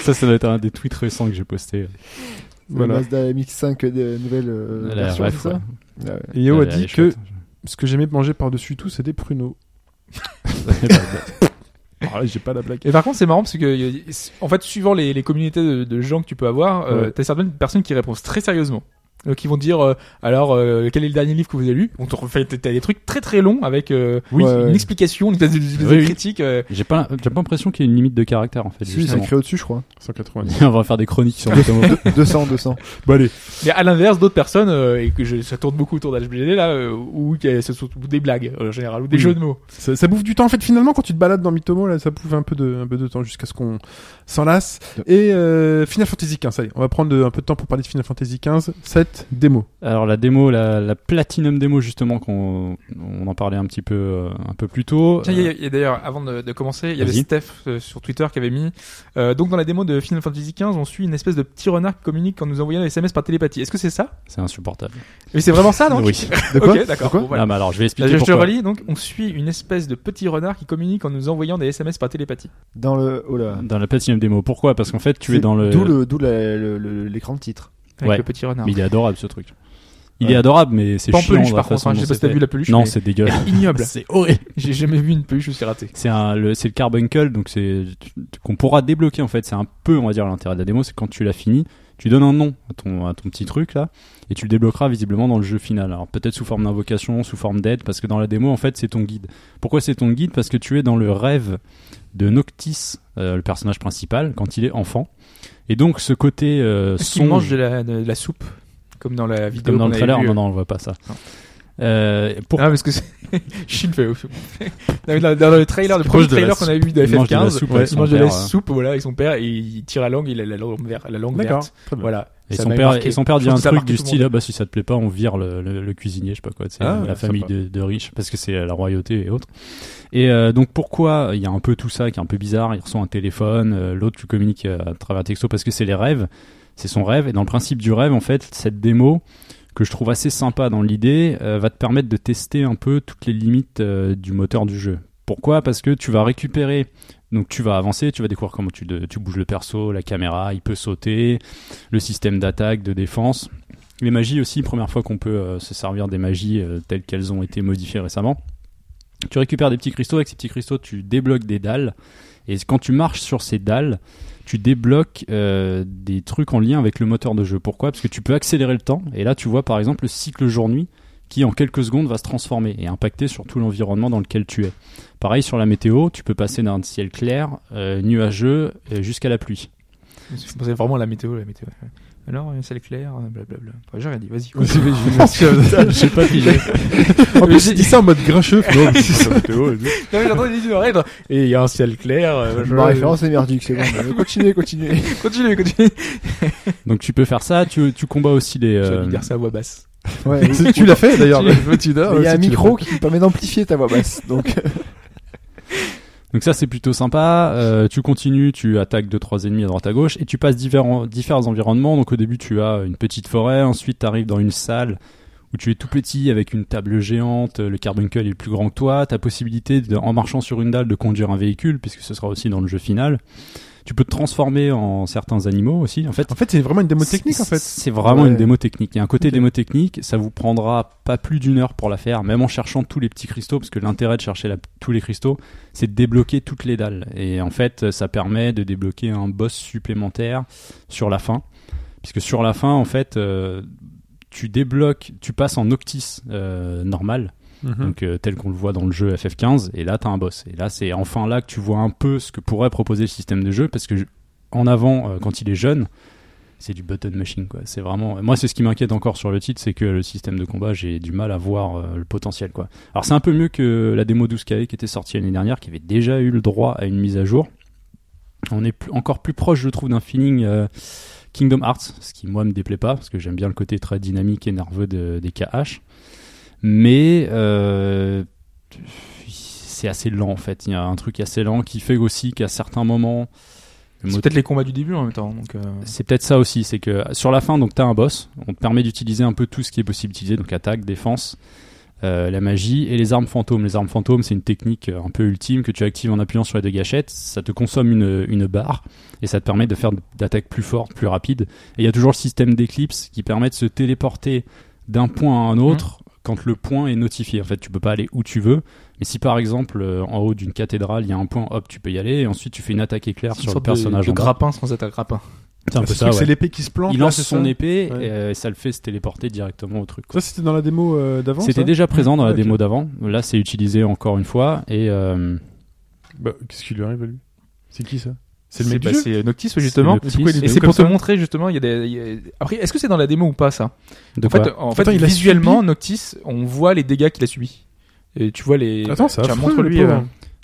ça, ça doit être un des tweets récents que j'ai posté. Le Voilà. Mazda MX5 euh, nouvelle euh, La version, ref, c'est ça Ouais, ouais. Et Yao a Elle est dit que chouette. ce que j'aimais manger par-dessus tout, c'est des pruneaux. Ah, là, j'ai pas la blague. Et par contre, c'est marrant parce que, y- y- en fait, suivant les, les communautés de, de gens que tu peux avoir, euh, Ouais. t'as certaines personnes qui répondent très sérieusement. Donc, ils vont te dire, euh, alors, euh, quel est le dernier livre que vous avez lu On te refait, t'as t'as des trucs très très longs avec euh, Oui. une Ouais, ouais. explication, une, espèce de- une Oui, oui. critique. euh, J'ai pas, j'ai pas l'impression qu'il y ait une limite de caractère en fait. Si, c'est justement. écrit au-dessus, je crois. 190. On va faire des chroniques sur Mythomo. 200, 200. Bon allez, Mais à l'inverse, d'autres personnes, euh, et que je, ça tourne beaucoup autour d'HBD là, euh, où il y a- c'est surtout des blagues euh, en général ou des Oui. jeux de mots. ça, ça bouffe du temps en fait finalement quand tu te balades dans Mythomo là, ça bouffe un peu de un peu de temps jusqu'à ce qu'on s'en lasse. Et euh, Final Fantasy 15, allez, on va prendre de- un peu de temps pour parler de Final Fantasy 15, cette démo. Alors la démo, la, la platinum démo justement qu'on on en parlait un petit peu euh, un peu plus tôt. euh, Tiens, il y a- il y a d'ailleurs, avant de, de commencer, il y avait Vas-y. Steph euh, sur Twitter qui avait mis. euh, donc, dans la démo de Final Fantasy XV, on suit une espèce de petit renard qui communique en nous envoyant des SMS par télépathie. Est-ce que c'est ça C'est insupportable. Mais c'est vraiment ça, non oui. De quoi Ok, d'accord. De quoi Bon, voilà. Non, mais alors je vais Là, expliquer je te pourquoi. relis. Donc, on suit une espèce de petit renard qui communique en nous envoyant des SMS par télépathie. Dans le. Oh là. Dans la platinum démo. Pourquoi Parce qu'en fait, tu C'est es dans le. D'où le- d'où la- le- le- l'écran de titre. Avec Ouais. le petit renard. Mais il est adorable ce truc. Il Ouais. est adorable, mais c'est Pas en chiant. peluche, la par contre. façon hein. Je sais dont pas si t'as fait. vu la peluche. Non, mais c'est dégueulasse. ignoble. c'est horrible. J'ai jamais vu une peluche où c'est raté. C'est un- le, c'est le carbuncle, donc c'est qu'on pourra débloquer en fait. C'est un peu, on va dire, l'intérêt de la démo, c'est quand tu l'as fini, tu donnes un nom à ton, à ton petit truc là, et tu le débloqueras visiblement dans le jeu final. Alors peut-être sous forme d'invocation, sous forme d'aide, parce que dans la démo en fait c'est ton guide. Pourquoi c'est ton guide Parce que tu es dans le rêve de Noctis, euh, le personnage principal, quand il est enfant. Et donc ce côté euh, Est-ce qu'il mange songe, de la, de la soupe Comme dans la vidéo. comme dans le qu'on avait trailer, vue, non, euh. non, on voit pas ça. Non. Euh, pour Ah, parce que c'est- Chine fait. ouf. Non, mais dans, dans le trailer, le C'est premier proche de la trailer qu'on a vu de Il mange de la FF15, soupe ouais, avec il son mange de la père, euh. soupe voilà, avec son père et il tire la langue, il a la langue verte. La langue D'accord. verte. Très bien. Voilà. Et Ça son, m'avait père, marqué. et son père Je dit pense un que ça a truc marqué du tout le style monde. ah bah si ça te plaît pas on vire le, le- le cuisinier je sais pas quoi c'est Ah, euh, la ouais, famille sympa. de, de riches parce que c'est la royauté et autres et euh, donc pourquoi il y a un peu tout ça qui est un peu bizarre il reçoit un téléphone euh, l'autre tu communiques euh, à travers texto parce que c'est les rêves c'est son rêve et dans le principe du rêve en fait cette démo que je trouve assez sympa dans l'idée euh, va te permettre de tester un peu toutes les limites euh, du moteur du jeu pourquoi parce que tu vas récupérer donc tu vas avancer, tu vas découvrir comment tu, de- tu bouges le perso, la caméra, il peut sauter, le système d'attaque, de défense. Les magies aussi, première fois qu'on peut euh, se servir des magies euh, telles qu'elles ont été modifiées récemment. Tu récupères des petits cristaux, avec ces petits cristaux tu débloques des dalles. Et quand tu marches sur ces dalles, tu débloques euh, des trucs en lien avec le moteur de jeu. Pourquoi Parce que tu peux accélérer le temps. Et là tu vois par exemple le cycle jour-nuit qui en quelques secondes va se transformer et impacter sur tout l'environnement dans lequel tu es. Pareil sur la météo, tu peux passer d'un ciel clair, euh, nuageux, euh, jusqu'à la pluie. Je pensais vraiment à la météo. La météo. Alors, euh, c'est clair, euh, blablabla. Enfin, J'ai rien dit, vas-y. Vas-y, vas-y, J'ai pas pigé. vas-y. en plus, il dit ça en mode grincheux. Non, mais c'est la météo, vas-y. Non, mais j'entends des oreilles. genre, Et il y a un ciel clair. euh, je- Ma référence est merdique, c'est bon. Continuez, continuez. Continue, continue. Euh, Donc tu peux faire ça, tu, tu combats aussi les... J'ai euh, envie de dire ça à voix basse. Ouais. C'est- tu l'as fait d'ailleurs. Tu l'as le petit dard, Mais Il y a si un tu l'as micro qui permet d'amplifier ta voix basse. Donc, Donc ça c'est plutôt sympa, Euh, tu continues, tu attaques deux trois ennemis à droite à gauche et tu passes différents, différents environnements. Donc au début tu as une petite forêt, ensuite tu arrives dans une salle où tu es tout petit avec une table géante, le carbuncle est le plus grand que toi, tu as possibilité de- en marchant sur une dalle de conduire un véhicule puisque ce sera aussi dans le jeu final. Tu peux te transformer en certains animaux aussi. En fait, En fait, c'est vraiment une démo technique en fait. C'est vraiment Ouais. une démo technique. Il y a un côté Ok. démo technique, ça vous prendra pas plus d'une heure pour la faire, même en cherchant tous les petits cristaux, parce que l'intérêt de chercher la- tous les cristaux, c'est de débloquer toutes les dalles. Et en fait, ça permet de débloquer un boss supplémentaire sur la fin, puisque sur la fin, en fait, euh, tu débloques, tu passes en Noctis euh, normal, Mhm. donc euh, tel qu'on le voit dans le jeu FF15, et là t'as un boss. Et là c'est enfin là que tu vois un peu ce que pourrait proposer le système de jeu, parce que je- en avant, euh, quand il est jeune, c'est du button machine quoi. C'est vraiment, moi c'est ce qui m'inquiète encore sur le titre, c'est que le système de combat j'ai du mal à voir euh, le potentiel quoi. Alors c'est un peu mieux que la démo 12K qui était sortie l'année dernière, qui avait déjà eu le droit à une mise à jour. On est plus- encore plus proche, je trouve, d'un feeling euh, Kingdom Hearts, ce qui moi me déplaît pas, parce que j'aime bien le côté très dynamique et nerveux de- des KH. Mais euh, c'est assez lent en fait. Il y a un truc assez lent qui fait aussi qu'à certains moments, le C'est mot- peut-être les combats du début en même temps. Donc, euh, c'est peut-être ça aussi, c'est que sur la fin, donc t'as un boss, on te permet d'utiliser un peu tout ce qui est possible d'utiliser, donc attaque, défense, euh, la magie et les armes fantômes. Les armes fantômes, c'est une technique euh, un peu ultime que tu actives en appuyant sur les deux gâchettes. Ça te consomme une, une barre et ça te permet de faire d'attaques plus fortes, plus rapides. Et il y a toujours le système d'éclipse qui permet de se téléporter d'un point à un autre quand le point est notifié. En fait, tu peux pas aller où tu veux. Mais si par exemple euh, en haut d'une cathédrale il y a un point, hop, tu peux y aller. Et ensuite tu fais une attaque éclair c'est sur le sorte personnage. de, en de bas. grappin sans être un grappin. C'est un peu Ce ça. truc, ouais. C'est l'épée qui se plante. Il là, lance c'est son ça épée Ouais. et euh, ça le fait se téléporter directement au truc. quoi. Ça, c'était dans la démo euh, d'avant. ça C'était déjà présent dans la Ok. démo d'avant. Là, c'est utilisé encore une fois. Et euh, Bah, Qu'est-ce qui lui arrive à lui C'est qui ça C'est le mec bah, du jeu c'est Noctis, oui, justement. Noctis. Et Et c'est pour te montrer justement, il y a des. il y a- Après, est-ce que c'est dans la démo ou pas ça de En fait, euh, quoi en Attends, fait il a visuellement, subi Noctis, on voit les dégâts qu'il a subis. Et tu vois les. Attends, ça tiens, montre-lui, euh,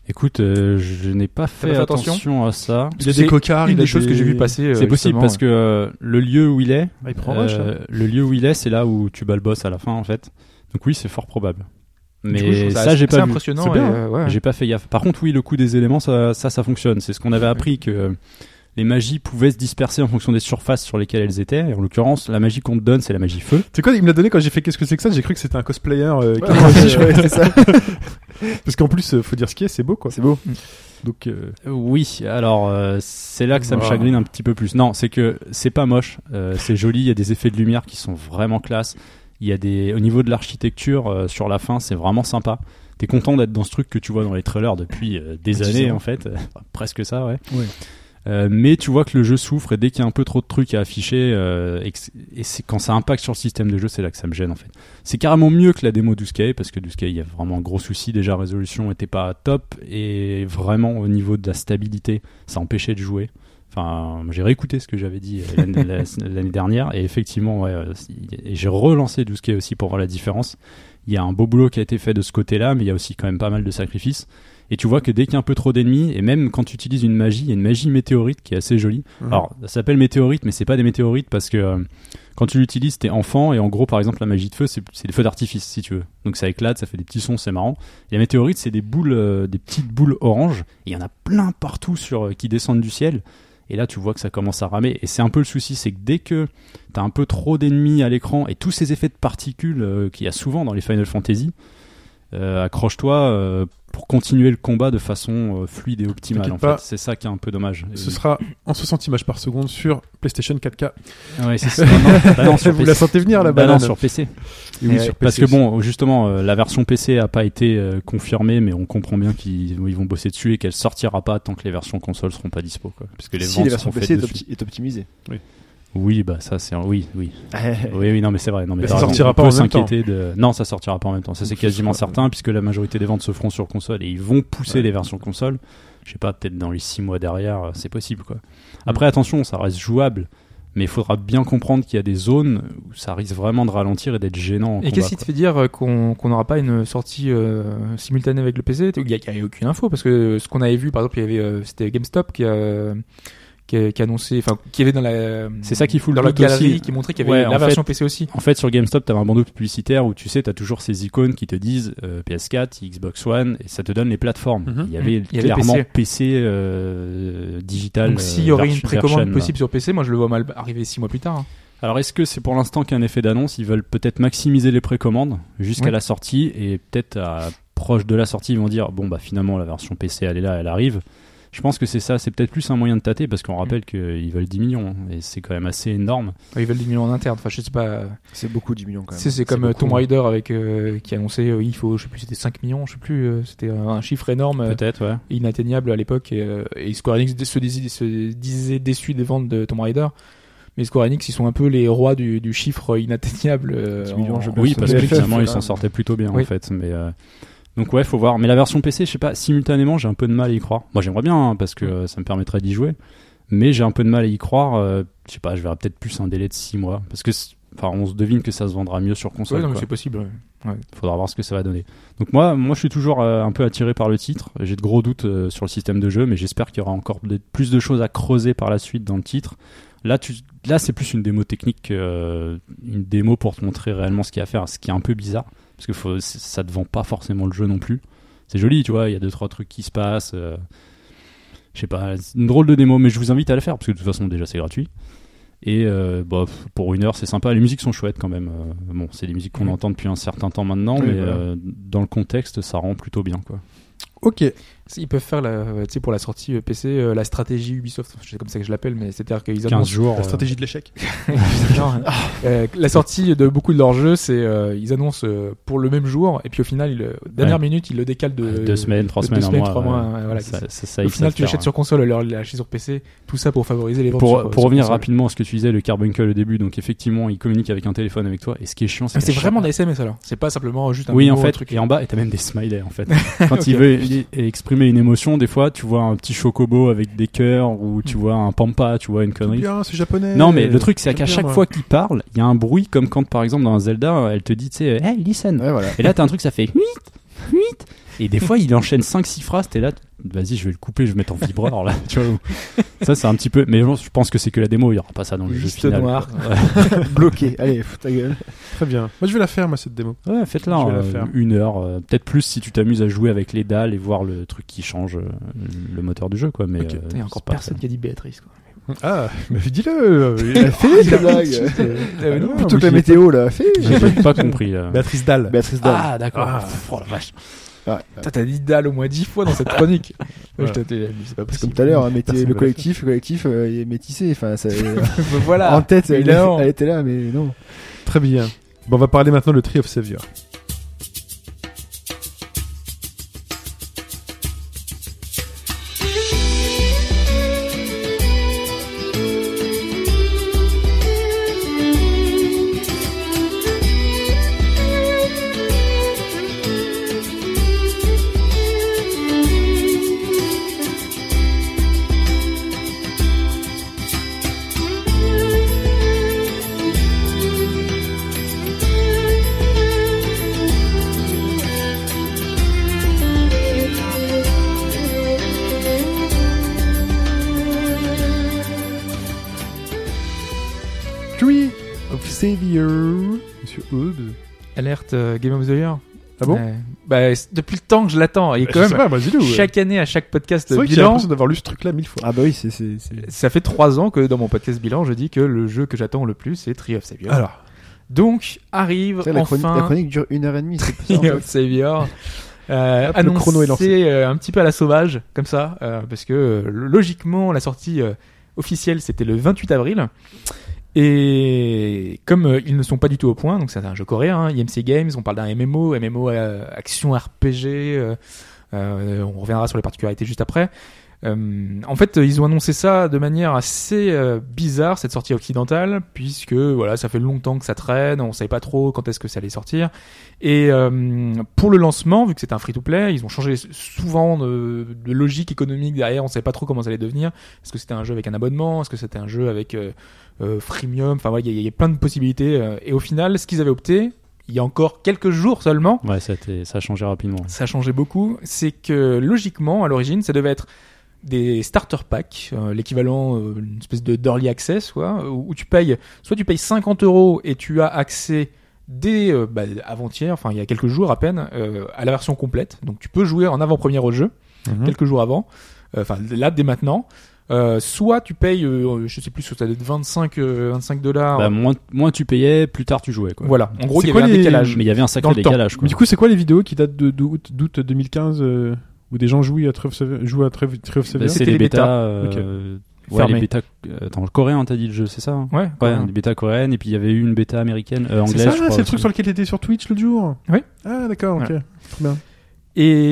Écoute, euh, je n'ai pas fait, pas fait attention. attention à ça. parce que c'est cocards, Ah, une il a des choses que j'ai vu des- passer. euh, C'est possible justement, parce ouais. que euh, le lieu où il est, Ah, il prend euh, rush. là. le lieu où il est, c'est là où tu bats le boss à la fin en fait. Donc oui, c'est fort probable. Du coup, je Mais trouve ça, j'ai assez pas vu. hein. impressionnant. C'est bien, et, euh, ouais. J'ai pas fait gaffe. Par contre, oui, le coup des éléments, ça, ça, ça fonctionne. C'est ce qu'on avait appris que les magies pouvaient se disperser en fonction des surfaces sur lesquelles elles étaient. Et En l'occurrence, la magie qu'on te donne, c'est la magie feu. Tu sais quoi, il me l'a donné quand j'ai fait Qu'est-ce que c'est que ça J'ai cru que c'était un cosplayer. euh, qui- c'est ça. Parce qu'en plus, euh, faut dire ce qui est, c'est beau quoi. Mm. C'est beau. Donc, euh, Euh, Oui, alors euh, c'est là que ça me Voilà. chagrine un petit peu plus. Non, c'est que c'est pas moche, euh, c'est joli, il y a des effets de lumière qui sont vraiment classe. Il y a des, au niveau de l'architecture euh, sur la fin, c'est vraiment sympa. T'es content d'être dans ce truc que tu vois dans les trailers depuis euh, des Ah, Dix années ans. en fait, Enfin, presque ça, ouais. Ouais. Euh, mais tu vois que le jeu souffre et dès qu'il y a un peu trop de trucs à afficher, euh, et, que c'est- et c'est quand ça impacte sur le système de jeu, c'est là que ça me gêne en fait. C'est carrément mieux que la démo Duskay parce que Duskay il y a vraiment un gros souci. Déjà, la résolution était pas top et vraiment au niveau de la stabilité, ça empêchait de jouer. Enfin, j'ai réécouté ce que j'avais dit euh, l'année- la- l'année dernière et effectivement, ouais, euh, c'est- et j'ai relancé Duskay aussi pour voir la différence. Il y a un beau boulot qui a été fait de ce côté-là, mais il y a aussi quand même pas mal de sacrifices. Et tu vois que dès qu'il y a un peu trop d'ennemis, et même quand tu utilises une magie, il y a une magie météorite qui est assez jolie. Mhm. Alors, ça s'appelle météorite, mais c'est pas des météorites parce que euh, quand tu l'utilises, t'es enfant, et en gros, par exemple, la magie de feu, c'est c'est des feux d'artifice, si tu veux. Donc ça éclate, ça fait des petits sons, c'est marrant. Et la météorite, c'est des boules, euh, des petites boules oranges, et il y en a plein partout sur, euh, qui descendent du ciel. Et là, tu vois que ça commence à ramer. Et c'est un peu le souci, c'est que dès que t'as un peu trop d'ennemis à l'écran, et tous ces effets de particules euh, qu'il y a souvent dans les Final Fantasy, euh, accroche-toi euh, pour continuer le combat de façon euh, fluide et optimale. T'inquiète En pas. fait, c'est ça qui est un peu dommage. ce Et- sera en 60 images par seconde sur PlayStation 4K. Ah Ouais, c'est ça. Non, bah non, sur Vous PC. la sentez venir la Bah non, banane sur PC. Et oui, Euh, sur Parce PC que bon, justement, euh, la version PC a pas été euh, confirmée, mais on comprend bien qu'ils ils vont bosser dessus et qu'elle sortira pas tant que les versions consoles seront pas dispo. Quoi. Parce que les Si ventes la version seront faites PC est, dessus. opti- est optimisée. Oui, bah ça c'est un- oui, oui, oui, oui. Non, mais c'est vrai. Non, mais Mais ça t'as raison. sortira On pas peut en même s'inquiéter de. Non, ça sortira pas en même temps. Ça c'est Donc, quasiment ce sera- certain, puisque la majorité des ventes se feront sur console et ils vont pousser Ouais. les versions console. Je sais pas, peut-être dans les six mois derrière, euh, c'est possible Mm. quoi. Après, attention, ça reste jouable. Mais il faudra bien comprendre qu'il y a des zones où ça risque vraiment de ralentir et d'être gênant. en Et qu'est-ce combat, qui te fait dire euh, qu'on qu'on n'aura pas une sortie euh, simultanée avec le PC Il n'y a, il y a aucune info parce que euh, ce qu'on avait vu, par exemple, il y avait euh, c'était GameStop qui a qui, a- qui a annoncé, enfin, qui avait dans la C'est ça qui fout le dans la doute aussi. galerie, qui montrait qu'il y Ouais, avait en la version PC aussi. En fait, sur GameStop, t'avais un bandeau publicitaire où tu sais, t'as toujours ces icônes qui te disent euh, PS4, Xbox One, et ça te donne les plateformes. Mhm. Il y avait Mhm. Il y avait clairement PC, PC, euh, digital. Donc s'il y euh, aurait vers- une précommande version, là. possible sur PC, moi je le vois mal arriver six mois plus tard. hein. Alors, est-ce que c'est pour l'instant qu'un effet d'annonce Ils veulent peut-être maximiser les précommandes jusqu'à Ouais. la sortie, et peut-être à- proche de la sortie, ils vont dire bon bah finalement la version PC elle est là, elle arrive. Je pense que c'est ça, c'est peut-être plus un moyen de tâter parce qu'on rappelle qu'ils veulent 10 millions hein, et c'est quand même assez énorme. Ah, Ils veulent 10 millions en interne. Enfin, je sais pas. C'est beaucoup 10 millions quand même. C'est, c'est comme euh, beaucoup, Tomb hein. Raider avec euh, qui annonçait euh, il faut, je sais plus, c'était 5 millions, je sais plus. euh, c'était euh, un chiffre énorme, euh, Peut-être, ouais. inatteignable à l'époque. Et, euh, et Square Enix dé- se, dé- se disait déçu des ventes de Tomb Raider. Mais Square Enix, ils sont un peu les rois du, du chiffre inatteignable. euh, 10 millions, en- je Personne Oui, parce que de FF, finalement, quand ils s'en même. sortaient plutôt bien Oui. en fait. Mais euh, donc ouais, faut voir. Mais la version PC, je sais pas. Simultanément, j'ai un peu de mal à y croire. Moi, j'aimerais bien hein, parce que euh, ça me permettrait d'y jouer. Mais j'ai un peu de mal à y croire. euh, je sais pas. Je verrai peut-être plus un délai de 6 mois parce que c'est- enfin, on se devine que ça se vendra mieux sur Ouais, console. non, mais quoi. c'est possible. ouais. Faudra voir ce que ça va donner. Donc moi, moi, je suis toujours euh, un peu attiré par le titre. J'ai de gros doutes euh, sur le système de jeu, mais j'espère qu'il y aura encore des- plus de choses à creuser par la suite dans le titre. Là, tu, là, c'est plus une démo technique, qu'une une démo pour te montrer réellement ce qu'il y a à faire, ce qui est un peu bizarre parce que faut, c- ça te vend pas forcément le jeu non plus. C'est joli, tu vois. Il y a deux trois trucs qui se passent. euh, je sais pas, c'est une drôle de démo, mais je vous invite à la faire parce que de toute façon déjà c'est gratuit. Et euh, bah, pff, pour une heure, c'est sympa. Les musiques sont chouettes quand même. Euh, bon, c'est des musiques qu'on Oui. entend depuis un certain temps maintenant, Oui, mais voilà. euh, dans le contexte, ça rend plutôt bien. Quoi. Ok. Ils peuvent faire, la, euh, tu sais, pour la sortie euh, PC, euh, la stratégie Ubisoft. C'est comme ça que je l'appelle, mais c'est-à-dire qu'ils 15 annoncent jours. euh, de l'échec. Non, euh, la sortie de beaucoup de leurs jeux, c'est euh, ils annoncent euh, pour le même jour, et puis au final, ils, euh, dernière minute, ils le décalent de deux semaines, trois deux semaines, semaines, un mois. trois mois, euh, ouais, voilà, ça, c'est ça, ça au ils final, savent tu faire, l'achètes hein. sur console, leur lâcher sur PC, tout ça pour favoriser les ventes. Pour, sur- pour sur revenir console. rapidement à ce que tu disais, le Carbon Call au début, donc effectivement, il communique avec un téléphone avec toi, et ce qui est chiant, c'est Ah, C'est qu'à vraiment des SMS alors. C'est pas simplement juste un oui, mot, en un fait, truc. et en bas, et t'as même des smileys en fait. Quand il veut i- exprimer une émotion, des fois, tu vois un petit chocobo avec des cœurs, ou Mm. tu vois un pampa, tu vois une connerie. Bien, c'est japonais. Non, euh, mais le truc, c'est J'aime qu'à bien, chaque moi. fois qu'il parle, il y a un bruit, comme quand par exemple dans un Zelda, elle te dit, tu sais, euh, hey, listen. Ouais, voilà. Et là, t'as un truc, ça fait 8, 8. Et des fois, il enchaîne 5-6 phrases, t'es là, t- vas-y, je vais le couper, je vais mettre en vibreur là. Tu vois, ça, c'est un petit peu. Mais bon, je pense que c'est que la démo, il y aura pas ça dans le jeu Liste final. noire. Bloqué. Allez, fous ta gueule. Très bien. Moi, je vais la faire, moi, cette démo. Ouais, faites-la Je vais la euh, faire. une heure, euh, peut-être plus si tu t'amuses à jouer avec les dalles et voir le truc qui change euh, le moteur du jeu, quoi. Mais Ok. euh, Il y a encore c'est pas personne qui a dit Béatrice. Quoi. Mm. Ah, mais dis-le. Elle fait cette blague. Ah non, Plutôt que mais la j'ai- météo, là. Fait. ça. J'ai pas compris. euh. Bah, Béatrice Dalle. Béatrice Dalle. Ah d'accord. Ah. Pff, Oh la vache. Ah, Putain, T'as dit dalle au moins dix fois dans cette chronique. Ouais, Voilà. je t'ai- mais C'est pas C'est possible. comme tout à l'heure, hein, métier- Personne le veut collectif, le collectif euh, il est métissé. Enfin, ça- voilà. en tête, elle, Ah, évidemment. elle était là, mais non. Très bien. Bon, on va parler maintenant de Tree of Savior. Tree of Savior. Monsieur Hobbes. Alerte euh, Game of the Year. Ah bon Bah, Ouais. Bah, c'est- depuis le temps que je l'attends. Il y a quand Ah, Je sais même pas, moi, dis-le. ouais. chaque année à chaque podcast C'est vrai que j'ai bilan. l'impression d'avoir lu ce truc-là mille fois. Ah bah oui, c'est. c'est- c'est- Ça fait trois ans que dans mon podcast bilan, je dis que le jeu que j'attends le plus, c'est Tree of Savior. Alors, Donc arrive La, chronique, la enfin chronique dure une heure et demie. C'est Tree bizarre. of Savior. Euh, Hop, le annoncé, chrono est lancé. euh, un petit peu à la sauvage, comme ça, euh, parce que euh, logiquement, la sortie euh, officielle, c'était le 28 avril. Et comme euh, ils ne sont pas du tout au point, donc c'est un jeu coréen, hein, IMC Games, on parle d'un MMO, MMO euh, action RPG, euh, euh, on reviendra sur les particularités juste après. Euh, en fait, ils ont annoncé ça de manière assez euh, bizarre, cette sortie occidentale, puisque voilà, ça fait longtemps que ça traîne, on savait pas trop quand est-ce que ça allait sortir. Et euh, pour le lancement, vu que c'est un free-to-play, ils ont changé souvent de, de logique économique derrière, on savait pas trop comment ça allait devenir. Est-ce que c'était un jeu avec un abonnement Est-ce que c'était un jeu avec euh, euh, freemium Enfin voilà, il y, a- il y a plein de possibilités. euh, et au final, ce qu'ils avaient opté, il y a encore quelques jours seulement, Ouais, ça, a été- ça a changé rapidement. ça a changé beaucoup, c'est que logiquement, à l'origine, ça devait être des starter packs, euh, l'équivalent, euh, une espèce de d'early access, quoi, où, où tu payes, soit tu payes 50 euros et tu as accès dès euh, bah, avant-hier, enfin il y a quelques jours à peine, euh, à la version complète. Donc tu peux jouer en avant-première au jeu, Mhm. quelques jours avant, euh, enfin là dès maintenant. Euh, soit tu payes, euh, je sais plus, ça doit être 25, euh, 25 dollars. Bah, moins, moins tu payais, plus tard tu jouais. Quoi. voilà, en gros, C'est il y quoi avait un les- décalage. Mais il y avait un sacré Dans le temps. décalage. Quoi. Mais du coup, c'est quoi les vidéos qui datent de- d'août d'août 2015 euh, où des gens jouent à Tree of Savior, jouent à Tree Tree of Bah, Savior c'est c'était les les bêtas. bêtas. euh, ouais, Fermées. les bêtas. euh, Attends, le coréen, t'as dit le jeu, c'est ça hein Ouais, quand Ouais, même. des bêtas coréennes, et puis il y avait eu une bêta américaine, euh, C'est anglaise. ça, je crois, c'est le aussi. truc sur lequel t'étais sur Twitch l'autre jour Oui. Ah, d'accord, ok. Très bien.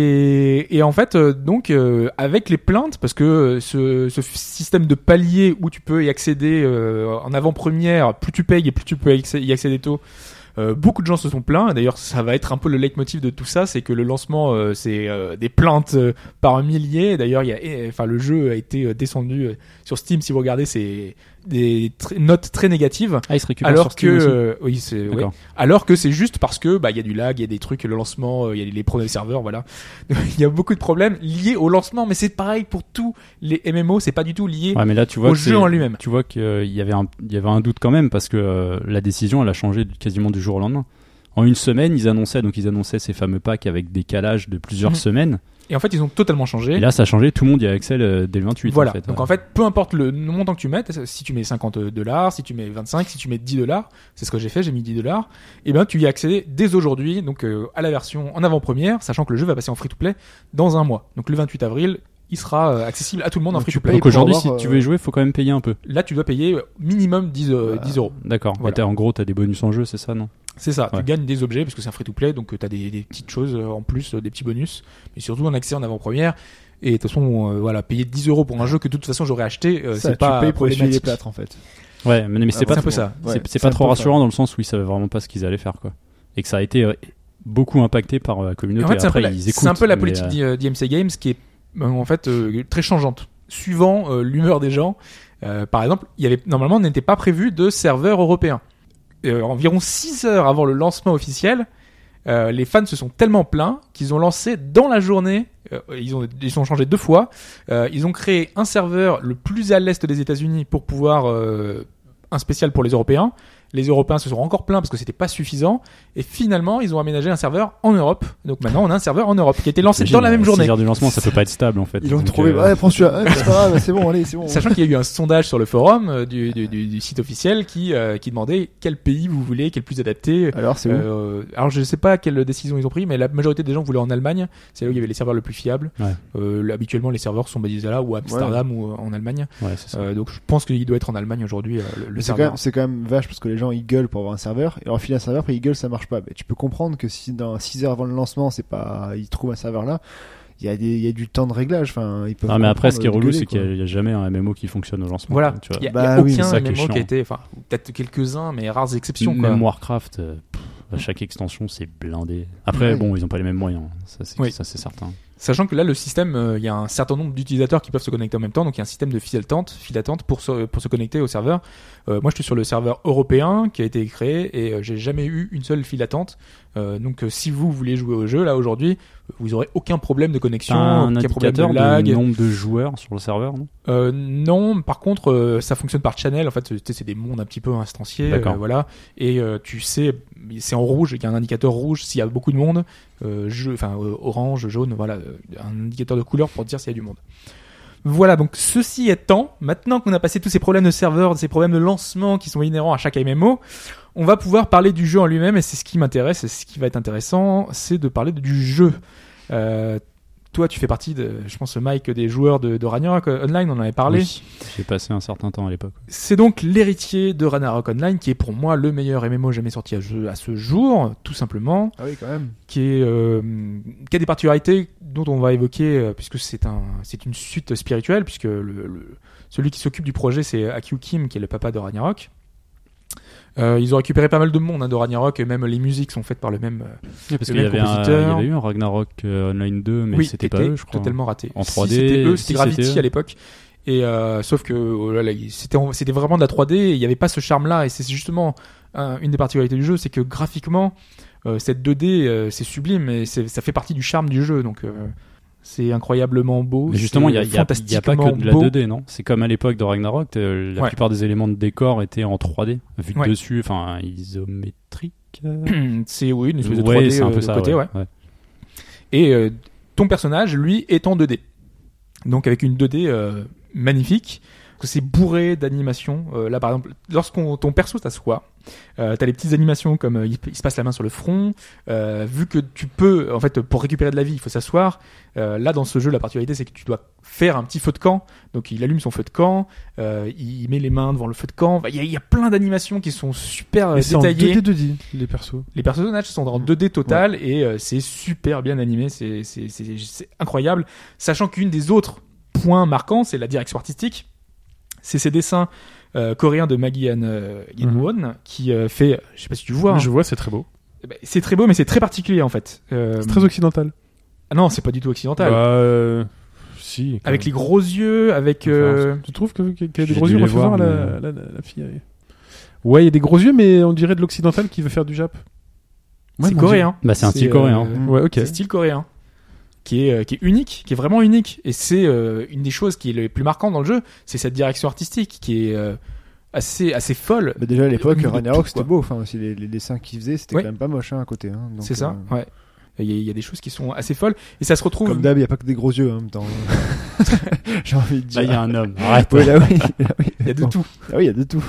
Et, et en fait, euh, donc, euh, avec les plaintes, parce que euh, ce, ce f- système de palier où tu peux y accéder euh, en avant-première, plus tu payes et plus tu peux y accé- y accéder tôt, euh, beaucoup de gens se sont plaints. Et D'ailleurs, ça va être un peu le leitmotiv de tout ça, c'est que le lancement, euh, c'est euh, des plaintes euh, par milliers. D'ailleurs, il y a, eh, enfin, le jeu a été euh, descendu euh, sur Steam. Si vous regardez, c'est des tr- notes très négatives. Ah, il se récupère sur Alors que, Steam aussi. euh, oui, c'est, ouais. D'accord. Alors que c'est juste parce que bah il y a du lag, il y a des trucs, le lancement, euh, il y a les problèmes serveurs, voilà. Il y a beaucoup de problèmes liés au lancement, mais c'est pareil pour tous les MMO, c'est pas du tout lié. Ouais, mais là, tu vois au que jeu c'est- en lui-même. Tu vois qu'il y avait un, il y avait un doute quand même parce que euh, la décision, elle a changé du- quasiment du jour au lendemain. En une semaine, ils annonçaient donc ils annonçaient ces fameux packs avec des calages de plusieurs Mhm. semaines. Et en fait, ils ont totalement changé. Et là, ça a changé. Tout le monde y a accès euh, dès le 28. voilà. En fait, Donc Ouais. en fait, peu importe le montant que tu mettes, si tu mets 50 dollars, si tu mets 25, si tu mets 10 dollars, c'est ce que j'ai fait, j'ai mis 10 dollars, et ben tu y as accès dès aujourd'hui, donc euh, à la version en avant-première, sachant que le jeu va passer en free-to-play dans un mois. Donc le 28 avril, il sera euh, accessible à tout le monde en Donc, tu free-to-play. payes donc aujourd'hui, pour si avoir, tu euh, veux y jouer, faut quand même payer un peu. Là, tu dois payer minimum 10, euh, Bah, 10 euros. D'accord. Voilà. Et t'as- en gros, t'as des bonus en jeu, c'est ça, non C'est ça, Ouais. tu gagnes des objets parce que c'est un free-to-play, donc tu as des, des petites choses euh, en plus, euh, des petits bonus, mais surtout un accès en avant-première. Et de toute façon, euh, voilà, payer 10 euros pour un jeu que de toute façon j'aurais acheté, euh, Ça, c'est pas tu payes pour essuyer les problématique. plâtres en fait. bah, Ouais, mais, mais c'est Ah, pas un peu ça. Ouais, c'est- c'est pas un trop peu ça. rassurant dans le sens où ils savaient vraiment pas ce qu'ils allaient faire, quoi. Et que ça a été euh, beaucoup impacté par euh, la communauté. Et en fait, c'est un, peu Après, la- ils c'est écoutent, un peu la mais, politique euh, d'I- d'IMC Games qui est euh, en fait euh, très changeante, suivant euh, l'humeur des gens. Euh, par exemple, il y avait normalement on n'était pas prévu de serveur européen. Euh, environ 6 heures avant le lancement officiel, euh, les fans se sont tellement plaints qu'ils ont lancé dans la journée, euh, ils ont ils sont changés deux fois, euh, ils ont créé un serveur le plus à l'est des États-Unis pour pouvoir euh, un spécial pour les Européens. Les Européens se sont encore plaints parce que c'était pas suffisant. Et finalement, ils ont aménagé un serveur en Europe. Donc maintenant, on a un serveur en Europe qui a été lancé t'imagines, dans la même euh, journée. six heures du lancement, ça peut pas être stable, en fait. Ils l'ont Donc, trouvé. euh, Ouais, prends celui-là. Ouais, c'est pas grave, c'est bon, allez, c'est bon. Sachant qu'il y a eu un sondage sur le forum euh, du, du- du- du site officiel qui, euh, qui demandait quel pays vous voulez, quel est le plus adapté. Alors, c'est où Euh, alors je ne sais pas quelle décision ils ont pris, mais la majorité des gens voulaient en Allemagne. C'est là où il y avait les serveurs le plus fiables. Ouais. Euh, là, habituellement, les serveurs sont basés là ou à Amsterdam ou euh, en Allemagne. ouais, c'est ça. Euh, donc je pense qu'il doit être en Allemagne aujourd'hui euh, le, le Mais c'est quand, serveur. même- c'est quand même vache parce que les gens ils gueulent pour avoir un serveur et en fil un serveur après ils gueulent ça marche pas. Mais tu peux comprendre que si dans 6 heures avant le lancement c'est pas ils trouvent un serveur là, il y a des il y a du temps de réglage. Enfin ils Euh, peuvent. Non, mais après, ce qui est comprendre de relou, c'est qu'il gueuler, y a- il y a jamais un MMO qui fonctionne au lancement. Voilà, quoi, tu vois. il n'y a, Bah il y a oui, c'est aucun ça qui est MMO qui chiant. a été, enfin peut-être quelques-uns, mais rares exceptions. quoi. Même Warcraft, euh, pff, à chaque extension, c'est blindé. Après, Ouais. bon, ils n'ont pas les mêmes moyens. hein. Ça, c'est Oui. ça, c'est certain. Sachant que là, le système, euh, il y a un certain nombre d'utilisateurs qui peuvent se connecter en même temps, donc il y a un système de file d'attente, file d'attente pour se, pour se connecter au serveur. Euh, moi, je suis sur le serveur européen qui a été créé et euh, j'ai jamais eu une seule file d'attente. Euh, donc, euh, si vous voulez jouer au jeu là aujourd'hui, euh, vous aurez aucun problème de T'as connexion, un aucun problème de indicateur lag. de nombre de joueurs sur le serveur, non Euh, non, par contre, euh, ça fonctionne par channel. En fait, tu sais, c'est des mondes un petit peu instanciés, D'accord. euh, voilà. Et euh, tu sais, c'est en rouge. Il y a un indicateur rouge s'il y a beaucoup de monde, euh, jeu- enfin euh, orange, jaune, voilà, euh, un indicateur de couleur pour dire s'il y a du monde. Voilà. Donc ceci étant, maintenant qu'on a passé tous ces problèmes de serveur, ces problèmes de lancement qui sont inhérents à chaque MMO, on va pouvoir parler du jeu en lui-même. Et c'est ce qui m'intéresse, et ce qui va être intéressant, c'est de parler du jeu. Euh, toi, tu fais partie, de, je pense, Mike, des joueurs de, de Ragnarok Online, on en avait parlé. Oui. J'ai passé un certain temps à l'époque. C'est donc l'héritier de Ragnarok Online, qui est pour moi le meilleur MMO jamais sorti à, jeu- à ce jour, tout simplement, quoi. Ah oui quand même. qui, est, euh, qui a des particularités dont on va évoquer, euh, puisque c'est un, c'est une suite spirituelle, puisque le, le- celui qui s'occupe du projet, c'est Akio Kim, qui est le papa de Ragnarok. Euh, ils ont récupéré pas mal de monde hein, de Ragnarok, et même les musiques sont faites par le même... euh, parce le qu'il y, même avait un- il y compositeur. avait eu un Ragnarok euh, Online 2, mais oui, c'était pas était eux, je crois. totalement raté. En Si 3D, c'était eux, si c'était Gravity c'était eux. à l'époque. Et euh, sauf que oh là là, c'était en- c'était vraiment de la 3D, et il n'y avait pas ce charme-là, et c'est justement un- une des particularités du jeu, c'est que graphiquement, euh, cette 2D, euh, c'est sublime, et c'est- ça fait partie du charme du jeu, donc euh, c'est incroyablement beau. Mais justement, il n'y a, c'est il y a- il y a pas que de la fantastiquement beau. 2D, non C'est comme à l'époque de Ragnarok, euh, la Ouais. plupart des éléments de décor étaient en 3D, vu de Ouais. dessus, enfin isométrique. euh, C'est oui, une espèce de 3D ouais, c'est un euh, peu de ça. côté, ouais. ouais. ouais. Et euh, ton personnage, lui, est en 2D. Donc avec une 2D euh, magnifique. Parce que c'est bourré d'animations. Euh, là, par exemple, lorsqu'on ton perso t'assoit, euh, t'as les petites animations comme euh, il, il se passe la main sur le front. Euh, vu que tu peux, en fait, pour récupérer de la vie, il faut s'asseoir. Euh, là, dans ce jeu, la particularité, c'est que tu dois faire un petit feu de camp. Donc, il allume son feu de camp, euh, il met les mains devant le feu de camp. Enfin, Il y, a- il y a plein d'animations qui sont super euh, Et c'est en détaillées. 2D2D, les persos. Les personnages sont en 2D total et euh, c'est super bien animé, c'est c'est- c'est- c'est incroyable. Sachant qu'une des autres points marquants, c'est la direction artistique. C'est ces dessins euh, coréens de Maggie Ann euh, Yanwon qui euh, fait, je sais pas si tu vois, hein. Je vois, c'est très beau. Eh ben, c'est très beau mais c'est très particulier en fait. Euh, C'est très occidental. ah non, c'est pas du tout occidental. Bah, euh, si. quand Avec même. les gros yeux, avec... euh, Tu trouves que- qu'elle a J'ai des gros dû yeux les On va faire voir, voir la, la- la- la fille. elle- Ouais, il y a des gros yeux, mais on dirait de l'occidental qui veut faire du Jap. c'est coréen. Bah, c'est un style euh, coréen. Ouais, ok. C'est style coréen. Qui est, euh, qui est unique, qui est vraiment unique. Et c'est euh, une des choses qui est le plus marquante dans le jeu, c'est cette direction artistique qui est euh, assez, assez folle. Bah, déjà à l'époque, Au milieu de tout, Ragnarok c'était quoi. beau. Enfin, aussi, les, les dessins qu'ils faisaient, c'était Ouais. quand même pas moche hein, à côté. hein. Donc, C'est ça euh, Ouais. Il y, a, il y a des choses qui sont assez folles. Et ça se retrouve. Comme d'hab, il n'y a pas que des gros yeux hein, en même temps. J'ai envie de Là, dire. Bah, il y a un homme. Arrête. Ouais, là, oui, là, oui. Il y a de tout. Ah oui, il y a de tout.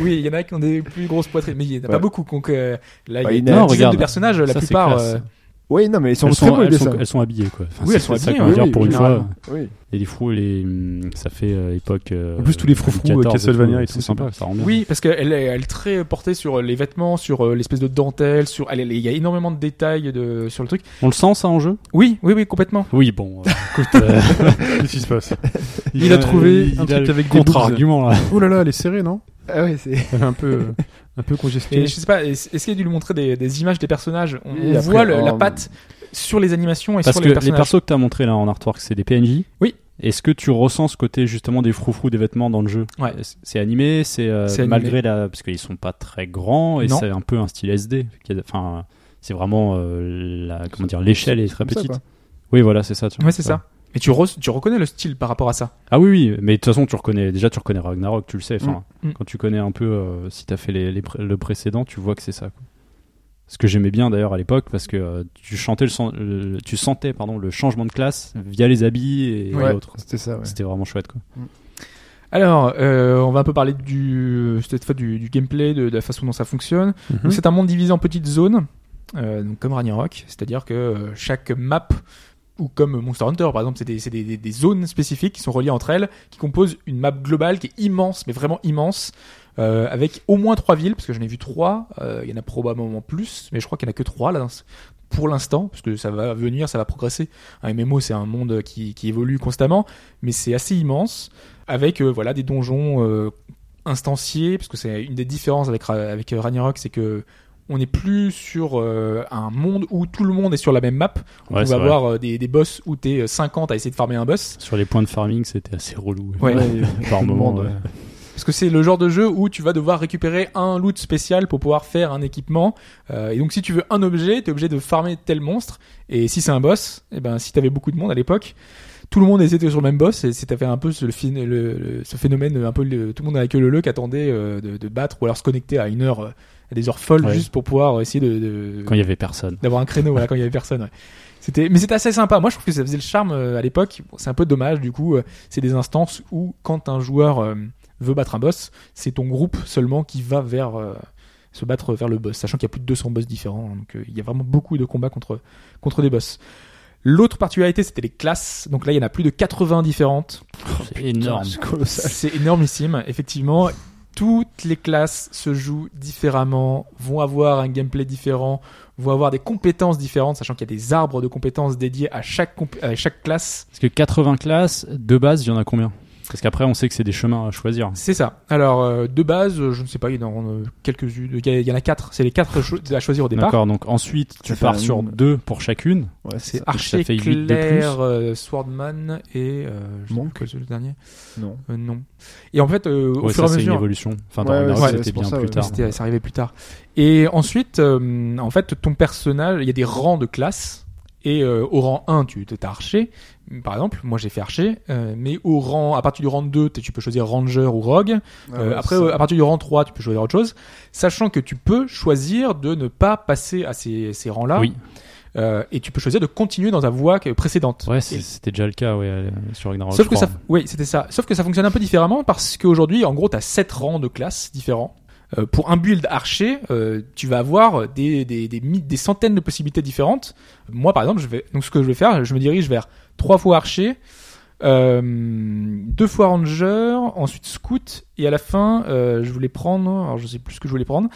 Oui, il y en a qui ont des plus grosses poitrines, mais il n'y en a Ouais. pas beaucoup. Donc euh, là, Bah, il il y a y des en a- Non, dizaines regarde. de personnages, la Ça, c'est plupart. classe. euh, Oui, non, mais ils sont Elles très sont, beaux les elles, sont, dessins. elles sont habillées quoi. Enfin, Oui, c'est- elles sont c'est ça habillées, qu'on va oui, dire oui, pour une fois. généralement. Oui. Et les frous, les, hum, ça fait euh, époque. euh, En plus, tous les froufrous, 2014 Castlevania et tout, c'est c'est sympa. bien. Ça rend bien. Oui, parce qu'elle est, elle est très portée sur les vêtements, sur euh, l'espèce de dentelle, sur. elle est- Il y a énormément de détails de, sur le truc. On le sent ça en jeu Oui, oui, oui, complètement. Oui, bon. euh, écoute, euh, Qu'est-ce qui se passe Il, il a trouvé il un a truc le avec des boobs. contre-argument là. Oh là là, elle est serrée, non Ah oui, c'est. Elle est un peu, euh, un peu congestionnée. Et je sais pas, est-ce est-ce qu'il a dû lui montrer des, des images des personnages On, Oui, on après, voit le- la en- patte sur les animations et Parce sur que les les, personnages. persos que t'as montré là en artwork, c'est des PNJ. Oui. Est-ce que tu ressens ce côté justement des froufrous des vêtements dans le jeu Ouais. C'est- C'est animé, c'est euh, C'est animé. malgré la parce qu'ils sont pas très grands et Non. c'est un peu un style SD. qu'il y a- Enfin, c'est vraiment euh, la comment dire l'échelle est très Comme ça, petite. quoi. oui, voilà, c'est ça. tu vois. Ouais, c'est ça. Mais tu, re- tu reconnais le style par rapport à ça. Ah oui, oui, mais de toute façon, tu reconnais, déjà, tu reconnais Ragnarok, tu le sais. Enfin, Mm, mm. quand tu connais un peu, euh, si t'as fait les, les pré- le précédent, tu vois que c'est ça. quoi. Ce que j'aimais bien d'ailleurs à l'époque, parce que euh, tu chantais le, sen- le- tu sentais pardon le changement de classe via les habits et, et Ouais, autres. C'était ça, ouais. C'était vraiment chouette. Quoi. Alors, euh, on va un peu parler du, cette fois du, du gameplay, de, de la façon dont ça fonctionne. Mhm. Donc, C'est un monde divisé en petites zones, euh, donc comme Ragnarok, c'est-à-dire que euh, chaque map ou comme Monster Hunter par exemple, c'est des, c'est des- des- des zones spécifiques qui sont reliées entre elles, qui composent une map globale qui est immense, mais vraiment immense, euh, avec au moins trois villes, parce que j'en ai vu trois, euh, il y en a probablement plus, mais je crois qu'il n'y en a que trois là, dans ce- pour l'instant, parce que ça va venir, ça va progresser. Un MMO, c'est un monde qui, qui évolue constamment, mais c'est assez immense, avec euh, voilà des donjons euh, instanciés, parce que c'est une des différences avec, Ra- avec euh, Ragnarok, c'est que on n'est plus sur euh, un monde où tout le monde est sur la même map, Ouais, on c'est va vrai. avoir euh, des, des boss où t'es euh, 50 à essayer de farmer un boss. Sur les points de farming, c'était assez relou. Ouais. Par tout le moment, monde, ouais. ouais. Parce que c'est le genre de jeu où tu vas devoir récupérer un loot spécial pour pouvoir faire un équipement. Euh, et donc si tu veux un objet, t'es obligé de farmer tel monstre. Et si c'est un boss, et ben si t'avais beaucoup de monde à l'époque, tout le monde était sur le même boss. Et c'était un peu ce, le phin- le- le- ce phénomène, un peu le- tout le monde à la queue le le qui attendait euh, de, de battre ou alors se connecter à une heure, euh, à des heures folles Ouais. juste pour pouvoir essayer de- de, Quand il y avait personne. d'avoir un créneau voilà, quand il y avait personne. ouais. C'était, mais c'était assez sympa. Moi, je trouve que ça faisait le charme euh, à l'époque. Bon, c'est un peu dommage, du coup. euh, c'est des instances où, quand un joueur euh, veut battre un boss, c'est ton groupe seulement qui va vers euh, se battre vers le boss, sachant qu'il y a plus de 200 boss différents. hein, donc, euh, il y a vraiment beaucoup de combats contre contre des boss. L'autre particularité, c'était les classes. Donc là, il y en a plus de 80 différentes. C'est énorme. Oh, C'est colossal. C'est énormissime, effectivement. Toutes les classes se jouent différemment, vont avoir un gameplay différent, vont avoir des compétences différentes, sachant qu'il y a des arbres de compétences dédiés à chaque, comp- à chaque classe. Parce que 80 classes, de base, il y en a combien Parce qu'après, on sait que c'est des chemins à choisir. C'est ça. Alors, euh, de base, euh, je ne sais pas, il y en a euh, quelques-unes, il y a- il y en a quatre. C'est les quatre cho- à choisir au départ. D'accord, donc ensuite, tu fait pars un- sur deux pour chacune. Ouais, c'est C'est ça. Archer, fait huit de Claire, euh, Swordman et... Euh, je sais Monk. plus quel est le dernier Non. Euh, Non. Et en fait, euh, au Ouais, fur et ça, à c'est une mesure... évolution. Enfin, dans Ouais, ouais, Ragnarok, ouais, c'était c'est pour bien ça, plus ouais. tard. C'était, c'est arrivé plus tard. Et ensuite, euh, en fait, ton personnage, il y a des rangs de classe. Et euh, au rang 1, tu t'es archer, par exemple. Moi, j'ai fait archer. euh, mais au rang, à partir du rang 2, t'es- tu peux choisir ranger ou rogue. Ah Euh, ouais, après, c'est ça. euh, à partir du rang 3, tu peux choisir autre chose. Sachant que tu peux choisir de ne pas passer à ces, ces rangs-là. Oui. euh, et tu peux choisir de continuer dans ta voie que- précédente. Ouais, Et- c'est- c'était déjà le cas ouais, euh, sur Ragnarok. Sauf je que crois. ça, oui, c'était ça. Sauf que ça fonctionne un peu différemment parce qu'aujourd'hui, en gros, t'as sept rangs de classes différents. Euh, pour un build archer, euh, tu vas avoir des, des, des, mi- des centaines de possibilités différentes. Moi, par exemple, je vais, donc ce que je vais faire, je me dirige vers trois fois archer, euh, deux fois ranger, ensuite scout, et à la fin, euh, je voulais prendre, alors je sais plus ce que je voulais prendre,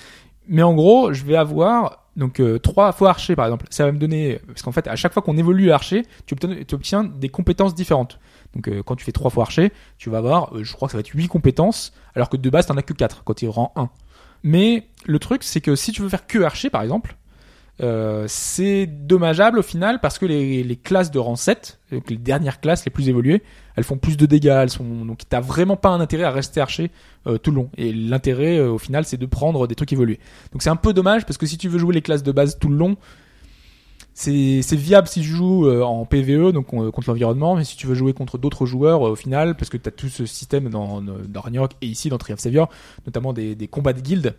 mais en gros, je vais avoir donc euh, trois fois archer par exemple. Ça va me donner parce qu'en fait, à chaque fois qu'on évolue archer, tu obtiens, tu obtiens des compétences différentes. Donc euh, quand tu fais trois fois archer, tu vas avoir, euh, je crois que ça va être huit compétences, alors que de base t'en as que quatre quand il rend 1 Mais le truc, c'est que si tu veux faire que archer par exemple. euh, c'est dommageable au final parce que les, les classes de rang 7, donc les dernières classes les plus évoluées, elles font plus de dégâts, elles sont donc t'as vraiment pas un intérêt à rester archer euh, tout le long. Et l'intérêt euh, au final, c'est de prendre des trucs évolués. Donc c'est un peu dommage parce que si tu veux jouer les classes de base tout le long, c'est c'est viable si tu joues euh, en PVE, donc euh, contre l'environnement, mais si tu veux jouer contre d'autres joueurs euh, au final, parce que tu as tout ce système dans, euh, dans Ragnarok et ici dans Tree of Savior, notamment des, des combats de guildes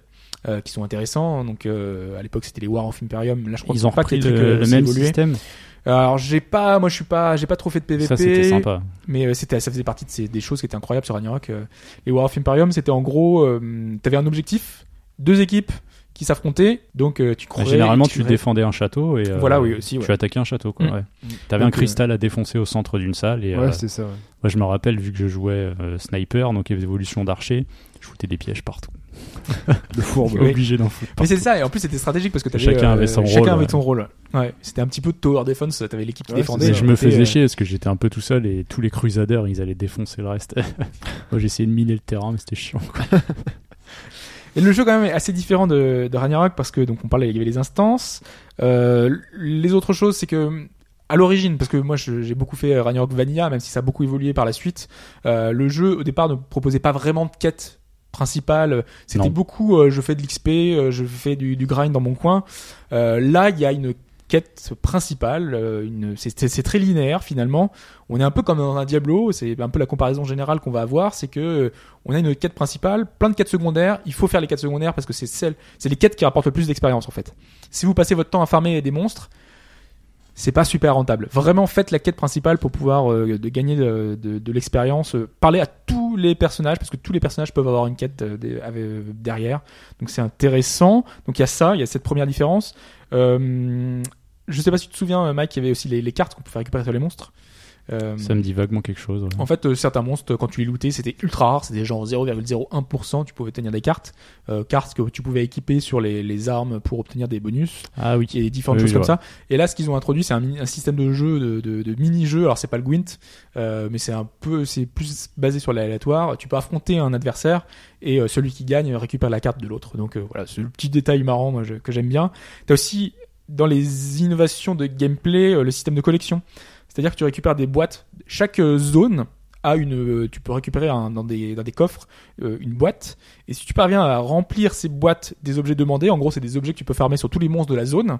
euh, qui sont intéressants. Donc euh, à l'époque c'était les War of Imperium, là je crois Ils ont pas repris que les trucs, le, euh, le s'est même évolué. système. Alors j'ai pas, moi je suis pas, j'ai pas trop fait de PVP Ça, c'était sympa. mais euh, c'était ça faisait partie de ces, des choses qui étaient incroyables sur Ragnarok euh. les War of Imperium c'était en gros euh, t'avais un objectif deux équipes qui s'affrontaient donc euh, tu Bah, courais généralement, et tu courais. défendais un château et euh, Voilà, oui, aussi, tu ouais. attaquais un château. Quoi, Mm. ouais. T'avais un Donc, euh, cristal à défoncer au centre d'une salle et Ouais, euh, c'était ça. ouais. moi je me rappelle vu que je jouais euh, sniper donc évolution d'archer, je foutais des pièges partout. De fourbe. Oui. Obligé d'en foutre. mais partout. c'est ça et en plus c'était stratégique parce que t'avais, euh, Chacun avait son chacun rôle, avait ouais. son rôle ouais c'était un petit peu de tower defense t'avais l'équipe qui Ouais, défendait Mais c'est je me C'était, faisais euh, chier parce que j'étais un peu tout seul et tous les crusaders ils allaient défoncer le reste. Moi j'essayais de miner le terrain mais c'était chiant quoi. Et le jeu quand même est assez différent de, de Ragnarok parce que donc on parlait il y avait les instances. Euh, les autres choses c'est que à l'origine parce que moi je- j'ai beaucoup fait euh, Ragnarok Vanilla même si ça a beaucoup évolué par la suite. euh, le jeu au départ ne proposait pas vraiment de quête principale. C'était Non. beaucoup euh, je fais de l'XP, euh, je fais du, du grind dans mon coin. Euh, là il y a une quête principale, euh, une- c'est- c'est c'est très linéaire finalement. On est un peu comme dans un Diablo, c'est un peu la comparaison générale qu'on va avoir, c'est que euh, on a une quête principale, plein de quêtes secondaires. Il faut faire les quêtes secondaires parce que c'est celles, c'est les quêtes qui rapportent le plus d'expérience en fait. Si vous passez votre temps à farmer des monstres, c'est pas super rentable. Vraiment, faites la quête principale pour pouvoir euh, de gagner de, de- de l'expérience. Euh, Parlez à tous les personnages parce que tous les personnages peuvent avoir une quête euh, des- avec- euh, derrière. Donc c'est intéressant. Donc il y a ça, il y a cette première différence. Euh, je sais pas si tu te souviens, euh, Mike, il y avait aussi les, les cartes qu'on pouvait récupérer sur les monstres. Euh, Ça me dit vaguement quelque chose. ouais. en fait, euh, certains monstres, euh, quand tu les lootais, c'était ultra rare, c'était genre 0,01%, tu pouvais obtenir des cartes, euh, cartes que tu pouvais équiper sur les, les armes pour obtenir des bonus, Ah oui. et différentes Oui, choses je comme vois. ça. Et là, ce qu'ils ont introduit, c'est un, mini- un système de jeu, de, de, de mini-jeu, alors c'est pas le Gwent, euh, mais c'est un peu, c'est plus basé sur l'aléatoire, tu peux affronter un adversaire, et euh, celui qui gagne récupère la carte de l'autre. Donc euh, voilà, c'est le petit détail marrant moi, je- que j'aime bien. T'as aussi dans les innovations de gameplay euh, le système de collection. C'est-à-dire que tu récupères des boîtes. Chaque euh, zone a une. euh, tu peux récupérer un- dans, des, dans des coffres euh, une boîte. Et si tu parviens à remplir ces boîtes des objets demandés, en gros, c'est des objets que tu peux farmer sur tous les monstres de la zone,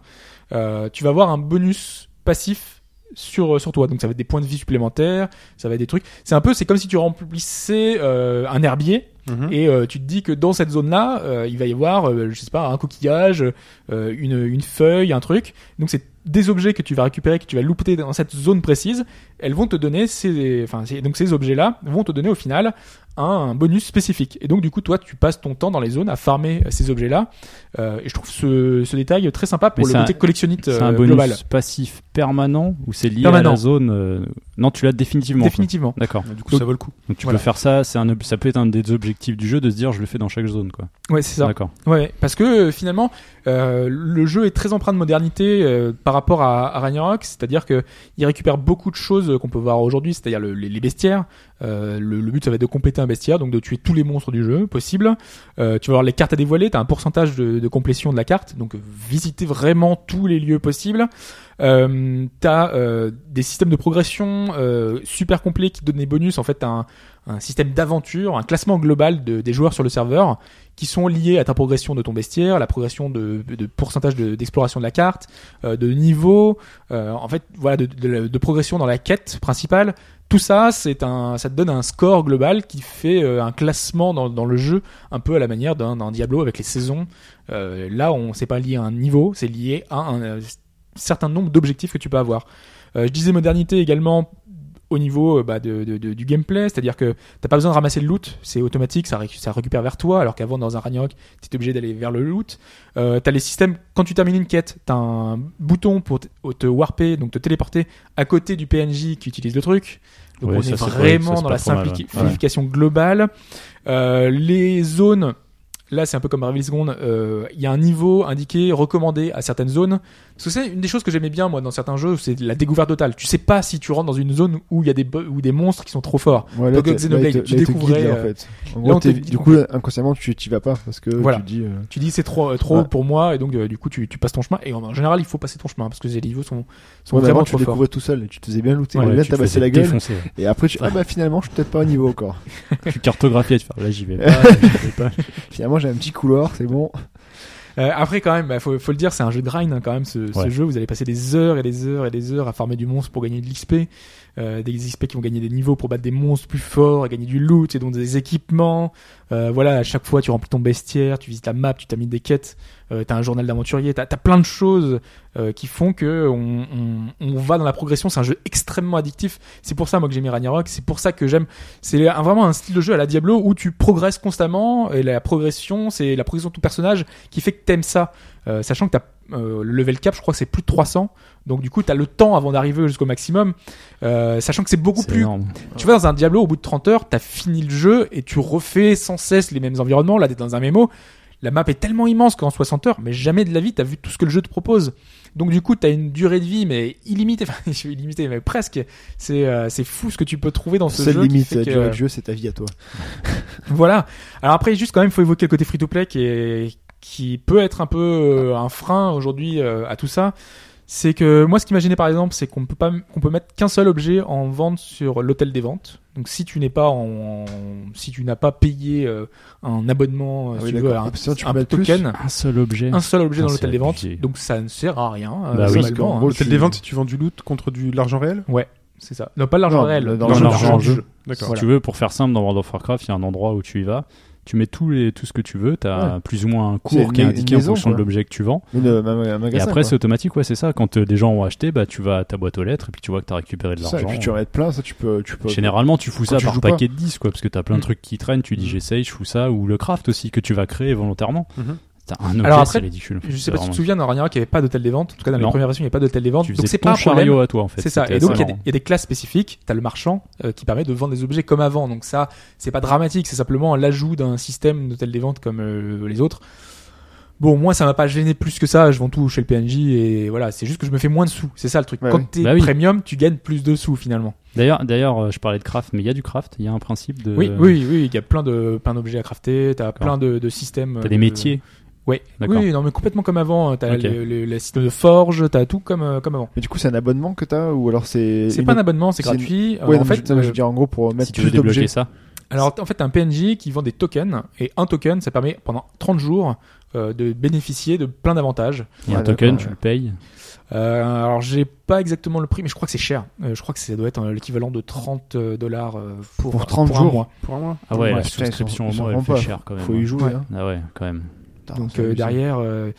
euh, tu vas avoir un bonus passif sur, euh, sur toi. Donc ça va être des points de vie supplémentaires, ça va être des trucs. C'est un peu, c'est comme si tu remplissais euh, un herbier. Mhm. Et euh, tu te dis que dans cette zone-là, euh, il va y avoir, euh, je sais pas, un coquillage, euh, une, une feuille, un truc. Donc c'est des objets que tu vas récupérer, que tu vas louper dans cette zone précise. Elles vont te donner ces, enfin, ces- donc ces objets-là vont te donner au final un, un bonus spécifique. Et donc du coup, toi, tu passes ton temps dans les zones à farmer ces objets-là. Euh, et je trouve ce, ce détail très sympa pour Mais le c'est côté un- collectionnite C'est un euh, bonus global. passif permanent ou c'est lié à Permanent. la zone euh, Non, tu l'as définitivement. quoi. Définitivement. D'accord. Du coup, Donc- ça vaut le coup. Donc tu Voilà. peux faire ça, c'est un ob- ça peut être un des objectifs du jeu de se dire je le fais dans chaque zone quoi. Ouais, c'est ça. D'accord. Ouais, parce que euh, finalement, euh, le jeu est très empreint de modernité euh, par rapport à, à Ragnarok, c'est-à-dire que il récupère beaucoup de choses euh, qu'on peut voir aujourd'hui, c'est-à-dire le- les, les bestiaires. Euh, le, le but, ça va être de compléter un bestiaire, donc de tuer tous les monstres du jeu possible. Euh, tu vas avoir les cartes à dévoiler, tu as un pourcentage de, de complétion de la carte, donc euh, visiter vraiment tous les lieux possibles. Euh, t'as euh, des systèmes de progression euh, super complets qui donnent des bonus. En fait, t'as un, un système d'aventure, un classement global de- des joueurs sur le serveur qui sont liés à ta progression de ton bestiaire, la progression de, de pourcentage de- d'exploration de la carte, euh, de niveau, euh, en fait, voilà, de, de- de progression dans la quête principale. Tout ça, c'est un, ça te donne un score global qui fait euh, un classement dans, dans le jeu, un peu à la manière d'un d'un Diablo avec les saisons. Euh, là, on c'est pas lié à un niveau, c'est lié à un, euh, certain nombre d'objectifs que tu peux avoir. Euh, je disais modernité également au niveau euh, bah, de, de- de- du gameplay, c'est-à-dire que t'as pas besoin de ramasser le loot, c'est automatique, ça, récu- ça récupère vers toi, alors qu'avant dans un Ragnarok, t'étais obligé d'aller vers le loot. Euh, t'as les systèmes, quand tu termines une quête, t'as un bouton pour te, te warper, donc te téléporter à côté du PNJ qui utilise le truc. Donc Ouais, on ça, est c'est pas- ça, c'est vraiment dans pas la trop mal, ouais. simplifi- Ouais. simplification globale. Euh, les zones, là c'est un peu comme Marvel Second, euh, il y a un niveau indiqué, recommandé à certaines zones. Parce que c'est une des choses que j'aimais bien moi dans certains jeux, c'est la découverte totale. Tu sais pas si tu rentres dans une zone où il y a des, bo- ou des monstres qui sont trop forts. Ouais, Pokémon t'es- Xenoblade, il te- tu il te découvrais, là, en euh, fait. En là, gros, on te t'es- dit- du coup, inconsciemment, tu t'y vas pas parce que Voilà. tu dis. euh, Tu dis c'est trop, euh, trop Ouais. pour moi et donc euh, du coup tu, tu passes ton chemin. Et en, en général il faut passer ton chemin hein, parce que les niveaux sont, sont ouais, mais vraiment avant, tu trop forts. découvrais tout seul et tu te faisais bien looter. Ouais, là, tu t'as te passé faisais la gueule. défoncer, ouais. Et après, tu ah bah finalement, je suis peut-être pas au niveau encore. tu cartographiais, tu fais là j'y vais pas, j'y vais pas. Finalement, j'ai un petit couloir, c'est bon. Euh, après, quand même, bah, faut, faut le dire, c'est un jeu de grind hein, quand même. Ce, ce Ouais. jeu, vous allez passer des heures et des heures et des heures à farmer du monstre pour gagner de l'XP, euh, des XP qui vont gagner des niveaux pour battre des monstres plus forts, et gagner du loot et donc des équipements. Euh, voilà, à chaque fois, tu remplis ton bestiaire, tu visites la map, tu t'as mis des quêtes, euh, t'as un journal d'aventurier, t'as as plein de choses euh, qui font que on, on, on va dans la progression. C'est un jeu extrêmement addictif. C'est pour ça moi que j'ai mis Ragnarok. C'est pour ça que j'aime. C'est un- vraiment un style de jeu à la Diablo où tu progresses constamment et la progression, c'est la progression de ton personnage qui fait que t'aimes ça. Euh, sachant que t'as euh, le level cap, je crois que c'est plus de 300. Donc du coup, t'as le temps avant d'arriver jusqu'au maximum. Euh, sachant que c'est beaucoup C'est plus énorme. tu vois, dans un Diablo, au bout de 30 heures, t'as fini le jeu et tu refais sans cesse les mêmes environnements. Là, t'es dans un mémo. La map est tellement immense qu'en 60 heures, mais jamais de la vie, t'as vu tout ce que le jeu te propose. Donc, du coup, t'as une durée de vie, mais illimitée. Enfin, je suis illimitée, mais presque. C'est euh, c'est fou ce que tu peux trouver dans ce Seule jeu. qui limite, fait la que- euh, durée de jeu, c'est ta vie à toi. voilà. Alors après, juste quand même, faut évoquer le côté free-to-play qui, est- qui peut être un peu euh, un frein aujourd'hui euh, à tout ça. C'est que moi, ce qui m'a gêné par exemple, c'est qu'on peut pas, qu'on peut mettre qu'un seul objet en vente sur l'hôtel des ventes. Donc si tu n'es pas en, si tu n'as pas payé euh, un abonnement, euh, Ah si oui, tu veux, d'accord. à un, Ah, sinon, tu un peux mettre plus. token, Un seul objet. un seul objet Putain, dans l'hôtel Ah, c'est des ventes, abusé. donc ça ne sert à rien. euh, Bah oui, globalement, parce qu'en hein. gros, tu- c'est des ventes si tu vends du loot contre du l'argent réel Ouais, c'est ça. Non, pas l'argent Non, réel, le- dans Dans l'argent l'argent du en jeu. Si D'accord. tu veux, pour faire simple, dans World of Warcraft, il y a un endroit où tu y vas, tu mets tout, les, tout ce que tu veux, tu as plus ou moins un C'est cours une- qui est une indiqué maison, en fonction de quoi. l'objet que tu vends. Une- un- un magasin, et après, quoi. c'est automatique, ouais, c'est ça. Quand euh, des gens ont acheté, bah, tu vas à ta boîte aux lettres et puis tu vois que tu as récupéré de C'est ça, et l'argent. puis tu en mets plein, ça tu peux. Tu peux Généralement, tu fous Quand ça tu joues par pas. paquet de 10, quoi, parce que t'as plein Mm. de trucs qui traînent. Tu dis, Mm. j'essaye, je fous ça, ou le craft aussi, que tu vas créer volontairement. Mhm. T'as un objet, Mm-hmm. Alors après, c'est ridicule. Je sais C'est pas si tu vraiment- te souviens, dans Ragnarok, il n'y avait pas d'hôtel des ventes. En tout cas, dans les Non. premières versions, il n'y avait pas d'hôtel des ventes. Tu Donc faisais c'est ton pas un problème. chariot à toi, en fait. C'est ça. C'était Et donc, il assez y, a des- marrant. il y a des classes spécifiques. T'as le marchand euh, qui permet de vendre des objets comme avant. Donc ça, c'est pas dramatique. C'est simplement l'ajout d'un système d'hôtel des ventes comme euh, les autres. Bon, moi, ça m'a pas gêné plus que ça. Je vends tout chez le PNJ et voilà. C'est juste que je me fais moins de sous. C'est ça le truc. Ouais, Quand ouais. t'es Bah oui. premium, tu gagnes plus de sous finalement. D'ailleurs, d'ailleurs, euh, je parlais de craft, mais il y a du craft, il y a un principe de. Oui, oui, oui. Il y a plein de plein d'objets à crafter. T'as plein de, de systèmes. T'as de- des métiers. Ouais. D'accord. Oui, non, mais complètement comme avant. T'as Ok. le, le- le système de forge. T'as tout comme euh, comme avant. Mais du coup, c'est un abonnement que t'as ou alors c'est. C'est une pas un autre- abonnement, c'est c'est une- gratuit. Euh, Ouais, en non, mais fait, je- non, je euh, veux dire, en gros, pour Si mettre tu veux plus d'objets. débloquer ça, Alors en fait, t'as un PNJ qui vend des tokens et un token, ça permet pendant 30 jours euh, de bénéficier de plein d'avantages. il y a Ouais, un token, d'accord, tu ouais. le payes. Euh, alors j'ai pas exactement le prix, mais je crois que c'est cher. Euh, je crois que ça doit être euh, l'équivalent de 30 dollars euh, pour, Pour 30 pour un jours. mois. Pour moi Ah ouais, Ouais, putain, la ils sont- souscription ils au sont mois, elle vraiment fait pas- cher quand même. Faut y hein. jouer. Ouais. hein. Ah ouais, quand même. Putain, Donc c'est euh, abusé. derrière, euh,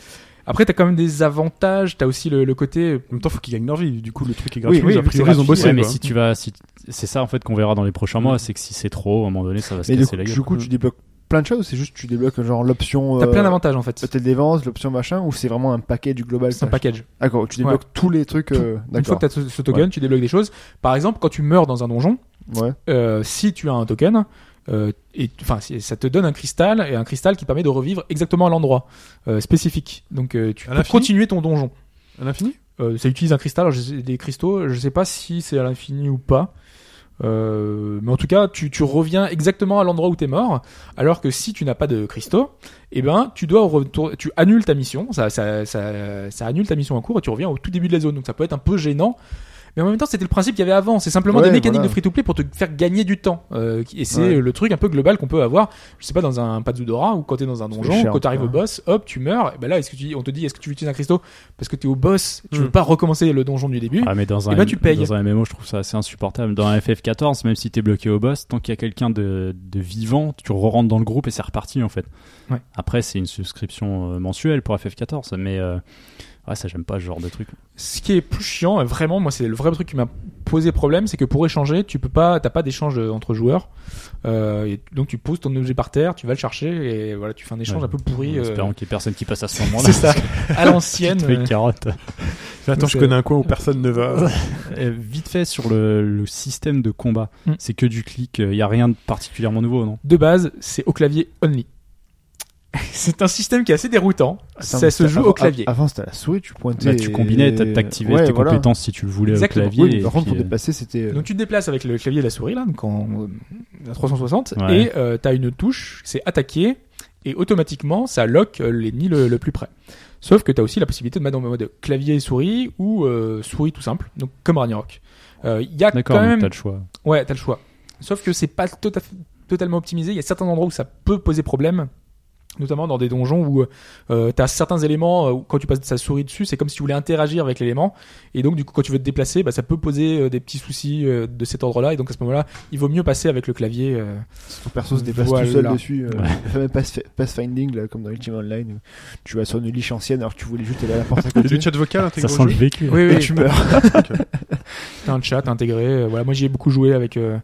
après t'as quand même des avantages. T'as aussi le, le côté En même temps, faut qu'ils gagnent leur vie. Du coup, le truc est Oui, gratuit. oui, a priori, c'est ils ont gratuit. bossé. Ouais, mais quoi. si tu vas, si c'est ça en fait qu'on verra dans les prochains mois, c'est que si c'est trop, à un moment donné, ça va se Mais du casser coup, la du gueule. coup, tu débloques plein de choses ou c'est juste tu débloques genre l'option. t'as euh, plein d'avantages en fait. Hôtel des ventes, l'option machin ou c'est vraiment un paquet du global C'est un quoi. package. D'accord, tu débloques tous les trucs. euh, Une fois D'accord. que t'as ce, ce token, tu débloques des choses. Par exemple, quand tu meurs dans un donjon, Ouais. euh, si tu as un token, euh, et enfin si- ça te donne un cristal et un cristal qui permet de revivre exactement à l'endroit euh, spécifique. Donc euh, tu À peux l'infini continuer ton donjon. À l'infini Euh, ça utilise un cristal, alors je sais- des cristaux. Je sais pas si c'est à l'infini ou pas. Euh, mais en tout cas, tu, tu reviens exactement à l'endroit où t'es mort. Alors que si tu n'as pas de cristaux, eh ben tu dois retour- tu annules ta mission. Ça, ça, ça, ça annule ta mission en cours et tu reviens au tout début de la zone. Donc ça peut être un peu gênant. Mais en même temps, c'était le principe qu'il y avait avant. C'est simplement Ouais, des mécaniques voilà. de free-to-play pour te faire gagner du temps. Euh, et c'est Ouais. le truc un peu global qu'on peut avoir. Je sais pas dans un Pazudora ou quand t'es dans un Ça donjon, fait cher, quand t'arrives ouais. au boss, hop, tu meurs. Et ben là, est-ce que tu, on te dit, est-ce que tu veux utiliser un cristaux parce que t'es au boss, tu Hmm. veux pas recommencer le donjon du début. Ah mais dans Eh un, ben, tu payes. dans un MMO je trouve ça assez insupportable. Dans un FF14 même si t'es bloqué au boss, tant qu'il y a quelqu'un de, de vivant, tu re-rentres dans le groupe et c'est reparti en fait. Ouais. Après c'est une subscription euh, mensuelle pour FF14 mais euh, Ouais, ça, j'aime pas ce genre de truc. Ce qui est plus chiant, euh, vraiment, moi, c'est le vrai truc qui m'a posé problème, c'est que pour échanger, tu peux pas, t'as pas d'échange euh, entre joueurs. Euh, et donc tu poses ton objet par terre, tu vas le chercher et voilà, tu fais un échange Ouais. un peu pourri. en euh, espérant qu'il y ait personne qui passe à ce moment-là. c'est ça, à Tu l'ancienne. euh. te fais carotte. Attends, je c'est- connais un coin où personne ne va. Euh, vite fait sur le, le système de combat, Mm. c'est que du clic, il n'y a rien de particulièrement nouveau, non De base, c'est au clavier only. C'est un système qui est assez déroutant. Attends, ça mais se c'était- joue avant- au clavier. Avant, c'était à la souris, tu pointais. Là, tu combinais, t'a- t'activais Ouais, tes voilà. compétences si tu le voulais Exactement. au clavier. Oui, mais et par contre, puis, pour euh, dépasser, c'était. Donc tu te déplaces avec le clavier et la souris là, donc en euh, à 360, Ouais. et euh, t'as une touche, c'est attaquer, et automatiquement ça lock euh, l'ennemi le, le plus près. Sauf que t'as aussi la possibilité de mettre en mode clavier et souris ou euh, souris tout simple, donc comme Ragnarok. Euh, Il y a D'accord, quand donc même t'as le choix. Ouais, t'as le choix. Sauf que c'est pas tout à fait- totalement optimisé. Il y a certains endroits où ça peut poser problème, notamment dans des donjons où euh, t'as certains éléments euh, où quand tu passes ta souris dessus, c'est comme si tu voulais interagir avec l'élément. Et donc, du coup, quand tu veux te déplacer, bah, ça peut poser euh, des petits soucis euh, de cet ordre-là. Et donc, à ce moment-là, il vaut mieux passer avec le clavier. euh. Si ton perso se déplace tout seul Voilà. dessus, euh, le fameux pass- pathfinding, là, comme dans Ultima Online, où tu vas sur une liche ancienne alors que tu voulais juste aller à la porte à Il y a côté. du chat vocal intégré Ça au sent le jeu vécu. hein. Oui, et oui, tu meurs. t'as un chat intégré. euh, voilà, moi, j'y ai beaucoup joué avec. euh,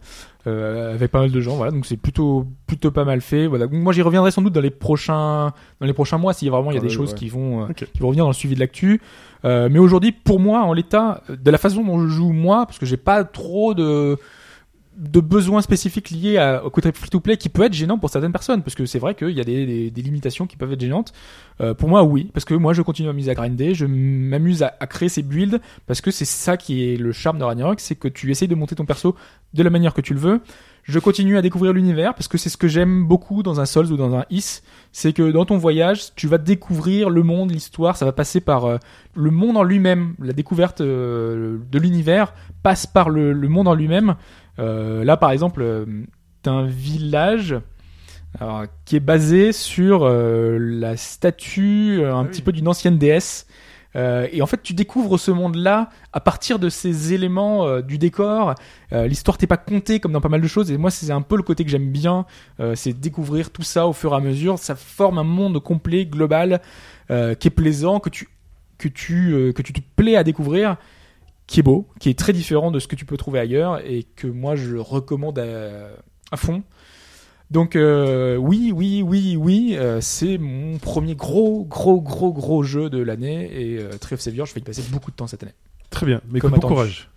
euh, avec pas mal de gens voilà donc c'est plutôt plutôt pas mal fait voilà Donc, moi j'y reviendrai sans doute dans les prochains dans les prochains mois si vraiment il y a Ouais, des choses ouais. qui vont euh, Ok. qui vont revenir dans le suivi de l'actu. Euh, mais aujourd'hui, pour moi, en l'état, euh, de la façon dont je joue moi, parce que j'ai pas trop de de besoins spécifiques liés à- au côté free-to-play qui peut être gênant pour certaines personnes, parce que c'est vrai qu'il y a des, des- des limitations qui peuvent être gênantes. Euh, pour moi, oui, parce que moi, je continue à m'amuser à grinder, je m'amuse à, à créer ces builds, parce que c'est ça qui est le charme de Ragnarok, c'est que tu essayes de monter ton perso de la manière que tu le veux. Je continue à découvrir l'univers, parce que c'est ce que j'aime beaucoup dans un Souls ou dans un Is, c'est que dans ton voyage, tu vas découvrir le monde, l'histoire, ça va passer par euh, le monde en lui-même, la découverte euh, de l'univers passe par le, le monde en lui-même. Euh, là, par exemple, euh, t'as un village alors, qui est basé sur euh, la statue euh, un petit peu d'une ancienne déesse. Euh, et en fait, tu découvres ce monde-là à partir de ces éléments euh, du décor. Euh, L'histoire t'est pas contée comme dans pas mal de choses. Et moi, c'est un peu le côté que j'aime bien. Euh, c'est découvrir tout ça au fur et à mesure. Ça forme un monde complet, global, euh, qui est plaisant, que tu, que, tu, euh, que tu te plais à découvrir, qui est beau, qui est très différent de ce que tu peux trouver ailleurs et que moi je recommande à, à fond. Donc euh, oui, oui, oui, oui, euh, c'est mon premier gros, gros, gros, gros jeu de l'année et euh, Tree of Savior, je vais y passer beaucoup de temps cette année. Très bien, mais Comme bon attendu. courage.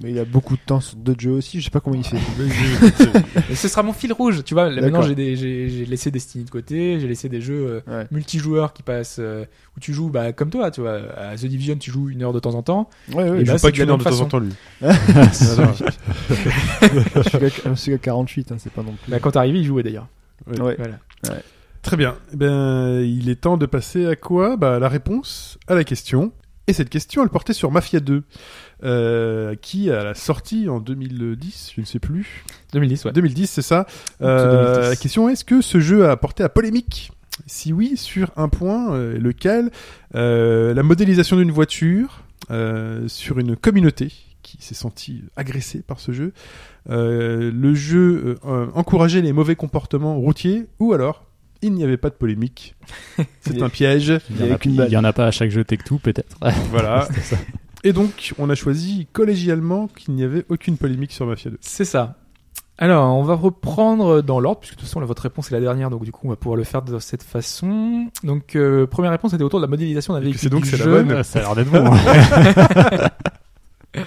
Mais il a beaucoup de temps sur d'autres jeux aussi, je sais pas comment il fait. Et ce sera mon fil rouge, tu vois. Là, D'accord. maintenant, j'ai des- j'ai j'ai laissé Destiny de côté, j'ai laissé des jeux euh, Ouais. multijoueurs qui passent euh, où tu joues, bah, comme toi, tu vois. À The Division, tu joues une heure de temps en temps. Ouais, ouais, Il bah, joue c'est pas de la qu'une heure de même temps en façon. temps, lui. Ah, je suis qu'à- je suis qu'à 48, hein, c'est pas non plus. Bah, quand t'es arrivé, il jouait d'ailleurs. Ouais. Voilà. Très bien. Eh ben, il est temps de passer à quoi bah, La réponse à la question. Et cette question, elle portait sur Mafia 2, euh, qui, à la sortie en 2010, je ne sais plus, 2010, ouais. 2010, c'est ça. Ou Euh, 2010. la question est, est-ce que ce jeu a porté à polémique Si oui, sur un point, euh, lequel Euh, La modélisation d'une voiture euh, sur une communauté qui s'est sentie agressée par ce jeu. Euh, le jeu euh, euh, encourageait les mauvais comportements routiers ou alors il n'y avait pas de polémique. C'est un piège. Il y n'y avait en, a- qu'une balle. il y en a pas à chaque jeu Tech Two, peut-être. Voilà. Et donc, on a choisi collégialement qu'il n'y avait aucune polémique sur Mafia 2. C'est ça. Alors, on va reprendre dans l'ordre, puisque de toute façon, là, votre réponse est la dernière, donc du coup, on va pouvoir le faire de cette façon. Donc, euh, première réponse était autour de la modélisation d'un véhicule. c'est donc du c'est la jeu. bonne. Ah, ça a l'air d'être bon. hein.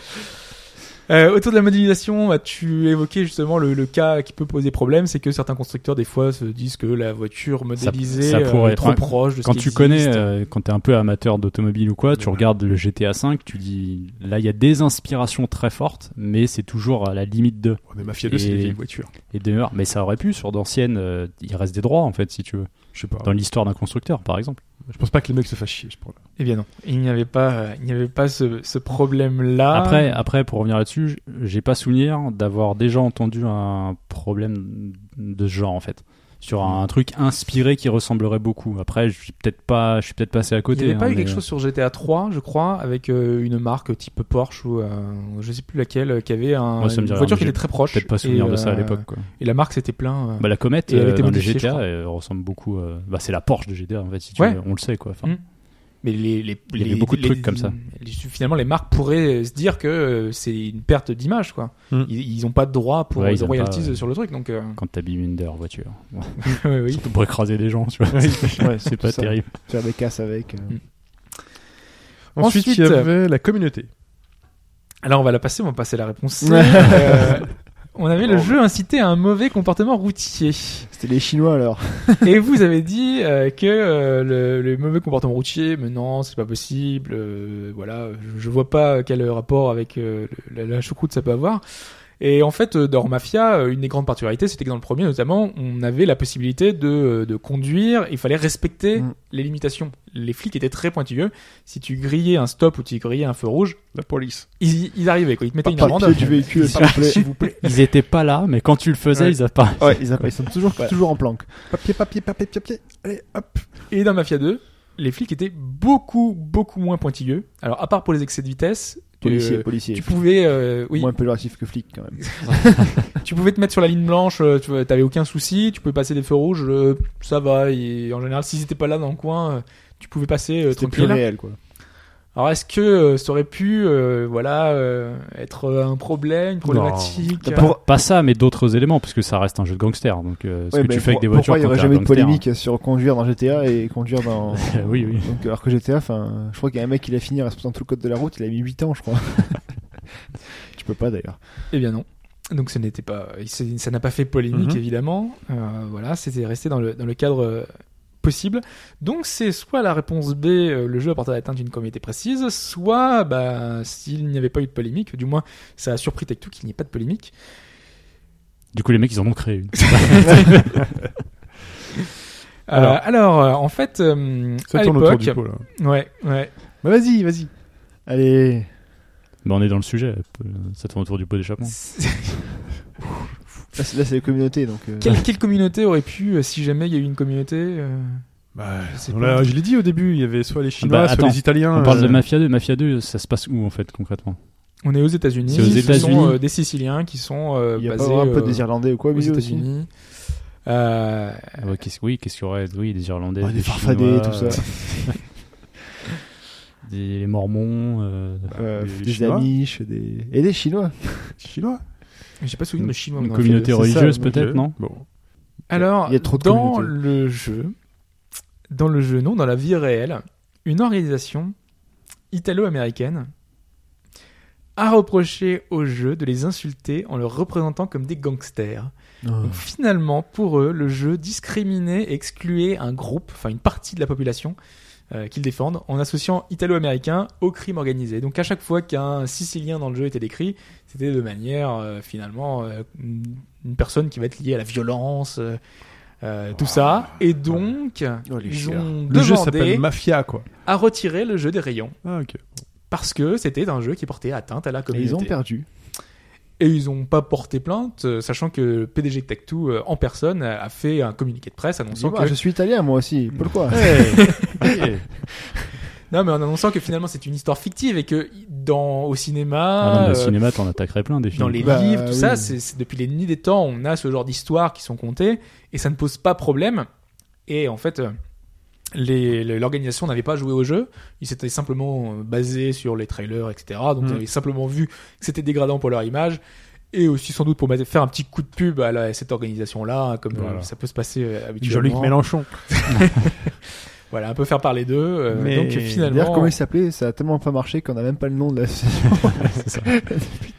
Euh, autour de la modélisation, bah, tu évoquais justement le, le cas qui peut poser problème, c'est que certains constructeurs des fois se disent que la voiture modélisée ça euh, pourrait- est trop ouais. proche de ce quand qui tu existe. connais, euh, quand t'es un peu amateur d'automobile ou quoi, tu regardes le GTA V, tu dis là il y a des inspirations très fortes, mais c'est toujours à la limite de. Ouais, Oh, mais Mafia 2, c'est Et- des vieilles voitures. Et demeure, mais ça aurait pu sur d'anciennes. euh, il reste des droits en fait, si tu veux, Je sais pas. dans l'histoire d'un constructeur, par exemple. Je pense pas que les mecs se fâchent chier. Je pense. Eh bien non, il n'y avait pas, euh, il n'y avait pas ce, ce problème-là. Après, après, pour revenir là-dessus, j- j'ai pas souvenir d'avoir déjà entendu un problème de ce genre en fait, sur Hmm. un, truc inspiré qui ressemblerait beaucoup. Après, je suis peut-être pas, je suis peut-être passé à il côté. n'y avait pas hein, eu quelque mais- chose sur GTA 3, je crois, avec euh, une marque type Porsche ou euh, je sais plus laquelle, euh, qui avait un- Moi, ça me une dit rien, voiture mais qui j'ai était très proche. Peut-être pas et, souvenir de ça à euh, l'époque. quoi. Et la marque s'était plein. euh, Bah, la comète Et elle euh, était dans les modifiée, je GTA crois. elle ressemble beaucoup. euh, bah, c'est la Porsche de GTA en fait. Si tu Ouais. veux, on le sait quoi. Enfin, Mm. Mais les, les, Il y avait les- beaucoup de les- trucs comme ça. les- finalement, les marques pourraient euh, se dire que euh, c'est une perte d'image, quoi. Hmm. Ils ils ont pas de droit pour Ouais, les ils aiment pas, royalties ouais. sur le truc, donc. euh, Quand t'abîmes une deur en voiture. ouais, oui. Surtout pour écraser des gens, tu vois. Ouais, C'est pas ça. terrible. Faire des casses avec. euh. Ensuite, il y Ensuite, avait la communauté. Alors on va la passer, on va passer à la réponse. C. Euh, on avait le jeu incité à un mauvais comportement routier. C'était les Chinois alors. Et vous avez dit euh, que euh, le, le mauvais comportement routier, mais non, c'est pas possible. euh, voilà, je, je vois pas quel rapport avec euh, le- la, la choucroute ça peut avoir. Et en fait, euh, dans Mafia, euh, une des grandes particularités, c'était que dans le premier, notamment, on avait la possibilité de, de conduire. Il fallait respecter Mm. les limitations. Les flics étaient très pointilleux. Si tu grillais un stop ou tu grillais un feu rouge, La police. ils, ils arrivaient. Quoi. Ils te mettaient une Pas amende. pied du véhicule, s'il vous plaît. vous plaît. Ils étaient pas là, mais quand tu le faisais, Ouais. ils avaient pas. Ouais, ils, ils sont toujours, toujours en planque. Papier, papier, papier, papier. Allez, hop. Et dans Mafia 2, les flics étaient beaucoup, beaucoup moins pointilleux. Alors, à part pour les excès de vitesse, tu, Policier, euh, policier. tu pouvais, euh, oui, Moins péjoratif que flic quand même. tu pouvais te mettre sur la ligne blanche, euh, tu vois, t'avais aucun souci, tu pouvais passer des feux rouges, euh, ça va. Et en général, s'ils étaient pas là dans le coin, euh, tu pouvais passer euh, C'était plus tranquille. réel quoi. Alors, est-ce que euh, ça aurait pu, euh, voilà, euh, être un problème, une problématique euh, Pour- Pas ça, mais d'autres éléments, parce que ça reste un jeu de gangster. Donc, euh, ce Ouais, que mais tu fais avec pour- des voitures. Pourquoi il n'y quand aurait t'es un jamais eu de gangster, hein. polémique sur conduire dans GTA et conduire dans. Oui, oui. Donc, alors que GTA, enfin, je crois qu'il y a un mec qui l'a fini en respectant tout le code de la route, il a mis 8 ans, je crois. tu peux pas d'ailleurs. Eh bien non. Donc ce n'était pas, c'est- ça n'a pas fait polémique Mhm. évidemment. Euh, voilà, c'était resté dans le dans le cadre euh, possible. Donc c'est soit la réponse B, euh, le jeu apporte à atteindre une communauté précise, soit bah s'il n'y avait pas eu de polémique, du moins ça a surpris Tech2 qu'il n'y ait pas de polémique. Du coup, les mecs, ils en ont créé une. Euh, alors, euh, en fait, euh, Ça à tourne autour l'époque, du pot, là. ouais, ouais, Bah, vas-y, vas-y. Allez, Bah, on est dans le sujet. euh, Ça tourne autour du pot d'échappement. là c'est là, c'est les communautés donc. euh, quelle, quelle communauté aurait pu, euh, si jamais il y a eu une communauté, euh, Bah, je sais voilà, pas. je l'ai dit au début, il y avait soit les Chinois, Bah, soit attends, les Italiens. On parle de euh, Mafia 2. Mafia 2, ça se passe où en fait concrètement on est aux États-Unis, C'est aux ce États-Unis. sont euh, des Siciliens qui sont euh, Il y a basés pas un peu euh, des Irlandais ou quoi au aux milieu aussi États-Unis. Euh, Ouais, qu'est-ce- Oui, qu'est-ce qu'il y aurait Oui, des Irlandais. Ouais, des Chinois, farfadets, tout ça. euh, des les Mormons. euh, Euh, Des des Chinois Amish, des... et des Chinois. Chinois J'ai pas souvenir de chinois. Une dans le communauté film. c'est ça, religieuse ok. peut-être, non Bon. Alors, Il y a trop de dans communautés. le jeu, dans le jeu, non, dans la vie réelle, une organisation italo-américaine a reproché au jeu de les insulter en leur représentant comme des gangsters. Hmm. Donc, finalement, pour eux, le jeu discriminait et excluait un groupe, enfin une partie de la population euh, qu'ils défendent, en associant italo-américain au crime organisé. Donc à chaque fois qu'un Sicilien dans le jeu était décrit, c'était de manière euh, finalement euh, une une personne qui va être liée à la violence, euh, euh, tout ça. Et donc, Oh, les ils chiens. ont Le jeu demandé s'appelle Mafia, quoi. à retirer le jeu des rayons. Ah, ok. Parce que c'était un jeu qui portait atteinte à la Et communauté. ils ont perdu. Et ils n'ont pas porté plainte, euh, sachant que le PDG de Tech2 euh, en personne a a fait un communiqué de presse Ils annonçant disent, bah, que... Ah, Je suis italien moi aussi, pourquoi Non, mais en annonçant que finalement c'est une histoire fictive et que dans, au Ah, cinéma, non, mais au euh, cinéma, t'en attaquerais plein des films. dans les Bah, livres, tout oui. ça, c'est c'est depuis les nuits des temps, on a ce genre d'histoires qui sont contées et ça ne pose pas problème. Et en fait, euh, les- le- l'organisation n'avait pas joué au jeu, ils s'étaient simplement euh, basés sur les trailers, etc. Donc Mm. ils avaient simplement vu que c'était dégradant pour leur image. Et aussi sans doute pour mettre- faire un petit coup de pub à, la- à cette organisation-là, comme euh, Voilà. ça peut se passer euh, habituellement. Jean-Luc Mélenchon. Voilà, un peu faire parler d'eux. euh, Mais- Donc D'ailleurs, finalement, comment il s'appelait Ça a tellement pas marché qu'on a même pas le nom de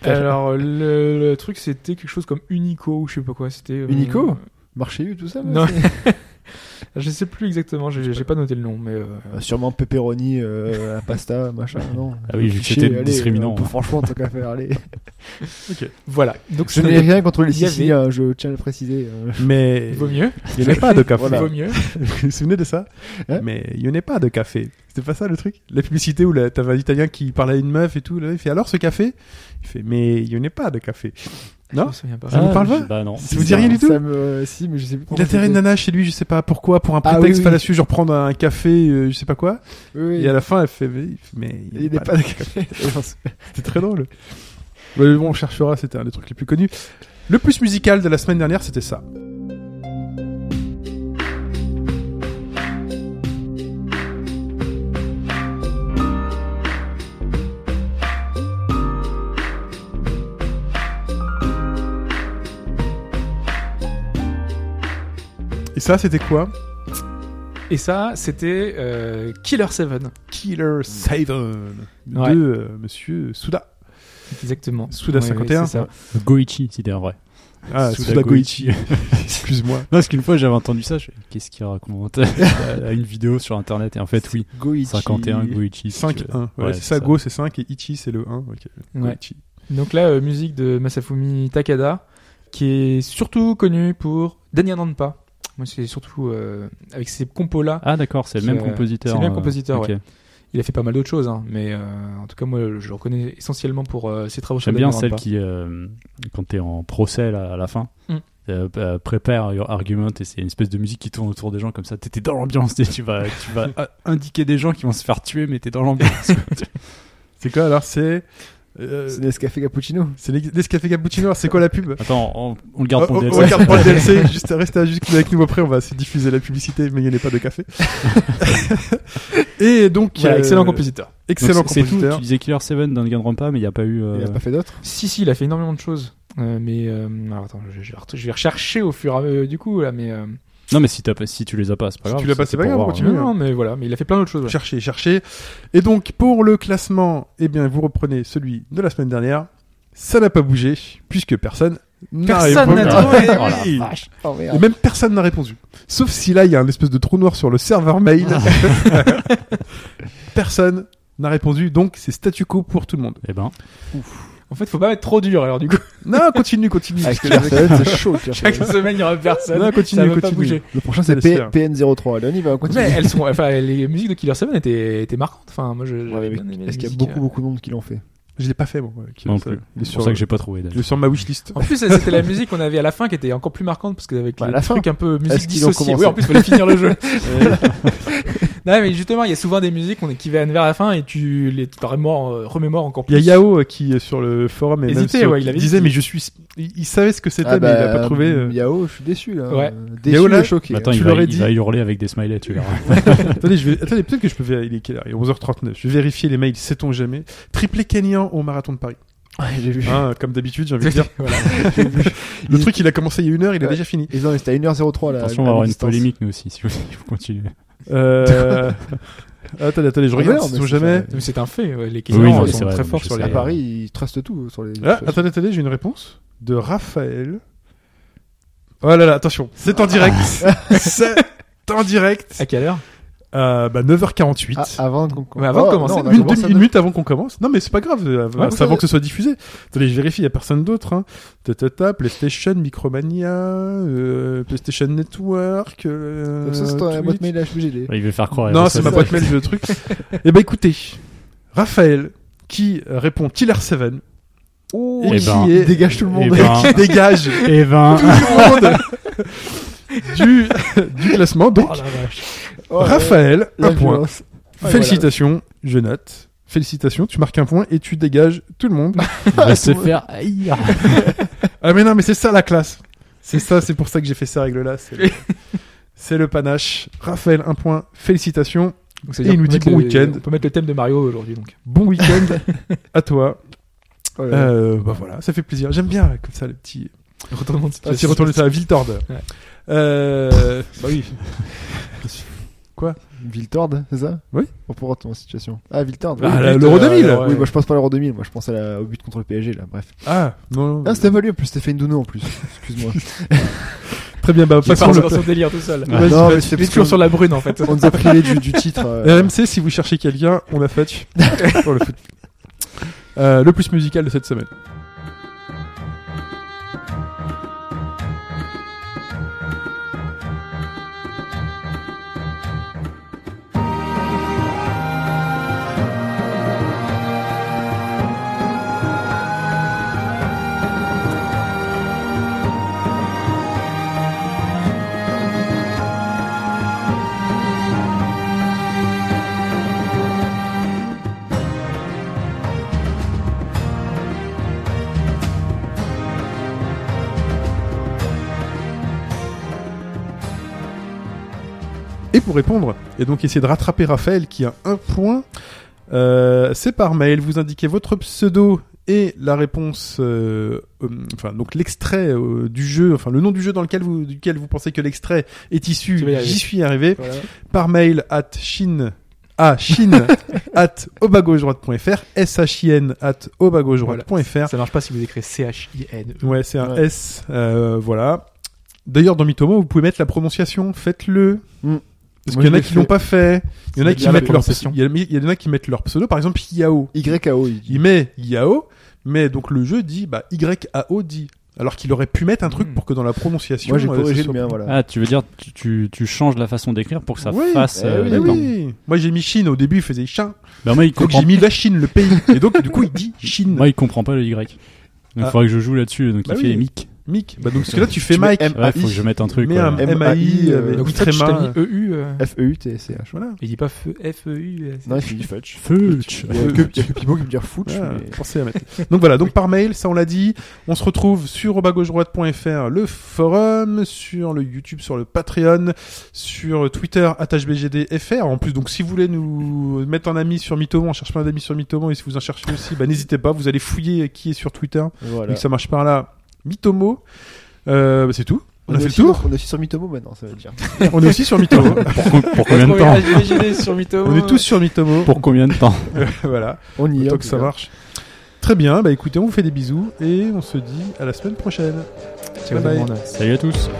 la. Alors le, le truc c'était quelque chose comme Unico ou je sais pas quoi, c'était euh, Unico Marché U, tout ça là, Non. c'est- Je sais plus exactement, j'ai j'ai pas noté le nom mais euh, Euh, Sûrement pepperoni, euh, à pasta, machin, non Ah oui, vu que Cliché, c'était allez, discriminant. on peut- franchement, tant qu'à faire, allez. voilà. Donc Je ça n'ai rien contre les il y avait- Siciliens, je tiens à le préciser. euh. Mais vaut mieux, il n'y en a pas de café. Voilà. vaut mieux. Vous vous souvenez de ça Hein Mais il n'y en a pas de café. C'était pas ça le truc La publicité où là, t'avais un Italien qui parlait à une meuf et tout. Là, il fait alors ce café Il fait mais il n'y en a pas de café. Non Je me souviens pas. Ça vous parle pas Bah non. Ça vous dit rien du tout Ça me- euh, Si, mais je sais plus Il comment atterrit une c'était. nana chez lui, je sais pas pourquoi, pour un Ah, prétexte oui, oui. fallacieux, genre prendre un café, euh, je sais pas quoi. Oui, oui. Et à la fin, elle fait mais il fait, mais Il n'est pas de café. C'était très drôle. Ouais, bon, on cherchera, c'était un des trucs les plus connus. Le plus musical de la semaine dernière, c'était ça. Ça, c'était quoi Et ça, c'était euh, Killer 7. Killer Seven de Ouais. euh, Monsieur Souda. Exactement. Souda Ouais, 51. ouais, c'est ça. Goichi, c'était un vrai. Ah, Suda Souda Goichi. Goichi. Excuse-moi. Parce qu'une fois j'avais entendu ça, je fais, qu'est-ce qu'il raconte à une vidéo sur internet et en fait oui, Goichi. 51 Goichi. si tu 5, veux. 1. Ouais, Ouais, c'est c'est ça, ça. Go c'est 5 et Ichi c'est le 1. Ok. Ouais. Goichi. Donc là, euh, musique de Masafumi Takada, qui est surtout connu pour Danya Nanpa. Moi, c'est surtout euh, avec ses compos-là. Ah d'accord, c'est le même C'est, euh, compositeur. c'est le même euh, compositeur, ok. ouais. Il a fait pas mal d'autres choses, hein, mais euh, en tout cas, moi, je le reconnais essentiellement pour euh, ses travaux. sur J'aime bien Danganronpa. celle qui, euh, quand t'es en procès là, à la fin, Mm. euh, euh, prépare your argument et c'est une espèce de musique qui tourne autour des gens comme ça. T'étais dans l'ambiance, tu vas, tu vas euh, indiquer des gens qui vont se faire tuer, mais t'es dans l'ambiance. C'est quoi alors C'est. euh, C'est Nescafé Cappuccino. c'est les- l'escafé cappuccino. Alors, C'est quoi la pub Attends, on, on le garde pour Oh, le oh, DLC. on regarde pour le DLC, juste restez juste avec nous après, on va se diffuser la publicité, mais il n'y en a pas de café. et donc, Voilà, euh, excellent compositeur. Donc, Excellent c'est- c'est tout. compositeur. Tu disais Killer 7 Danganronpa, mais il n'y a pas eu. euh, Il a pas fait d'autres Si, si, il a fait énormément de choses. Euh, mais euh, alors, attends, je, je vais re- je vais rechercher au fur et à mesure du coup là, mais euh, Non, mais si, t'as pas- si tu les as pas, c'est pas Si grave. tu l'as pas, c'était c'est pas grave, pour voir, continue. hein. non, ouais. non, mais voilà, mais il a fait plein d'autres choses. ouais. Cherchez, cherchez. Et donc, pour le classement, eh bien, vous reprenez celui de la semaine dernière. Ça n'a pas bougé, puisque personne n'a Personne n'a répondu. trouvé. Oh la Oui. vache. Oh merde. Et même personne n'a répondu. Sauf si là, il y a un espèce de trou noir sur le serveur mail. personne n'a répondu, donc c'est statu quo pour tout le monde. Eh ben, En fait, faut pas être trop dur alors du coup. Non, continue, continue. Avec parce que Killer les- Seven, c'est chaud. Killer Chaque Seven. semaine, il y aura personne. Non, continue, ça va pas continue. bouger. Le prochain, c'est Laisse P- faire. PN03. Allez, on y va, on continue. Mais elles sont, enfin, les musiques de Killer 7 étaient, étaient marquantes. Enfin, moi, je, j'avais Ouais, mais bien aimé Est-ce la qu'il y a musique, beaucoup, euh. beaucoup de monde qui l'ont fait Je l'ai pas fait, bon. ouais, non ça- plus. il est C'est sur- pour ça que j'ai pas trouvé. Je d'ailleurs. suis sur ma wishlist. euh. En plus, c'était la musique qu'on avait à la fin qui était encore plus marquante parce qu'avec Bah, à le la fin. truc un peu musique Est-ce qu'ils ont dissociée. commencé Oui, en plus, il fallait finir le jeu. non, mais justement, il y a souvent des musiques qu'on est- qui viennent vers la fin et tu les remémores, euh, remémores encore Il plus. y a Yao euh, qui, euh, sur le forum, et même Hésitait, sur- ouais, il avait disait, dit- mais je suis. Il il savait ce que c'était, Ah mais il bah, a pas trouvé. euh. Yao, je suis déçu là. Ouais. Déçu, Yao, là- mais choqué. Mais Bah, Attends, Tu il va, l'aurais il dit. va hurler avec des smileys, tu verras. Attendez, je vais... Attendez peut-être que je peux vérifier. Il est quelle heure Il est 11h39. Je vais vérifier les mails, sait-on jamais. Triplé Kenyan au marathon de Paris. Ouais, j'ai vu. Hein, comme d'habitude, j'ai envie de dire. Voilà. j'ai vu. Le Ils- truc, il a commencé il y a une heure, il a Ouais. déjà fini. Ils ont c'était à 1h03 là. Attention, on va à avoir une distance. polémique, nous aussi, si vous, si vous continuez. Euh... attendez, attendez, je Ah regarde merde, si mais sont c'est- jamais. Mais C'est un fait. ouais, Les Oui, Kenyans non, mais sont c'est vrai, très mais forts je sur sais. les. euh, À Paris, ils trustent tout hein, sur les. Ah, sur- attendez, attendez, j'ai une réponse de Raphaël. Oh là là, attention, c'est en direct. c'est en direct. À quelle heure Euh, bah 9h48. Ah, avant de, Ouais, avant de commencer, non, on a une commencé à demi- une minute avant qu'on commence. Non, mais c'est pas grave. euh, Ouais, c'est avant ouais. que ce soit diffusé. Attendez, je vérifie. Il y a personne d'autre. Hein. Ta, ta, ta, PlayStation, Micromania, euh, PlayStation Network. euh, Donc ça, c'est toi, la boîte Twitch. mail HBGD. Il veut faire croire. à Non, la c'est personne. ma boîte mail de truc. Eh ben, écoutez, Raphaël qui euh, répond Killer 7 Oh, et Eh qui ben. est dégage tout le Eh monde. ben. qui dégage Eh ben, du, du classement. Donc, Oh la vache. Oh, ouais. Raphaël, La un point. violence. Oh, Ouais, Félicitations, je note. Félicitations, tu marques un point et tu dégages tout le monde. il va se faire haïr. Ah mais non, mais c'est ça la classe. C'est ça, c'est pour ça que j'ai fait ces règles-là. C'est le, c'est le panache. Raphaël, un point. Félicitations. Donc, ça Et veut dire il nous qu'on dit peut bon mettre le- week-end. On peut mettre le thème de Mario aujourd'hui donc. Bon week-end à toi. Oh là là. Euh, bah voilà, ça fait plaisir. J'aime bien comme ça le petit, Retournement de petit situation. retour de ça, ville tordeur. Ouais. Euh, bah oui. Viltord, c'est ça Oui. On pourra ton situation. Ah, Viltord. Ah, oui, la- oui, l'Euro euh, 2000. alors, Oui, Ouais. moi je pense pas à l'Euro 2000, moi je pense à la- au but contre le PSG là, bref. Ah non. non. Ah, c'était pas lui en plus, Stéphane Douno en plus. Excuse-moi. Très bien. Bah Il passons part le. dans son délire tout seul. Ah, non, mais c'est Il est toujours sur la brune en fait. On nous a privé du, du titre. euh, RMC, si vous cherchez quelqu'un, on a fait pour le foot. Euh, le plus musical de cette semaine. Et pour répondre, et donc essayer de rattraper Raphaël qui a un point, euh, c'est par mail. Vous indiquez votre pseudo Et la réponse, euh, euh, enfin donc l'extrait euh, du jeu, enfin le nom du jeu dans lequel vous, duquel vous pensez que l'extrait est issu, Tu vas y arriver. j'y suis arrivé, Voilà. par mail at chine à chine at obagauche-droite.fr, s-h-i-n at obagauche-droite.fr. Ça marche pas si vous écrivez C-H-I-N. Ouais, c'est un Ouais. S. euh, voilà. D'ailleurs, dans Mythomo, vous pouvez mettre la prononciation. Faites-le. Mm. Parce qu'il Moi, y en je a l'ai qui l'ont fait. pas fait. Il y en a C'est qui bien la mettent leur prononciation. il y en a- il y en a qui mettent leur pseudo. Par exemple, Yao. YAO, il dit. Il met Yao, mais donc le jeu dit bah YAO dit. Alors qu'il aurait pu mettre un truc Mm. pour que dans la prononciation. Hmm. Moi j'ai euh, corrigé ce le soit- mien, voilà. Ah, tu veux dire, tu, tu, tu changes la façon d'écrire pour que ça Oui, fasse. eh euh, oui, Eh d'accord. oui. Moi j'ai mis Chine au début, il faisait Chin. Bah, moi, il Donc comprend, j'ai mis la Chine, le pays. Et donc du coup il dit Chine. moi, il comprend pas le Y. Donc, Ah. il faudrait que je joue là-dessus. Donc, Bah il oui. fait les mic. Mick. Bah, donc parce que là tu fais Tu mets Mike. M- Ouais, faut que je mette un truc. Mets ouais. un M- MAI, euh, euh, Donc I Fetch, tréma. t'as mis EU. euh, Ah. E F-E-U-T-C-H. Voilà. Il dit pas fe- F-E-U. euh, c'est- Non, il dit fudge. Feuch. Il y a que il y a que Pipo qui me dit fudge. Ah, mais- pensez à mettre. donc voilà, donc par mail, ça on l'a dit. On se retrouve sur robagaugedroite.fr, le forum, sur le YouTube, sur le Patreon, sur Twitter, attachbgdfr. En plus, donc si vous voulez nous mettre un ami sur Mythoman, on cherche plein d'amis sur Mythoman, et si vous en cherchez aussi, bah, n'hésitez pas, vous allez fouiller qui est sur Twitter. Voilà. Vu que ça marche par là, Mythomo. Euh, bah, c'est tout. On, a est fait le aussi- tour. On est aussi sur Mythomo maintenant, ça veut dire. on est aussi sur Mythomo. Pour, pour combien de temps Est-ce qu'on est sur Mytho on est tous sur Mythomo. Pour combien de temps voilà. On y est. Tant en que tout ça cas. marche. Très bien, bah écoutez, on vous fait des bisous et on se dit à la semaine prochaine. Tiens, Bye bye. demande. Salut à tous.